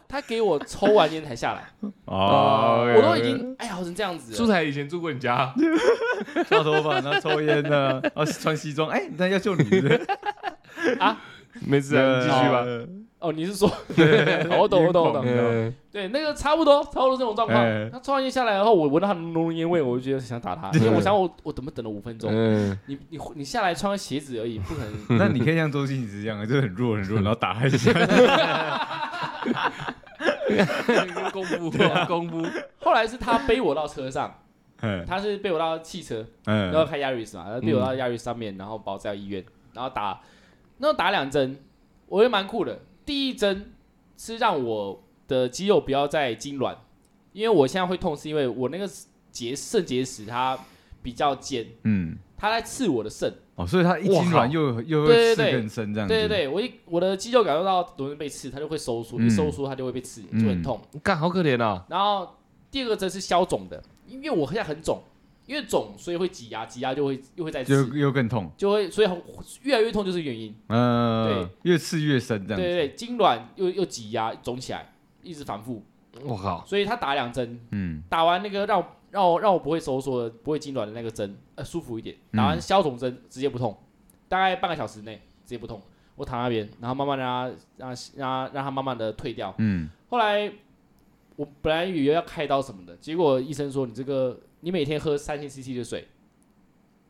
Speaker 3: 他给我抽完烟才下来。
Speaker 2: 哦，
Speaker 3: 我都已经哎呀，好成这样子
Speaker 1: 素
Speaker 3: 了，
Speaker 1: 材以前住过你 家，
Speaker 2: 抓头发，然后抽烟呢，然后穿西装，哎，那要救你是不是
Speaker 1: 没事啊，你继续吧。
Speaker 3: 哦，你是说，好我懂我懂我懂，
Speaker 1: 嗯，
Speaker 3: 对，那个差不多差不多这种状
Speaker 2: 哎
Speaker 3: 况。他抽完烟下来，然后我闻到他浓浓的烟味，我就觉得想打他，因为我想我我怎么等了五分钟？
Speaker 1: 嗯，
Speaker 3: 你你你下来穿个鞋子而已，不可能。
Speaker 2: 那你可以像周星驰这样，就是很弱很弱，然后打他一下，
Speaker 1: 公 布公布，
Speaker 3: 后来是他背我到车上，
Speaker 2: 嗯
Speaker 3: 他是背我到汽车，然后
Speaker 2: 嗯，
Speaker 3: 开亚瑞斯嘛，他背我到亚瑞斯上面，然后把我载到医院，然后打，那打两针，我觉得蛮酷的。第一针是让我的肌肉不要再痉挛，因为我现在会痛，是因为我那个结肾结石它比较尖，
Speaker 2: 嗯，
Speaker 3: 它来刺我的肾。
Speaker 2: 哦，所以它一
Speaker 1: 哇
Speaker 2: 筋软
Speaker 1: 靠
Speaker 2: 又又会
Speaker 3: 对对
Speaker 2: 刺
Speaker 3: 对
Speaker 2: 更深这样子，
Speaker 3: 对对对，我一我的肌肉感受到容易被刺，它就会收缩，
Speaker 2: 嗯
Speaker 3: 一收缩它就会被刺，
Speaker 2: 嗯
Speaker 3: 就很痛。
Speaker 1: 干好可怜啊！
Speaker 3: 然后第二个则是消肿的，因为我现在很肿，因为肿所以会挤压，挤压就会又会再
Speaker 2: 又
Speaker 3: 刺，
Speaker 2: 又更痛，
Speaker 3: 就会所以很越来越痛就是原因。
Speaker 2: 嗯，越刺越深这样
Speaker 3: 对
Speaker 2: 子，
Speaker 3: 对对，痉挛又又挤压肿起来，一直反复，
Speaker 1: 我靠，
Speaker 3: 所以他打两针，
Speaker 2: 嗯
Speaker 3: 打完那个让我让我让我不会收缩的、不会痉挛的那个针，呃，舒服一点。
Speaker 2: 嗯
Speaker 3: 打完消肿针直接不痛，大概半个小时内直接不痛。我躺那边，然后慢慢让它让它让它让它慢慢的退掉。
Speaker 2: 嗯，
Speaker 3: 后来我本来以为要开刀什么的，结果医生说你这个你每天喝三千 CC 的水，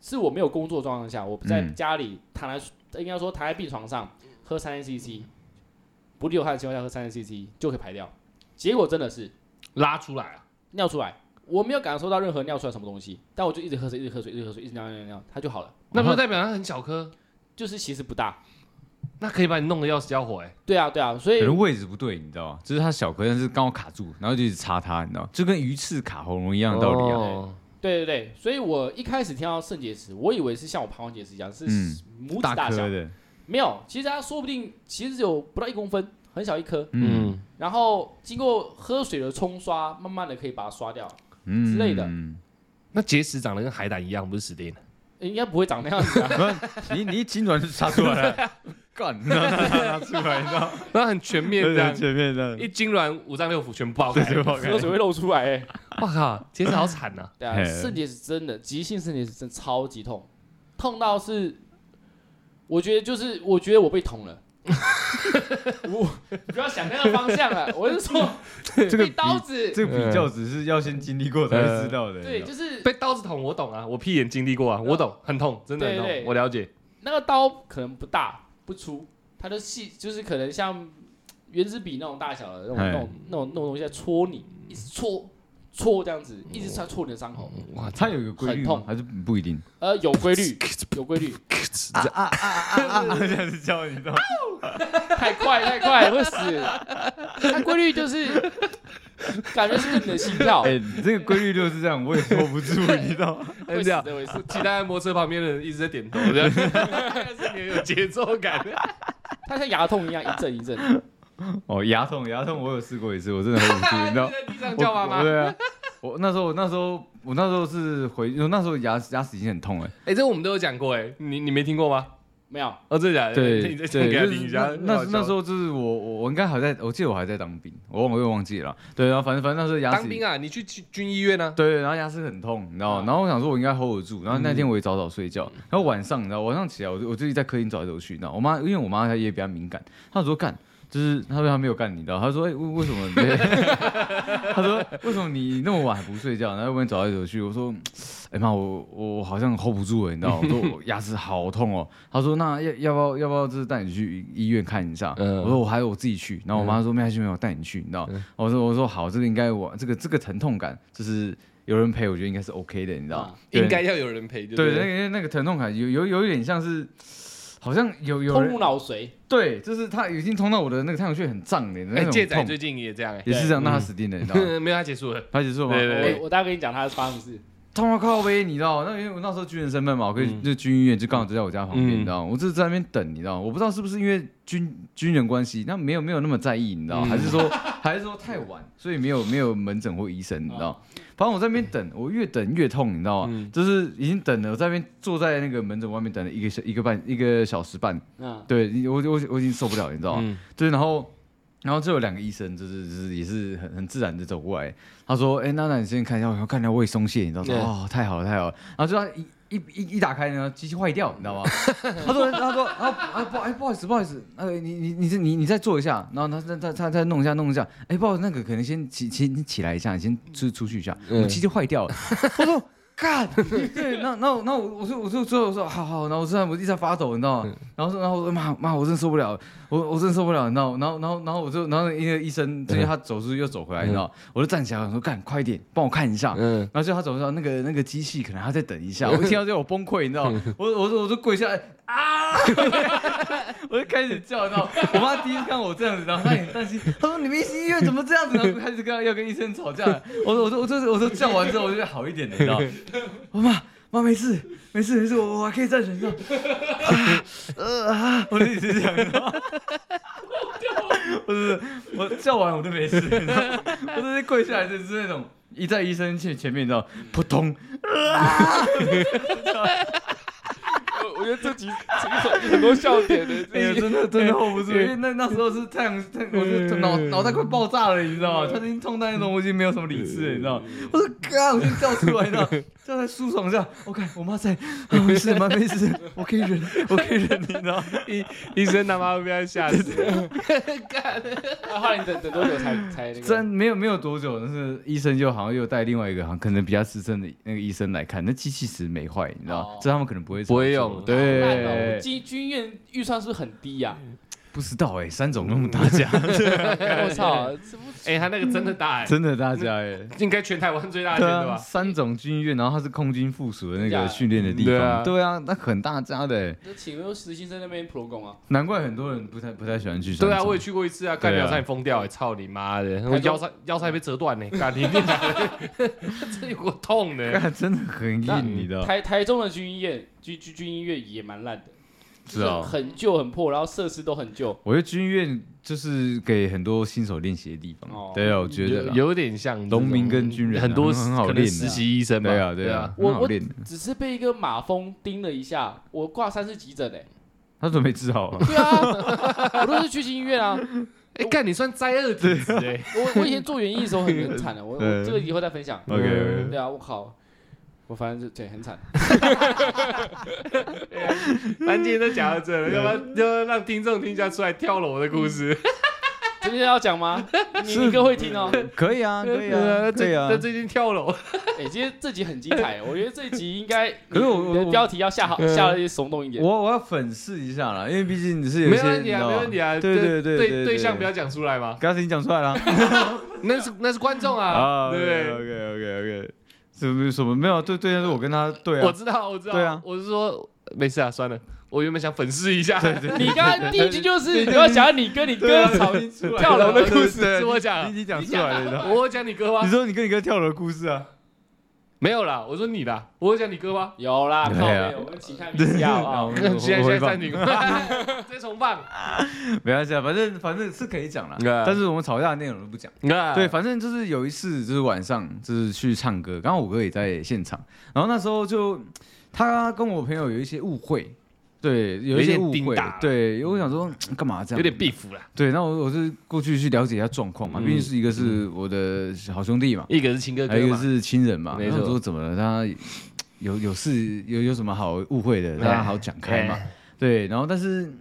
Speaker 3: 是我没有工作状况下，我在
Speaker 2: 嗯
Speaker 3: 家里躺在、应该说躺在病床上喝三千 CC，不流汗的情况下喝三千 CC 就可以排掉。结果真的是
Speaker 1: 拉出来啊！
Speaker 3: 尿出来，我没有感受到任何尿出来什么东西，但我就一直喝水，一直喝水，一直喝水，一直尿尿尿尿，它就好了。
Speaker 1: 那不是代表它很小颗，
Speaker 3: 就是其实不大，
Speaker 1: 那可以把你弄得要死要活哎、
Speaker 3: 对啊对啊，所以
Speaker 2: 可能位置不对，你知道吗？就是它小颗，但是刚好卡住，然后就一直插它，你知道吗，就跟鱼刺卡喉咙一样的道理啊，
Speaker 1: 哦
Speaker 3: 对对对，所以我一开始听到肾结石，我以为是像我膀胱结石一样是
Speaker 2: 嗯
Speaker 3: 拇指
Speaker 2: 大
Speaker 3: 大小，
Speaker 2: 颗的，
Speaker 3: 没有，其实它说不定其实只有不到一公分，很小一颗。
Speaker 2: 嗯
Speaker 1: 嗯，
Speaker 3: 然后经过喝水的冲刷，慢慢的可以把它刷掉，
Speaker 2: 嗯
Speaker 3: 之类的
Speaker 2: 嗯
Speaker 1: 那结石长得跟海胆一样，不是死 定了。
Speaker 3: 应该不会长那样 子啊。
Speaker 2: 你你一痉挛就插出来了， 干，然后它拿出来，你知道吗，
Speaker 1: 那很全面这样，
Speaker 2: 前面的，
Speaker 1: 一痉挛五脏六腑全部爆开。
Speaker 3: 喝水会露出来、欸。
Speaker 1: 我靠，结石好惨呐、
Speaker 3: 对啊，
Speaker 2: 嘿
Speaker 3: 肾结石真的，急性肾结石真的超级痛，痛到是，我觉得就是我觉得我被捅 了。我你不要想那个方向了，我是说
Speaker 2: 这个
Speaker 3: 被
Speaker 2: 比
Speaker 3: 刀子，嗯
Speaker 2: 这个比较只是要先经历过才会知道的，
Speaker 3: 对，
Speaker 2: 你知道吗
Speaker 3: 就是
Speaker 1: 被刀子捅，我懂啊，我屁眼经历过啊，我懂，很痛，真的很
Speaker 3: 对对
Speaker 1: 痛，我了解。
Speaker 3: 那个刀可能不大不粗，它的细就是可能像圆珠笔那种大小的那种
Speaker 2: 哎
Speaker 3: 那种那种那种东西在戳你，一直戳戳这样子，一直在戳你的伤口。
Speaker 1: 嗯哇，
Speaker 2: 它有一个规律
Speaker 3: 很
Speaker 2: 吗
Speaker 3: 痛？
Speaker 2: 还是不一 定？
Speaker 3: 呃，有规律，有规律，
Speaker 2: 啊啊啊啊！这样子教你知道吗，
Speaker 3: 太快太快会死。它规律就是感觉是跟你的心跳，
Speaker 2: 哎，你这个规律就是这样，我也说不住，你知 道吗？
Speaker 3: 会
Speaker 1: 会
Speaker 3: 死
Speaker 1: 这样。
Speaker 3: 的会死。
Speaker 1: 骑在摩托车旁边的人一直在 点头，这样， 是你有节奏感。
Speaker 3: 它像牙痛一样一阵一阵。
Speaker 2: 哦，牙痛，牙痛，我有试过一次，我真的很无 助，你知道
Speaker 1: 在？地上
Speaker 2: 我
Speaker 1: 叫妈
Speaker 2: 我
Speaker 1: 妈。
Speaker 2: 对啊，我那时候，我那时候，我那时候是回，我那时候牙牙齿已经很痛了。
Speaker 1: 哎，这我们都有讲过，哎，你你没听过吗？
Speaker 3: 没有，
Speaker 1: 哦，真的假的？
Speaker 2: 对
Speaker 1: 你再
Speaker 2: 对，
Speaker 1: 讲给他
Speaker 2: 就
Speaker 1: 听一
Speaker 2: 是
Speaker 1: 下
Speaker 2: 那。那那时
Speaker 1: 候
Speaker 2: 候就是我我我应该还在，我记得我还在当兵，我忘我又忘记了啦。对，然后反正反正那时候牙齿
Speaker 1: 当兵啊，你去军军医院啊。嗯
Speaker 2: 对，然后牙齿很痛，你知道吗？
Speaker 3: 啊
Speaker 2: 然后我想说，我应该 hold 得住。然后那天我也早早睡觉，然后晚上，你知道，晚上起来，我就我自己在客厅走来走去，你知道，我妈因为我妈她也比较敏感，她说干，就是她说她没有干你，知道，她说哎、为为什么你？ 她说为什么你那么晚还不睡觉？然后在外面走来走去，我说。哎妈，我我好像 hold 不住了，你知道吗？我说我 牙齿好痛哦。她说那要要不要要不要就是带你去医院看一下？
Speaker 1: 嗯
Speaker 2: 我说我还有我自己去。然后我妈说没关系，没有我带你去，你知道吗？哦我说我说好，这个应该我这个这个疼痛感就是有人陪，我觉得应该是 OK 的，你知道吗？
Speaker 1: 嗯
Speaker 2: 对
Speaker 1: 应该要有人陪，
Speaker 2: 对
Speaker 1: 不
Speaker 2: 那个那个疼痛感有有有一点像是。好像有有
Speaker 3: 痛
Speaker 2: 人
Speaker 3: 入脑髓。
Speaker 2: 对，就是他已经通到我的那个太阳穴很胀的那
Speaker 1: 哎，
Speaker 2: 种
Speaker 1: 借仔
Speaker 2: 痛，
Speaker 1: 最近也这样，哎
Speaker 2: 也是这样，
Speaker 1: 对
Speaker 2: 那他死定了，你 知道吗？
Speaker 1: 没有，他结束了。
Speaker 2: 他结束了吗？
Speaker 1: 对对
Speaker 3: 我我大概跟你讲它是发生什么事。
Speaker 2: 痛到靠背，你知道？那因为我那时候军人身份嘛，我可以
Speaker 1: 嗯
Speaker 2: 就军医院就刚好就在我家旁边，
Speaker 1: 嗯
Speaker 2: 你知道吗？我就是在那边等，你知道吗？我不知道是不是因为军军人关系，那没有没有那么在意，你知道吗？
Speaker 1: 嗯
Speaker 2: 还是说 还是说太晚，所以没有没有门诊或医生，你知道吗？反正我在那边等，我越等越痛，你知道吗？
Speaker 1: 啊嗯
Speaker 2: 就是已经等了，我在那边坐在那个门诊外面等了一个小一个半一个小时半，
Speaker 3: 嗯，
Speaker 2: 对我我我已经受不了，你知道吗？
Speaker 1: 嗯
Speaker 2: 对，然后然后就有两个医生，就是就是也是很很自然的走过来，他说：“哎、娜娜，你先看一下，我要看到胃松懈，你知道吗？
Speaker 1: 对
Speaker 2: 哦，太好了，太好了。”然后就他一。一一一打开呢，机器坏掉，你知道吗？他说，他说，啊啊不，哎不好意思，不好意思，呃，你你你是你你再坐一下，然后他他他他再弄一下弄一下，哎不好意思，那个可能先起起你起来一下，你先出出去一下，
Speaker 1: 嗯
Speaker 2: 我机器坏掉了。 我说干，对，那那我那我我就我就最后说好好，然后我现在我一直在发抖，你知道吗？然后说，然后我说妈妈，我真的受不了了，我我真的受不了，你知道吗？然后然后然后我就然后那个医生，因为他走出去又走回来，你知道吗，我就站起来我说干，快点帮我看一下。
Speaker 1: 嗯，
Speaker 2: 然后就他走到那个那个机器，可能他在等一下。我一听到这个我崩溃，你知道吗？我我我我就跪下来啊， 我就开始叫，你知道吗？我妈第一次看我这样子，然后她也很担心，她说你们医院怎么这样子？然后就开始跟她要跟医生吵架。我说我说我说我说叫完之后我就好一点了，你知道吗？我妈妈没事没事没事，我我还可以再忍受。啊 呃啊，我就一直这样，你知道吗 不是我叫完我就没事，你知道吗我直接跪下来就是那种一在医生前前面，你知道，扑通，
Speaker 3: 我我觉得这集有 很多笑点的，
Speaker 2: 哎
Speaker 3: 这
Speaker 2: 呀，
Speaker 3: 集
Speaker 2: 真的真的 hold 不住，因为那那时候是太阳，太我是脑脑袋快爆炸了，你知道吗？他已经痛到那种，我已经没有什么理智了，你知道吗？我说哥，我先叫出来，你 知道吗，叫来舒爽一下。我看我妈在，啊没事，妈没事，我可以忍，我可以忍，你知道吗？
Speaker 1: 医 医生他妈会被他吓死。
Speaker 3: 那后来你等等多久才才那个？
Speaker 2: 真没有没有多久，但是医生就好像又带另外一个，好像可能比较资深的那个医生来看，那机器其实没坏，你知道吗
Speaker 3: 哦？
Speaker 2: 这他们可能不会
Speaker 1: 不会
Speaker 2: 常做
Speaker 1: 用
Speaker 3: 好烂哦
Speaker 2: 对，
Speaker 3: 军军医院预算是不是很低啊呀？
Speaker 2: 不知道哎，三种那么大家，
Speaker 3: 我 操，这不
Speaker 1: 哎、他那个真的大、欸，
Speaker 2: 真的大家哎。
Speaker 1: 应该全台湾最大间
Speaker 2: 对
Speaker 1: 的
Speaker 2: 啊，
Speaker 1: 吧？
Speaker 2: 三种军医院，然后它是空军附属的那
Speaker 3: 真假
Speaker 2: 个
Speaker 3: 的
Speaker 2: 训练的地
Speaker 1: 嗯对
Speaker 2: 方，
Speaker 1: 啊
Speaker 2: 对啊，那很大家的欸，
Speaker 3: 那请问实习生那边普罗工啊？
Speaker 2: 难怪很多人不太不太喜欢去三
Speaker 1: 对
Speaker 2: 重。
Speaker 1: 啊，我也去过一次啊，干
Speaker 2: 对啊
Speaker 1: 腰差点疯掉、欸，操你妈的！
Speaker 3: 中
Speaker 1: 我腰差腰差点被折断 呢、欸，干你娘的！这有够痛的、
Speaker 2: 干 真的很
Speaker 3: 那
Speaker 2: 硬，你的
Speaker 3: 台台中的军医院军军军医院也蛮烂的，
Speaker 2: 是啊
Speaker 3: 就是很旧很破，然后设施都很旧。
Speaker 2: 我觉得军医院就是给很多新手练习的地方
Speaker 3: 哦，
Speaker 2: 对啊，我觉得
Speaker 1: 有
Speaker 2: 啦
Speaker 1: 有点像
Speaker 2: 农民跟军人啊
Speaker 1: 很多
Speaker 2: 很好
Speaker 1: 可能
Speaker 2: 练的
Speaker 1: 实习医生嘛。
Speaker 2: 对啊对啊，，很
Speaker 3: 我
Speaker 2: 好
Speaker 3: 我
Speaker 2: 练的，
Speaker 3: 只是被一个马蜂叮了一下，我挂三次急 诊哎、
Speaker 2: 他准备治好了，
Speaker 3: 对啊，我都是去医院啊。
Speaker 1: 哎，干你算灾厄体质
Speaker 2: 啊
Speaker 1: 哎，
Speaker 3: 我我以前做园艺的时候很很惨的，我
Speaker 2: 对
Speaker 3: 我这个以后再分享。
Speaker 2: 嗯 OK，OK
Speaker 3: 对啊，我靠，我反正就对很惨。
Speaker 1: 咱今天都讲到这
Speaker 2: 啊
Speaker 1: 了，要不然要让听众听下出来跳楼的故事。
Speaker 3: 今天要讲吗？你你哥会听哦。
Speaker 2: 可以 啊，可以啊，可以啊
Speaker 1: 他。最近跳楼，
Speaker 3: 哎、今天这集很精彩，我觉得这集 应该，
Speaker 2: 可是我
Speaker 3: 你
Speaker 2: 我
Speaker 3: 的
Speaker 2: 我
Speaker 3: 标题要下好下的耸动一点。
Speaker 2: 我我要粉饰一下啦，因为毕竟你是有
Speaker 1: 没
Speaker 2: 些
Speaker 1: 问题啊，没问题啊。
Speaker 2: 对对对
Speaker 1: 对
Speaker 2: 对
Speaker 1: 对象不
Speaker 2: 对
Speaker 1: 要讲出来嘛，
Speaker 2: 刚才你讲出来了。
Speaker 1: 那是那是观众啊，对不对？
Speaker 2: OK OK OK，什么什么没有？对对，但是我跟他对
Speaker 1: 我
Speaker 2: 啊，
Speaker 1: 知道，我知道，
Speaker 2: 对啊
Speaker 1: 我是说没事啊，算了，我原本想粉饰一下，
Speaker 3: 你刚刚第一 句就是你要想要你跟你哥吵
Speaker 2: 已经出来了
Speaker 3: 跳楼的故事，
Speaker 2: 对
Speaker 1: 是我讲啊
Speaker 2: 你，你讲出来了，你知道？
Speaker 1: 我讲你哥
Speaker 2: 你
Speaker 1: 吗？
Speaker 2: 说你跟你哥跳楼的故 事啊？
Speaker 1: 没有啦，我说你啦，我讲你哥吗？
Speaker 3: 有啦，
Speaker 2: 对
Speaker 3: 靠
Speaker 2: 啊
Speaker 3: 背，我们请看一下 啊。
Speaker 2: 嗯
Speaker 1: 现在现在暂停
Speaker 2: 没，
Speaker 1: 再重放。
Speaker 2: 关系啊，反正反正是可以讲啦。
Speaker 1: 嗯
Speaker 2: 但是我们吵架的内容都不讲。
Speaker 1: 啊
Speaker 2: 对，，反正就是有一次，就是晚上就是去唱歌，刚好我哥也在现场，然后那时候就他跟我朋友有一些误会，对，有
Speaker 1: 有
Speaker 2: 一些
Speaker 1: 一点
Speaker 2: 误
Speaker 1: 叮
Speaker 2: 会
Speaker 1: 当，
Speaker 2: 对，我想说干嘛这样，
Speaker 1: 有点 beef 啦，
Speaker 2: 对，那我我是过去去了解一下状况嘛，
Speaker 1: 嗯
Speaker 2: 毕竟是一个是我的好兄弟嘛，
Speaker 1: 一个是亲哥哥
Speaker 2: 还有一个
Speaker 1: 嘛，
Speaker 2: 是亲人嘛。
Speaker 1: 没
Speaker 2: 然
Speaker 1: 错
Speaker 2: 后我说怎么了？他有有事有有什么好误会的？
Speaker 1: 哎
Speaker 2: 大家好讲开嘛。对，然后但是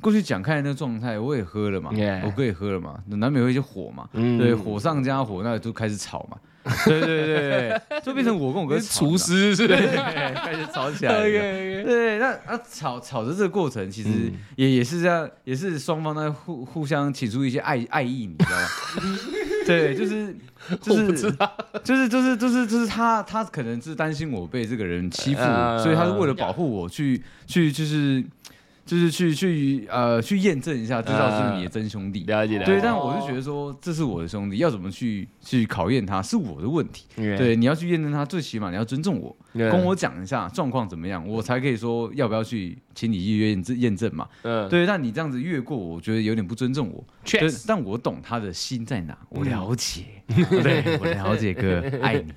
Speaker 2: 过去讲开的那个状态，我也喝了嘛
Speaker 1: 哎，
Speaker 2: 我哥也喝了嘛，难免会有一些火嘛。
Speaker 1: 嗯
Speaker 2: 对，火上加火，那就开始吵嘛。对对对对，就变成我跟我哥
Speaker 1: 你是
Speaker 2: 吵
Speaker 1: 厨
Speaker 2: 了
Speaker 1: 师是不是？
Speaker 2: 对开始 吵起来了。
Speaker 1: OK，
Speaker 2: 对，那啊吵吵的这个过程，其实
Speaker 1: 嗯
Speaker 2: 也、也是这样，也是双方在互互相起出一些爱爱意，你知道吗？ 对，就是就
Speaker 1: 我不知
Speaker 2: 是就是就是就是就是他他可能是担心我被这个人欺负，
Speaker 1: 呃
Speaker 2: 所以他是为了保护我去去就是就是去去呃去验证一下，知道是不是你的真兄弟。
Speaker 1: 了解了
Speaker 2: 对，
Speaker 1: 解。
Speaker 2: 但我是觉得说这是我的兄弟，要怎么去去考验他是我的问题。
Speaker 1: 对
Speaker 2: 对，你要去验证他，最起码你要尊重我。跟我讲一下状况怎么样，我才可以说要不要去请你去验证验证嘛。
Speaker 1: 嗯，
Speaker 2: 对，但你这样子越过，我觉得有点不尊重我。
Speaker 1: 确
Speaker 2: 对
Speaker 1: 实，嗯
Speaker 2: 但我懂他的心在哪，我了解， 对我了解哥，爱 你。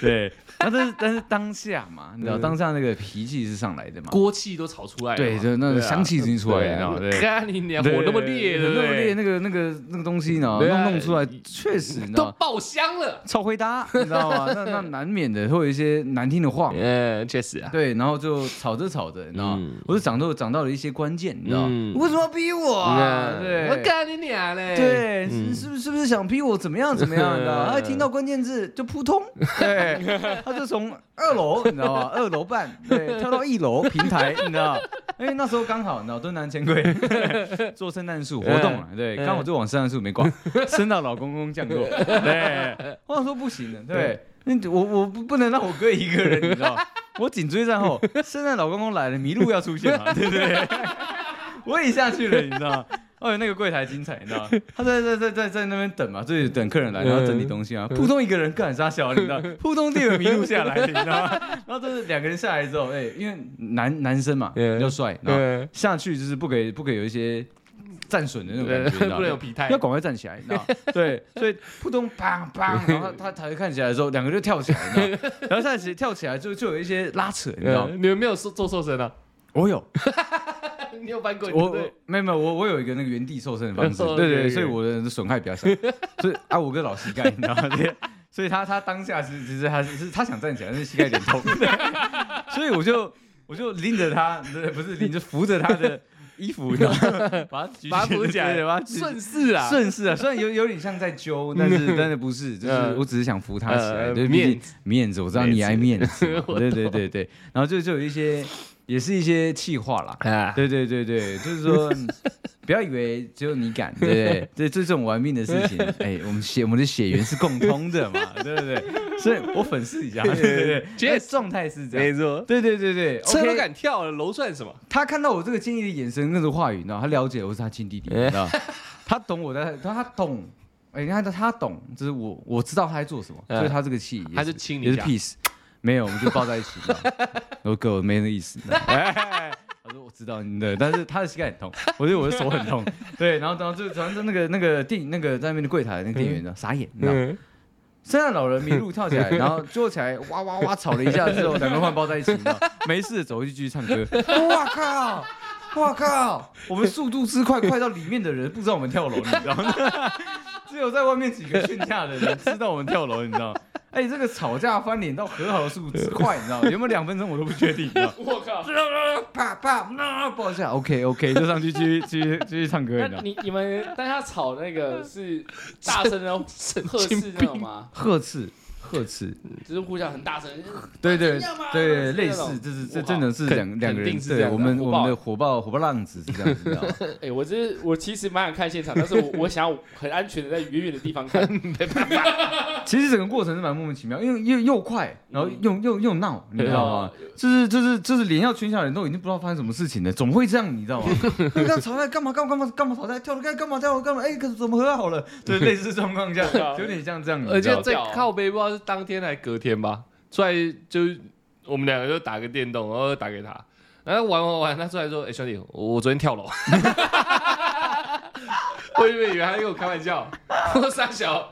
Speaker 2: 对，但是但是当下嘛，你知道当下那个脾气是上来的嘛。
Speaker 1: 锅气都炒出来了嗯嘛，
Speaker 2: 对，就那个
Speaker 1: 啊
Speaker 2: 香气已经出来了，你知道吗对。
Speaker 1: 看你 娘火那么烈，对不
Speaker 2: 那么
Speaker 1: 对？
Speaker 2: 烈，那个那个那个东西呢，
Speaker 1: 对啊
Speaker 2: 弄弄出来，确实，你知
Speaker 1: 都
Speaker 2: 道吗
Speaker 1: 爆香了。
Speaker 2: 超回 答，你知道吗？那那难免的会有一些难听的话嘛
Speaker 1: 嗯，确实啊。
Speaker 2: 对，然后就吵着吵着，你知道吗，
Speaker 1: 嗯
Speaker 2: 我就讲到讲到了一些关键，你知道吗，
Speaker 1: 嗯
Speaker 2: 你为什么要逼我啊？对，
Speaker 1: 我干你娘嘞！
Speaker 2: 对，
Speaker 1: 嗯
Speaker 2: 是是不是是不是想逼我怎么样怎么样？你知道吗，他一听到关键字就扑通，对，他就从二楼，你知道吗？二楼半，对，跳到一楼平台，你知道吗。因为那时候刚好，你知道，敦南钱柜 做圣诞树活动了，对，刚好就往圣诞树没挂，升到老公公降落，对，我想说不行的，对，那我我不不能让我哥一个人，你知道吗，我紧追在后，圣诞老公公来了，麋鹿要出现嘛，对不对？我也下去了，你知道吗？ 哦有那个柜台精彩，你知道吗？他在在在在在那边等嘛，就是等客人来，然后整理东西啊，扑通一个人干啥小，你知道，扑通店员迷路下来，你知道吗？然后就是两个人下来之后，哎，因为男男生嘛
Speaker 1: 嗯
Speaker 2: 比较帅，然后
Speaker 1: 对，
Speaker 2: 下去就是不给不给有一些战损的那种感
Speaker 1: 对
Speaker 2: 觉，你知 道
Speaker 1: 不能嗯有
Speaker 2: 吗？
Speaker 1: 疲态
Speaker 2: 要。赶快站起来，你知道吗？对，所以扑通砰砰，然后他他他看起来的时候，两个就跳起来，你知道吗？然后下起跳起来就就有一些拉扯，你知道吗？哦
Speaker 1: 嗯你们没有做做瘦身啊？
Speaker 2: 我有，
Speaker 1: 你有搬过？
Speaker 2: 我
Speaker 1: 对
Speaker 2: 我没有没有我我有一个那个原地瘦身的方式，
Speaker 1: 哦
Speaker 2: 对对
Speaker 1: OK，OK
Speaker 2: 对，所以我的损害比 较小，所以啊，我哥老膝盖，你知道吗？所以他他当下是其实他是是他想站起来，但是膝盖有点 痛，所以我就我就拎着他，对不是拎着扶着他的衣服，你知道吗把他举
Speaker 1: 把它扶起来
Speaker 2: 对对把他举
Speaker 1: 顺势啊，
Speaker 2: 顺势啊，虽然有有点像在揪，但 是但是不是，就是
Speaker 1: 嗯
Speaker 2: 我只是想扶他起来，
Speaker 1: 呃
Speaker 2: 对，毕竟
Speaker 1: 面子
Speaker 2: 面子，我知道你爱面子嘛，
Speaker 1: 我
Speaker 2: 对对对对，然后就就有一些也是一些气话啦，
Speaker 1: 啊，
Speaker 2: 对对对对，就 是说不要以为只有你敢，对不对？对这种玩命的事情，哎，我们血我们的血缘是共通的嘛，对不对？所以我粉丝一下，对对对，
Speaker 1: Yes
Speaker 2: 其实状态是这
Speaker 1: 没
Speaker 2: 样。
Speaker 1: 错，
Speaker 2: 对对对对，
Speaker 1: 哎车都
Speaker 2: OK
Speaker 1: 敢跳了，楼算什么？
Speaker 2: 他看到我这个亲弟的眼神，那个话语，你知道，他了解我是他亲弟弟，
Speaker 1: 哎
Speaker 2: 你知道，他懂我在，他他懂，哎、你看他他懂，就是我我知道他在做什么，
Speaker 1: 嗯
Speaker 2: 所以他这个气也是，
Speaker 1: 他就亲你
Speaker 2: 也
Speaker 1: 一
Speaker 2: 是
Speaker 1: 下
Speaker 2: peace，没有，我们就抱在一起，你知道 我哥我没那意思，你知道哎他说我知道你的，但是他的膝盖很痛，我觉得我的手很痛，对，然后然后就反正那个那个店那个在那边的柜台那个店员，你知道傻眼，你知道。
Speaker 1: 嗯，
Speaker 2: 圣诞老人迷路跳起来，然后坐起来哇哇哇吵了一架之后，两个人换抱在一起，你知道没事走回去继续唱歌。哇靠！哇靠！我们速度之快，快到里面的人不知道我们跳楼，你知道吗？ 只有在外面几个劝架的人知道我们跳楼，你知道吗？哎、这个吵架翻脸到和好的速度之快，你知道吗？有没有两分钟我都不确定，你知道吗？
Speaker 3: 我靠！
Speaker 2: 啊啪啪，那抱一下，OK OK，就上去继续继续继续唱歌，你知
Speaker 3: 那
Speaker 2: 道吗？
Speaker 3: 你你们但他吵那个 是大声的呵
Speaker 1: 经
Speaker 3: 斥那种吗？
Speaker 2: 呵斥，呵斥，
Speaker 3: 只是互相很大声，
Speaker 2: 对对
Speaker 3: 这样吗
Speaker 2: 对，
Speaker 3: 是
Speaker 2: 类
Speaker 3: 那种
Speaker 2: 似，这是这
Speaker 3: 我靠
Speaker 2: 真的是
Speaker 1: 肯
Speaker 2: 两两
Speaker 1: 肯
Speaker 2: 个人
Speaker 1: 定，是这
Speaker 2: 对
Speaker 1: 样的
Speaker 2: 我们
Speaker 3: 火
Speaker 2: 我
Speaker 3: 爆
Speaker 2: 们的火爆火爆浪子是这样子的 哦，
Speaker 3: 哎、我这我其实蛮想看现场，但是我我想要很安全的在远远的地方 看，
Speaker 2: 其实整个过程是蛮莫名其妙，因为又又快，然后又又又闹，你知道吗？就是就是就是连要全校人都已经不知道发生什么事情了，怎么会这样？你知 道吗？那刚啊吵架干嘛干嘛干嘛干嘛吵架，跳了干干嘛跳了干嘛？哎，可是怎么和好了？ 对，类似状况下
Speaker 3: 对啊，
Speaker 2: 有点像这样，你
Speaker 1: 而
Speaker 2: 知道
Speaker 1: 且
Speaker 2: 吗
Speaker 1: 在靠背不知道是当天还隔天吧，出来就我们两个就打个电动，然后打给他，然后玩玩玩，他出来说：“哎、兄弟，我我昨天跳楼。” 我以为以为他在跟我开玩笑，我说傻小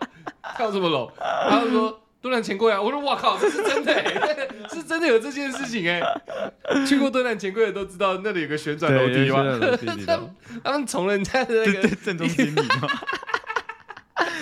Speaker 1: 跳什么楼？他就说。蹲南钱柜啊！我说我靠，这是真的、欸， 是真的有这件事情哎、去过蹲南钱柜的都知道，那里有个旋转楼梯吗？
Speaker 2: 对就是那种楼梯你知道吗
Speaker 1: 他们从人家的那
Speaker 2: 对
Speaker 1: 个
Speaker 2: 对，正中心，你知道吗？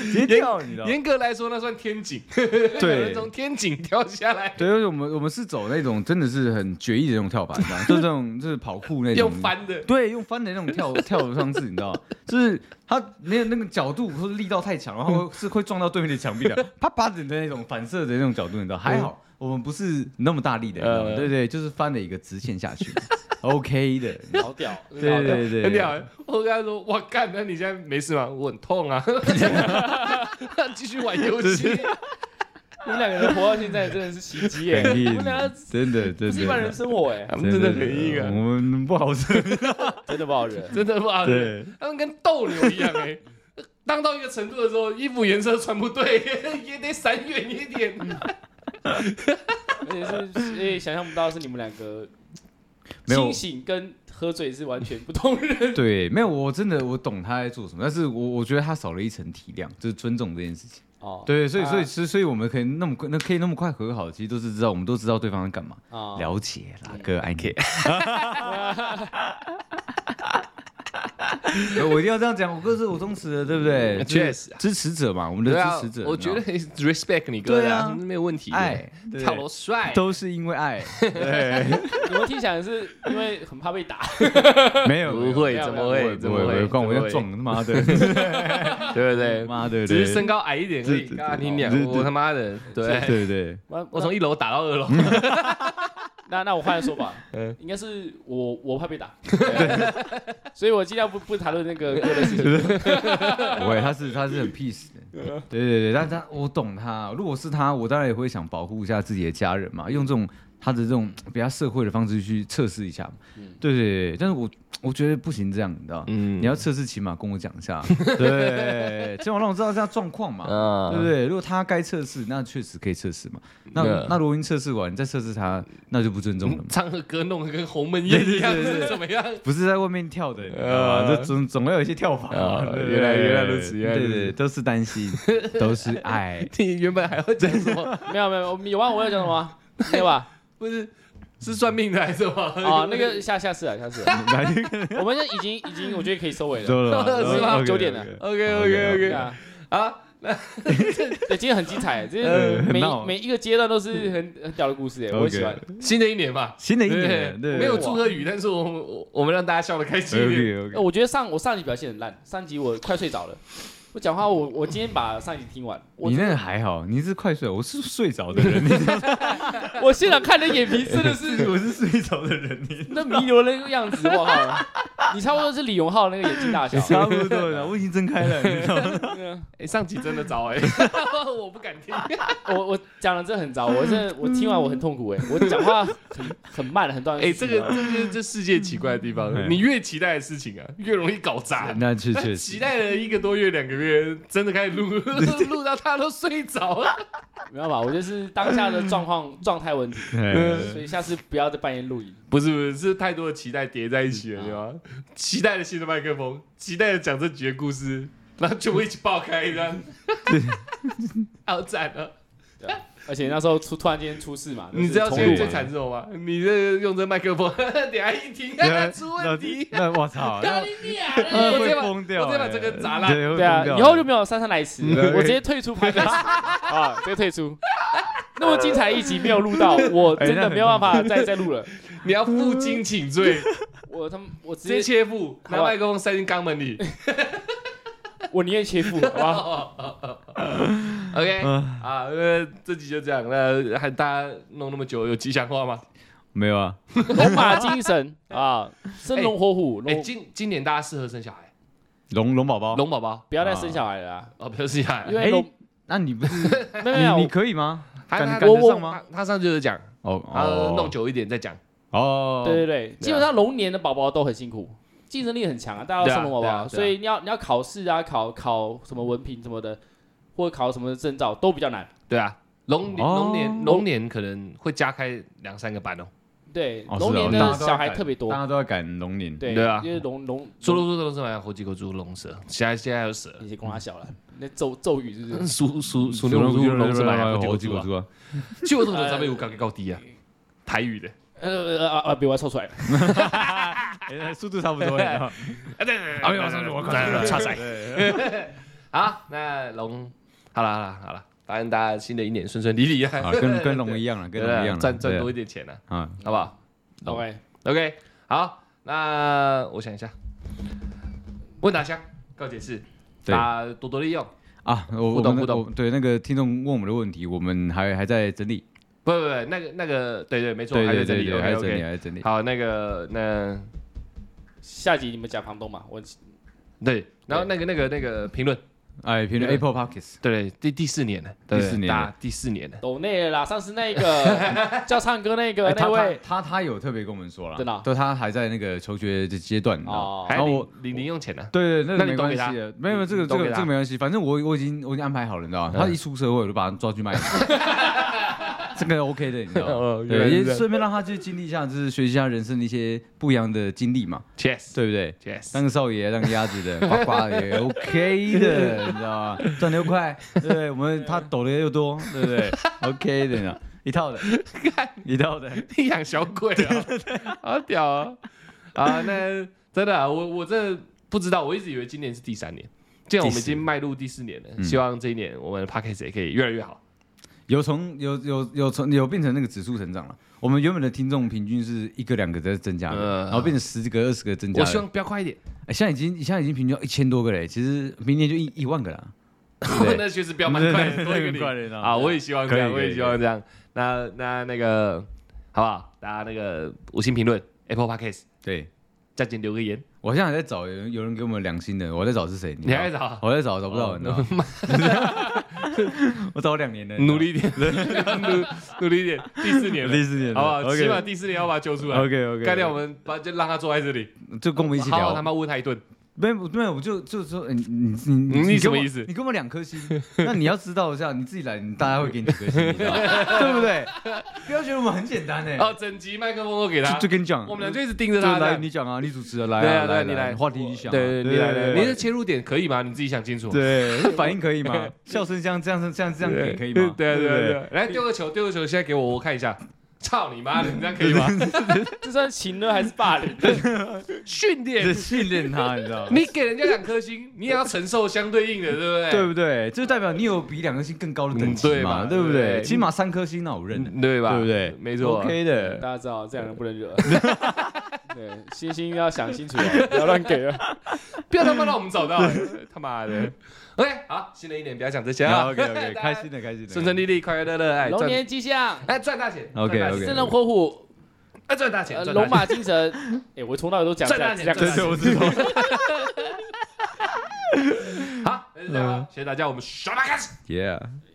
Speaker 2: 直接跳，你知道吗？
Speaker 1: 严格来说，那算天井，有人
Speaker 2: 对，
Speaker 1: 从天井跳下来，
Speaker 2: 对，而且我们我们是走那种真的是很决意的那种跳法，你知道吗，就这种就是跑酷那种，
Speaker 1: 用，翻的，
Speaker 2: 对，用翻的那种跳跳的方式，你知道吗，就是它没有那个角度或者力道太强，然后是会撞到对面的墙壁的，啪啪的那种反射的那种角度，你知道，还好我们不是那么大力的，你知道吗
Speaker 1: 呃
Speaker 2: 对对，就是翻了一个直线下去 ，OK 的，你知道吗
Speaker 3: 好屌，
Speaker 2: 对
Speaker 3: 好屌。
Speaker 2: 对
Speaker 1: 很
Speaker 2: 对对，
Speaker 1: 屌欸。我跟他说：“我干，那你现在没事吗？我很痛啊， 继续玩游戏。
Speaker 3: 我们两个人活到现在真的是奇迹耶！我
Speaker 2: 很 硬
Speaker 3: 们两个
Speaker 2: 真的真
Speaker 3: 不
Speaker 2: 的，
Speaker 3: 是一般人生活哎，
Speaker 1: 他们真的很硬啊，
Speaker 2: 我们不好说，
Speaker 3: 真的不 好惹。
Speaker 1: 真的不好惹，
Speaker 2: 啊对，
Speaker 1: 他们跟斗牛一样哎。当到一个程度的时候，衣服颜色穿不对， 也得闪远一点。
Speaker 3: 而且是也想象不到是你们两个
Speaker 2: 没有
Speaker 3: 清醒跟喝醉是完全不同人。
Speaker 2: 对，没有，我真的我懂他在做什么，但是我我觉得他少了一层体谅，就是尊重这件事情。
Speaker 3: 哦，
Speaker 2: 对，所以所以
Speaker 3: 啊
Speaker 2: 所以所以我们可以那么快，那可以那么快和好，其实都是知道，我们都知道对方在干嘛，
Speaker 1: 哦
Speaker 3: 啊
Speaker 2: 了解啦，哥 爱你。我一定要这样讲，我哥是我忠实的，对不对？
Speaker 1: 确实啊
Speaker 2: 支持者嘛，我们的
Speaker 1: 对啊
Speaker 2: 支持者，
Speaker 1: 我
Speaker 2: 你知
Speaker 1: 觉
Speaker 2: 道
Speaker 1: 得
Speaker 2: 吗
Speaker 1: respect 你哥的啊，
Speaker 2: 对啊
Speaker 1: 没有问题。
Speaker 2: 爱对
Speaker 1: 跳楼帅，
Speaker 2: 都是因 为爱，对，
Speaker 3: 你们听起来是因为很怕 被打，
Speaker 2: 没有
Speaker 1: 不
Speaker 2: 没有
Speaker 1: 会，怎么会，怎
Speaker 2: 不
Speaker 1: 么
Speaker 2: 会，不会，
Speaker 1: 会，
Speaker 2: 光我
Speaker 1: 怎
Speaker 2: 要
Speaker 1: 么会
Speaker 2: 撞他妈的，
Speaker 1: 对不对？
Speaker 2: 妈的，
Speaker 1: 只
Speaker 2: 对
Speaker 1: 是身高矮一点而已。刚刚你俩，我他妈的，对，
Speaker 2: 对嗯对，
Speaker 1: 我从一楼打到二楼。
Speaker 3: 那那我换个 说法
Speaker 1: 嗯，
Speaker 3: 应该是我我怕被打， 所以我尽量不不谈论那个歌的事情。
Speaker 2: 不会，他是他是很 peace 的，对对对，但他我懂他，如果是他，我当然也会想保护一下自己的家人嘛，用这种他的这种比较社会的方式去测试一下嘛。
Speaker 3: 嗯
Speaker 2: 对对对，但是我我觉得不行这样，你知道，
Speaker 1: 嗯
Speaker 2: 你要测试起码跟我讲 一下，对，起码让我知道这样状况嘛。
Speaker 1: 啊
Speaker 2: 对不对？如果他该测试，那确实可以测试嘛。那
Speaker 1: 对
Speaker 2: 那如果你测试完，你再测试他，那就不尊重了嘛。
Speaker 1: 嗯唱个歌弄得跟鸿门宴一样，
Speaker 2: 对对对对
Speaker 1: 是怎么样？
Speaker 2: 不是在外面跳的，你知道吗？
Speaker 1: 呃
Speaker 2: 这总总要有一些跳法嘛。
Speaker 1: 啊
Speaker 2: 对不对
Speaker 1: 原来原来如此原来如
Speaker 2: 对
Speaker 1: 此
Speaker 2: 对，对都是担心，都是爱。
Speaker 1: 你原本还要讲什么？
Speaker 3: 没有没有，有完我要讲什么吗？没有吧？
Speaker 1: 不是是算命的还 是什么？
Speaker 3: 啊，那个下下次啊，下次啊，
Speaker 2: 哪一个
Speaker 3: 我们现在已经已经我觉得可以收尾了。
Speaker 2: 走了
Speaker 1: 是
Speaker 2: 吧？
Speaker 1: 吧
Speaker 2: OK，OK，OK
Speaker 3: 九点了
Speaker 1: OK OK
Speaker 3: 对
Speaker 1: OK
Speaker 3: 啊，
Speaker 1: 啊，
Speaker 3: 对，今天很精彩，这
Speaker 2: 呃
Speaker 3: 每
Speaker 2: 很闹
Speaker 3: 每一个阶段都是很很屌的故事哎，我很喜欢
Speaker 2: OK。
Speaker 1: 新的一年嘛，
Speaker 2: 新的一
Speaker 1: 对
Speaker 2: 年了，
Speaker 1: 不对
Speaker 2: 对，
Speaker 1: 没有祝贺语，但是我们我我们让大家笑得开心一点。
Speaker 2: OK
Speaker 3: 呃
Speaker 2: OK，
Speaker 3: 我觉得上我上集表现很烂，上集我快睡着了。我讲话我我今天把上集听完，我
Speaker 2: 你那个还好，你是快睡，我是睡着的人，
Speaker 3: 我现场看你的眼皮真的是
Speaker 2: 我是睡着的人，你
Speaker 3: 那弥留的那个样子，我靠！你差不多是李荣浩那个眼睛大小。
Speaker 2: 差不多了，我已经睁开了，你知道吗？
Speaker 1: 哎，上集真的糟哎， 我不敢听。
Speaker 3: 我我讲的真的很糟，我真的我听完我很痛苦哎，我讲话很很慢，很 断。啊
Speaker 1: 哎，这个这就是这世界奇怪的地方，
Speaker 2: 嗯
Speaker 1: 你越期待的事情啊，越容易搞砸。
Speaker 2: 那确确
Speaker 1: 期
Speaker 2: 实，
Speaker 1: 待了一个多月、两个月，真的开始录，录到大家都睡着了。
Speaker 3: 没办法，我就是当下的状况状态问题，
Speaker 1: 嗯
Speaker 2: 哎
Speaker 3: 所以下次不要在半夜录影。
Speaker 1: 不是不是，是太多的期待叠在一起了，对吧？期待的新的麦克风，期待的讲这几个故事，然后全部一起爆开这 样，好惨啊！
Speaker 3: 而且那时候出突然间出事嘛，
Speaker 1: 你知道
Speaker 3: 就
Speaker 1: 现
Speaker 3: 是
Speaker 1: 在最
Speaker 3: 重录嘛
Speaker 1: 惨是什么吗？你这用这麦克风，等一下一听
Speaker 2: 对
Speaker 1: 出问 题，
Speaker 2: 那我操，
Speaker 1: 干
Speaker 2: 那
Speaker 1: 你娘
Speaker 2: 那
Speaker 1: 嘞！ 我直接把
Speaker 2: 会疯掉，
Speaker 1: 我直接把
Speaker 2: 哎
Speaker 1: 这个砸烂
Speaker 2: 对会
Speaker 3: 对啊
Speaker 2: 疯，掉
Speaker 3: 以后就没有姗姗来迟，
Speaker 2: 嗯
Speaker 3: 我直接退出 p o d 啊，直接退出。那么精彩一集没有录
Speaker 2: 哎
Speaker 3: 到，我真的没有办法再再录了。
Speaker 1: 你要负荆请 罪，
Speaker 3: 我他妈，我
Speaker 1: 直接
Speaker 3: 直
Speaker 1: 切
Speaker 3: 接
Speaker 1: 腹，
Speaker 3: 好吧
Speaker 1: 拿麦克风塞进肛门里。
Speaker 3: 我宁愿切腹，好吧？
Speaker 1: OK
Speaker 2: 嗯
Speaker 1: 啊，那这集就这样。那还大家弄那么久，有吉祥话吗？
Speaker 2: 没有啊，
Speaker 3: 龙马 精神
Speaker 2: 哎
Speaker 3: 啊，生龙活虎，
Speaker 1: 哎，
Speaker 3: 龙
Speaker 1: 今今年大家适合生小孩，
Speaker 2: 龙龙宝宝，
Speaker 1: 龙宝宝
Speaker 3: 不要再生小孩了啊，
Speaker 1: 哦，不要生小孩
Speaker 3: 因，为
Speaker 2: 哎
Speaker 3: 龙
Speaker 2: 那你不是
Speaker 3: 没有
Speaker 1: 啊
Speaker 3: 没有
Speaker 2: 啊哎你你
Speaker 3: 我
Speaker 2: 可以吗？
Speaker 1: 他
Speaker 2: 感
Speaker 1: 他
Speaker 2: 感
Speaker 3: 我
Speaker 2: 觉
Speaker 3: 我
Speaker 2: 上吗？
Speaker 1: 他他上次就是讲，
Speaker 2: 哦
Speaker 1: 他啊弄
Speaker 2: 哦
Speaker 1: 久一点再讲。
Speaker 2: 哦，
Speaker 3: 对对对，基本上龙年的宝宝都很辛苦，竞争力很强啊，大家都生龙宝
Speaker 1: 对啊对啊
Speaker 3: 宝，
Speaker 1: 对啊
Speaker 3: 所以你要你要考试啊，考考什么文凭什么的，或者考什么证照都比较难。
Speaker 1: 对啊，龙年
Speaker 2: 哦
Speaker 1: 龙年龙年可能会加开两三个班哦。
Speaker 3: 对，
Speaker 2: 哦
Speaker 3: 龙
Speaker 2: 是哦
Speaker 3: 年
Speaker 2: 大
Speaker 3: 的
Speaker 2: 家都要
Speaker 3: 小孩
Speaker 2: 改
Speaker 3: 特别多
Speaker 2: 大。家都要赶龙年，
Speaker 3: 对
Speaker 1: 对啊
Speaker 3: 因为龙龙
Speaker 1: 猪猪猪都是玩猴鸡狗猪龙蛇，现在现在还有蛇了。
Speaker 3: 你是光他小了，那咒咒语是不是？
Speaker 1: 属属属牛猪龙蛇来猴
Speaker 2: 猴
Speaker 1: 鸡
Speaker 2: 鸡
Speaker 1: 狗
Speaker 2: 狗
Speaker 1: 猪，
Speaker 2: 猪 啊，
Speaker 1: 就我怎么咱们有高高低啊？台语的，
Speaker 3: 呃呃啊啊！别我要抽出来了。
Speaker 2: 哎速度差不 多了，
Speaker 1: 啊对对，
Speaker 2: 啊没有上去我靠
Speaker 1: 差赛。好，那龙，好了好了好了，当然大家新的一年顺顺利利啊
Speaker 2: 啊，跟跟龙一样了，跟
Speaker 1: 对
Speaker 2: 龙一
Speaker 1: 啊
Speaker 2: 样，
Speaker 1: 赚赚多一点
Speaker 2: 点
Speaker 1: 钱呢，
Speaker 2: 啊，
Speaker 1: 好不好
Speaker 3: OK，
Speaker 1: ？OK，好，那我想一下，问答箱告解释，
Speaker 2: 对
Speaker 1: 大家多多利用。
Speaker 2: 啊，我
Speaker 1: 互
Speaker 2: 我
Speaker 1: 动
Speaker 2: 们
Speaker 1: 互动
Speaker 2: 我对那个听众问我们的问题，我们还还在整理，
Speaker 1: 不不不，那个那个，对对，没错，
Speaker 2: 对
Speaker 1: 还在
Speaker 2: 对
Speaker 1: 这
Speaker 2: 对
Speaker 1: 里
Speaker 2: 对，还在
Speaker 1: o
Speaker 2: 整
Speaker 1: k
Speaker 2: 理，
Speaker 1: OK。
Speaker 2: 还在整理，
Speaker 1: 好，那个那
Speaker 3: 下集你们讲房东嘛，我
Speaker 1: 对，然后那个那个那个评论，
Speaker 2: 哎，评论
Speaker 1: 对
Speaker 2: Apple Pockets，
Speaker 1: 对，第第四年了，
Speaker 2: 第
Speaker 1: 对
Speaker 2: 四年
Speaker 1: 大
Speaker 2: 了
Speaker 1: 家第四年了，
Speaker 3: 抖内了啦。上次 那个叫唱歌那个
Speaker 2: 哎
Speaker 3: 那
Speaker 2: 他他
Speaker 3: 位，
Speaker 2: 他他有特别跟我们说了，
Speaker 3: 真的啊
Speaker 2: 对，他还在那个求学的阶段，你知道
Speaker 3: 哦
Speaker 1: 还
Speaker 2: 然
Speaker 1: 有
Speaker 2: 后
Speaker 1: 领
Speaker 2: 我
Speaker 1: 领零用钱呢，
Speaker 2: 对对，
Speaker 1: 那
Speaker 2: 那
Speaker 1: 哎你
Speaker 2: 个没
Speaker 1: 都给
Speaker 2: 关
Speaker 1: 他
Speaker 2: 系的，没有没有这个
Speaker 1: 你都
Speaker 2: 这
Speaker 1: 给
Speaker 2: 个
Speaker 1: 他
Speaker 2: 这个没关系，反正我我已经我已经安排好了，你知道吗？
Speaker 1: 嗯
Speaker 2: 他一出车祸我就把他抓去 卖，这个 OK 的，你知道吗？
Speaker 1: 哦原来
Speaker 2: 对，
Speaker 1: 是
Speaker 2: 也
Speaker 1: 这样
Speaker 2: 顺便让他去经历一下，就是学习一下人生的一些不一样的经历嘛，
Speaker 1: ，Cheers
Speaker 2: 对不对？当
Speaker 1: Cheers，
Speaker 2: 个少爷，当个鸭子的，呱呱 的也 OK 的，你知道吗？赚六块，对不对？我们他抖的又多，对不对？OK 的呢，一 套的，一套的，
Speaker 1: 你养小鬼啊， 好屌啊！啊，那真的啊，我我真的不知道，我一直以为今年是第三年，既然我们已
Speaker 2: 第四
Speaker 1: 经迈入第四年了，
Speaker 2: 嗯
Speaker 1: 希望这一年我们的 p a c k a g e 也可以越来越好。
Speaker 2: 有从有有有从有变成那个指数成长了。我们原本的听众平均是一个两个在增加的，
Speaker 1: 呃
Speaker 2: 然后变成十个二十个增加
Speaker 1: 我
Speaker 2: 的。
Speaker 1: 希望飙快一点，
Speaker 2: 哎现在已经现在已经平均一千多个嘞，其实明年就一一万个了。 对
Speaker 1: 那确实飙蛮快的，多 一个零。
Speaker 2: 的
Speaker 1: 啊，我也希望这样，
Speaker 2: 可以
Speaker 1: 我也希望这样。那那那个，好不好？大家那个五星评论，Apple Podcast
Speaker 2: 对。
Speaker 1: 加减留个言。
Speaker 2: 我现在还在找有人有人给我们良心的，我在找是谁？你
Speaker 1: 你
Speaker 2: 知道
Speaker 1: 还
Speaker 2: 吗
Speaker 1: 找？
Speaker 2: 我在找找不到，你知道吗？我找我两年了，
Speaker 1: 努力一点， 努努力一点，第四年了，
Speaker 2: 第四年了，
Speaker 1: 好不好？起码
Speaker 2: OK
Speaker 1: 第四年要把他揪出来。
Speaker 2: OK OK，
Speaker 1: 干掉我们，把就让他坐在这里，
Speaker 2: 就跟我们一起
Speaker 1: 好好
Speaker 2: 聊
Speaker 1: 他，妈问他一顿。
Speaker 2: 没有没有，我就就说，欸你你你
Speaker 1: 嗯你
Speaker 2: 给
Speaker 1: 什么
Speaker 2: 我
Speaker 1: 意思
Speaker 2: 你给我两颗星， 那你要知道一下，你自己来，你大家会给你几颗星，你知道吗 对不对？不要觉得我们很简单哎，
Speaker 1: 哦，整集麦克风都给他
Speaker 2: 就。就跟你讲，
Speaker 1: 我们俩就一直盯着
Speaker 2: 就
Speaker 1: 他。这
Speaker 2: 来
Speaker 1: 样
Speaker 2: 你讲啊，你主持人来
Speaker 1: 对
Speaker 2: 啊
Speaker 1: 啊对啊
Speaker 2: 来
Speaker 1: 你来
Speaker 2: 话题你想啊，
Speaker 1: 对对，对你来来，
Speaker 2: 对
Speaker 1: 你的切入点可以吗？你自己想清楚。
Speaker 2: 对反应可以吗？笑声像这样这样这样点可以吗？
Speaker 1: 对啊
Speaker 2: 不
Speaker 1: 对对，对来丢个球，丢个球，现在给我，我看一下。操你妈的，你这样可以吗？
Speaker 3: 这算情呢还是霸凌？
Speaker 1: 训
Speaker 2: 对，
Speaker 1: 练，
Speaker 2: 训练他，你知道吗？
Speaker 1: 你给人家两颗星，你也要承受相对应的，对不
Speaker 2: 对
Speaker 1: 对？
Speaker 2: 不对？就代表你有比两颗星更高的等
Speaker 1: 嗯
Speaker 2: 级
Speaker 1: 对
Speaker 2: 嘛，
Speaker 1: 嘛
Speaker 2: 对不
Speaker 1: 对
Speaker 2: 对？
Speaker 1: 对
Speaker 2: 起码三颗星那我认了，
Speaker 1: 嗯对吧？
Speaker 2: 对不对？
Speaker 1: 没错。嗯
Speaker 2: ，OK 的。
Speaker 3: 大家知道这样人不能惹。 对，星星要想清楚哦，不要乱给啊。
Speaker 1: 不要他妈让我们找到， 他妈的。OK，好，新的一年不要讲这些 啊。
Speaker 2: OK OK，开心
Speaker 1: 的，
Speaker 2: 的开心的，
Speaker 1: 顺顺利利，快快乐乐，哎，
Speaker 3: 龙
Speaker 1: 赚
Speaker 3: 年吉祥，
Speaker 1: 哎赚大钱
Speaker 2: OK，OK
Speaker 1: 赚大钱
Speaker 3: 生龙活虎，
Speaker 1: 哎赚大钱，
Speaker 3: 呃，
Speaker 1: 赚大
Speaker 3: 龙
Speaker 1: 钱
Speaker 3: 马精神。哎，我从到尾都讲这
Speaker 1: 赚大
Speaker 3: 样
Speaker 1: 钱
Speaker 3: 这两个
Speaker 1: 赚
Speaker 2: 对
Speaker 1: 大
Speaker 3: 字
Speaker 1: 钱
Speaker 2: 对，我知道。
Speaker 3: 呃
Speaker 1: 好，那就这样啊谢谢大家，我们刷吧开始。
Speaker 2: Yeah。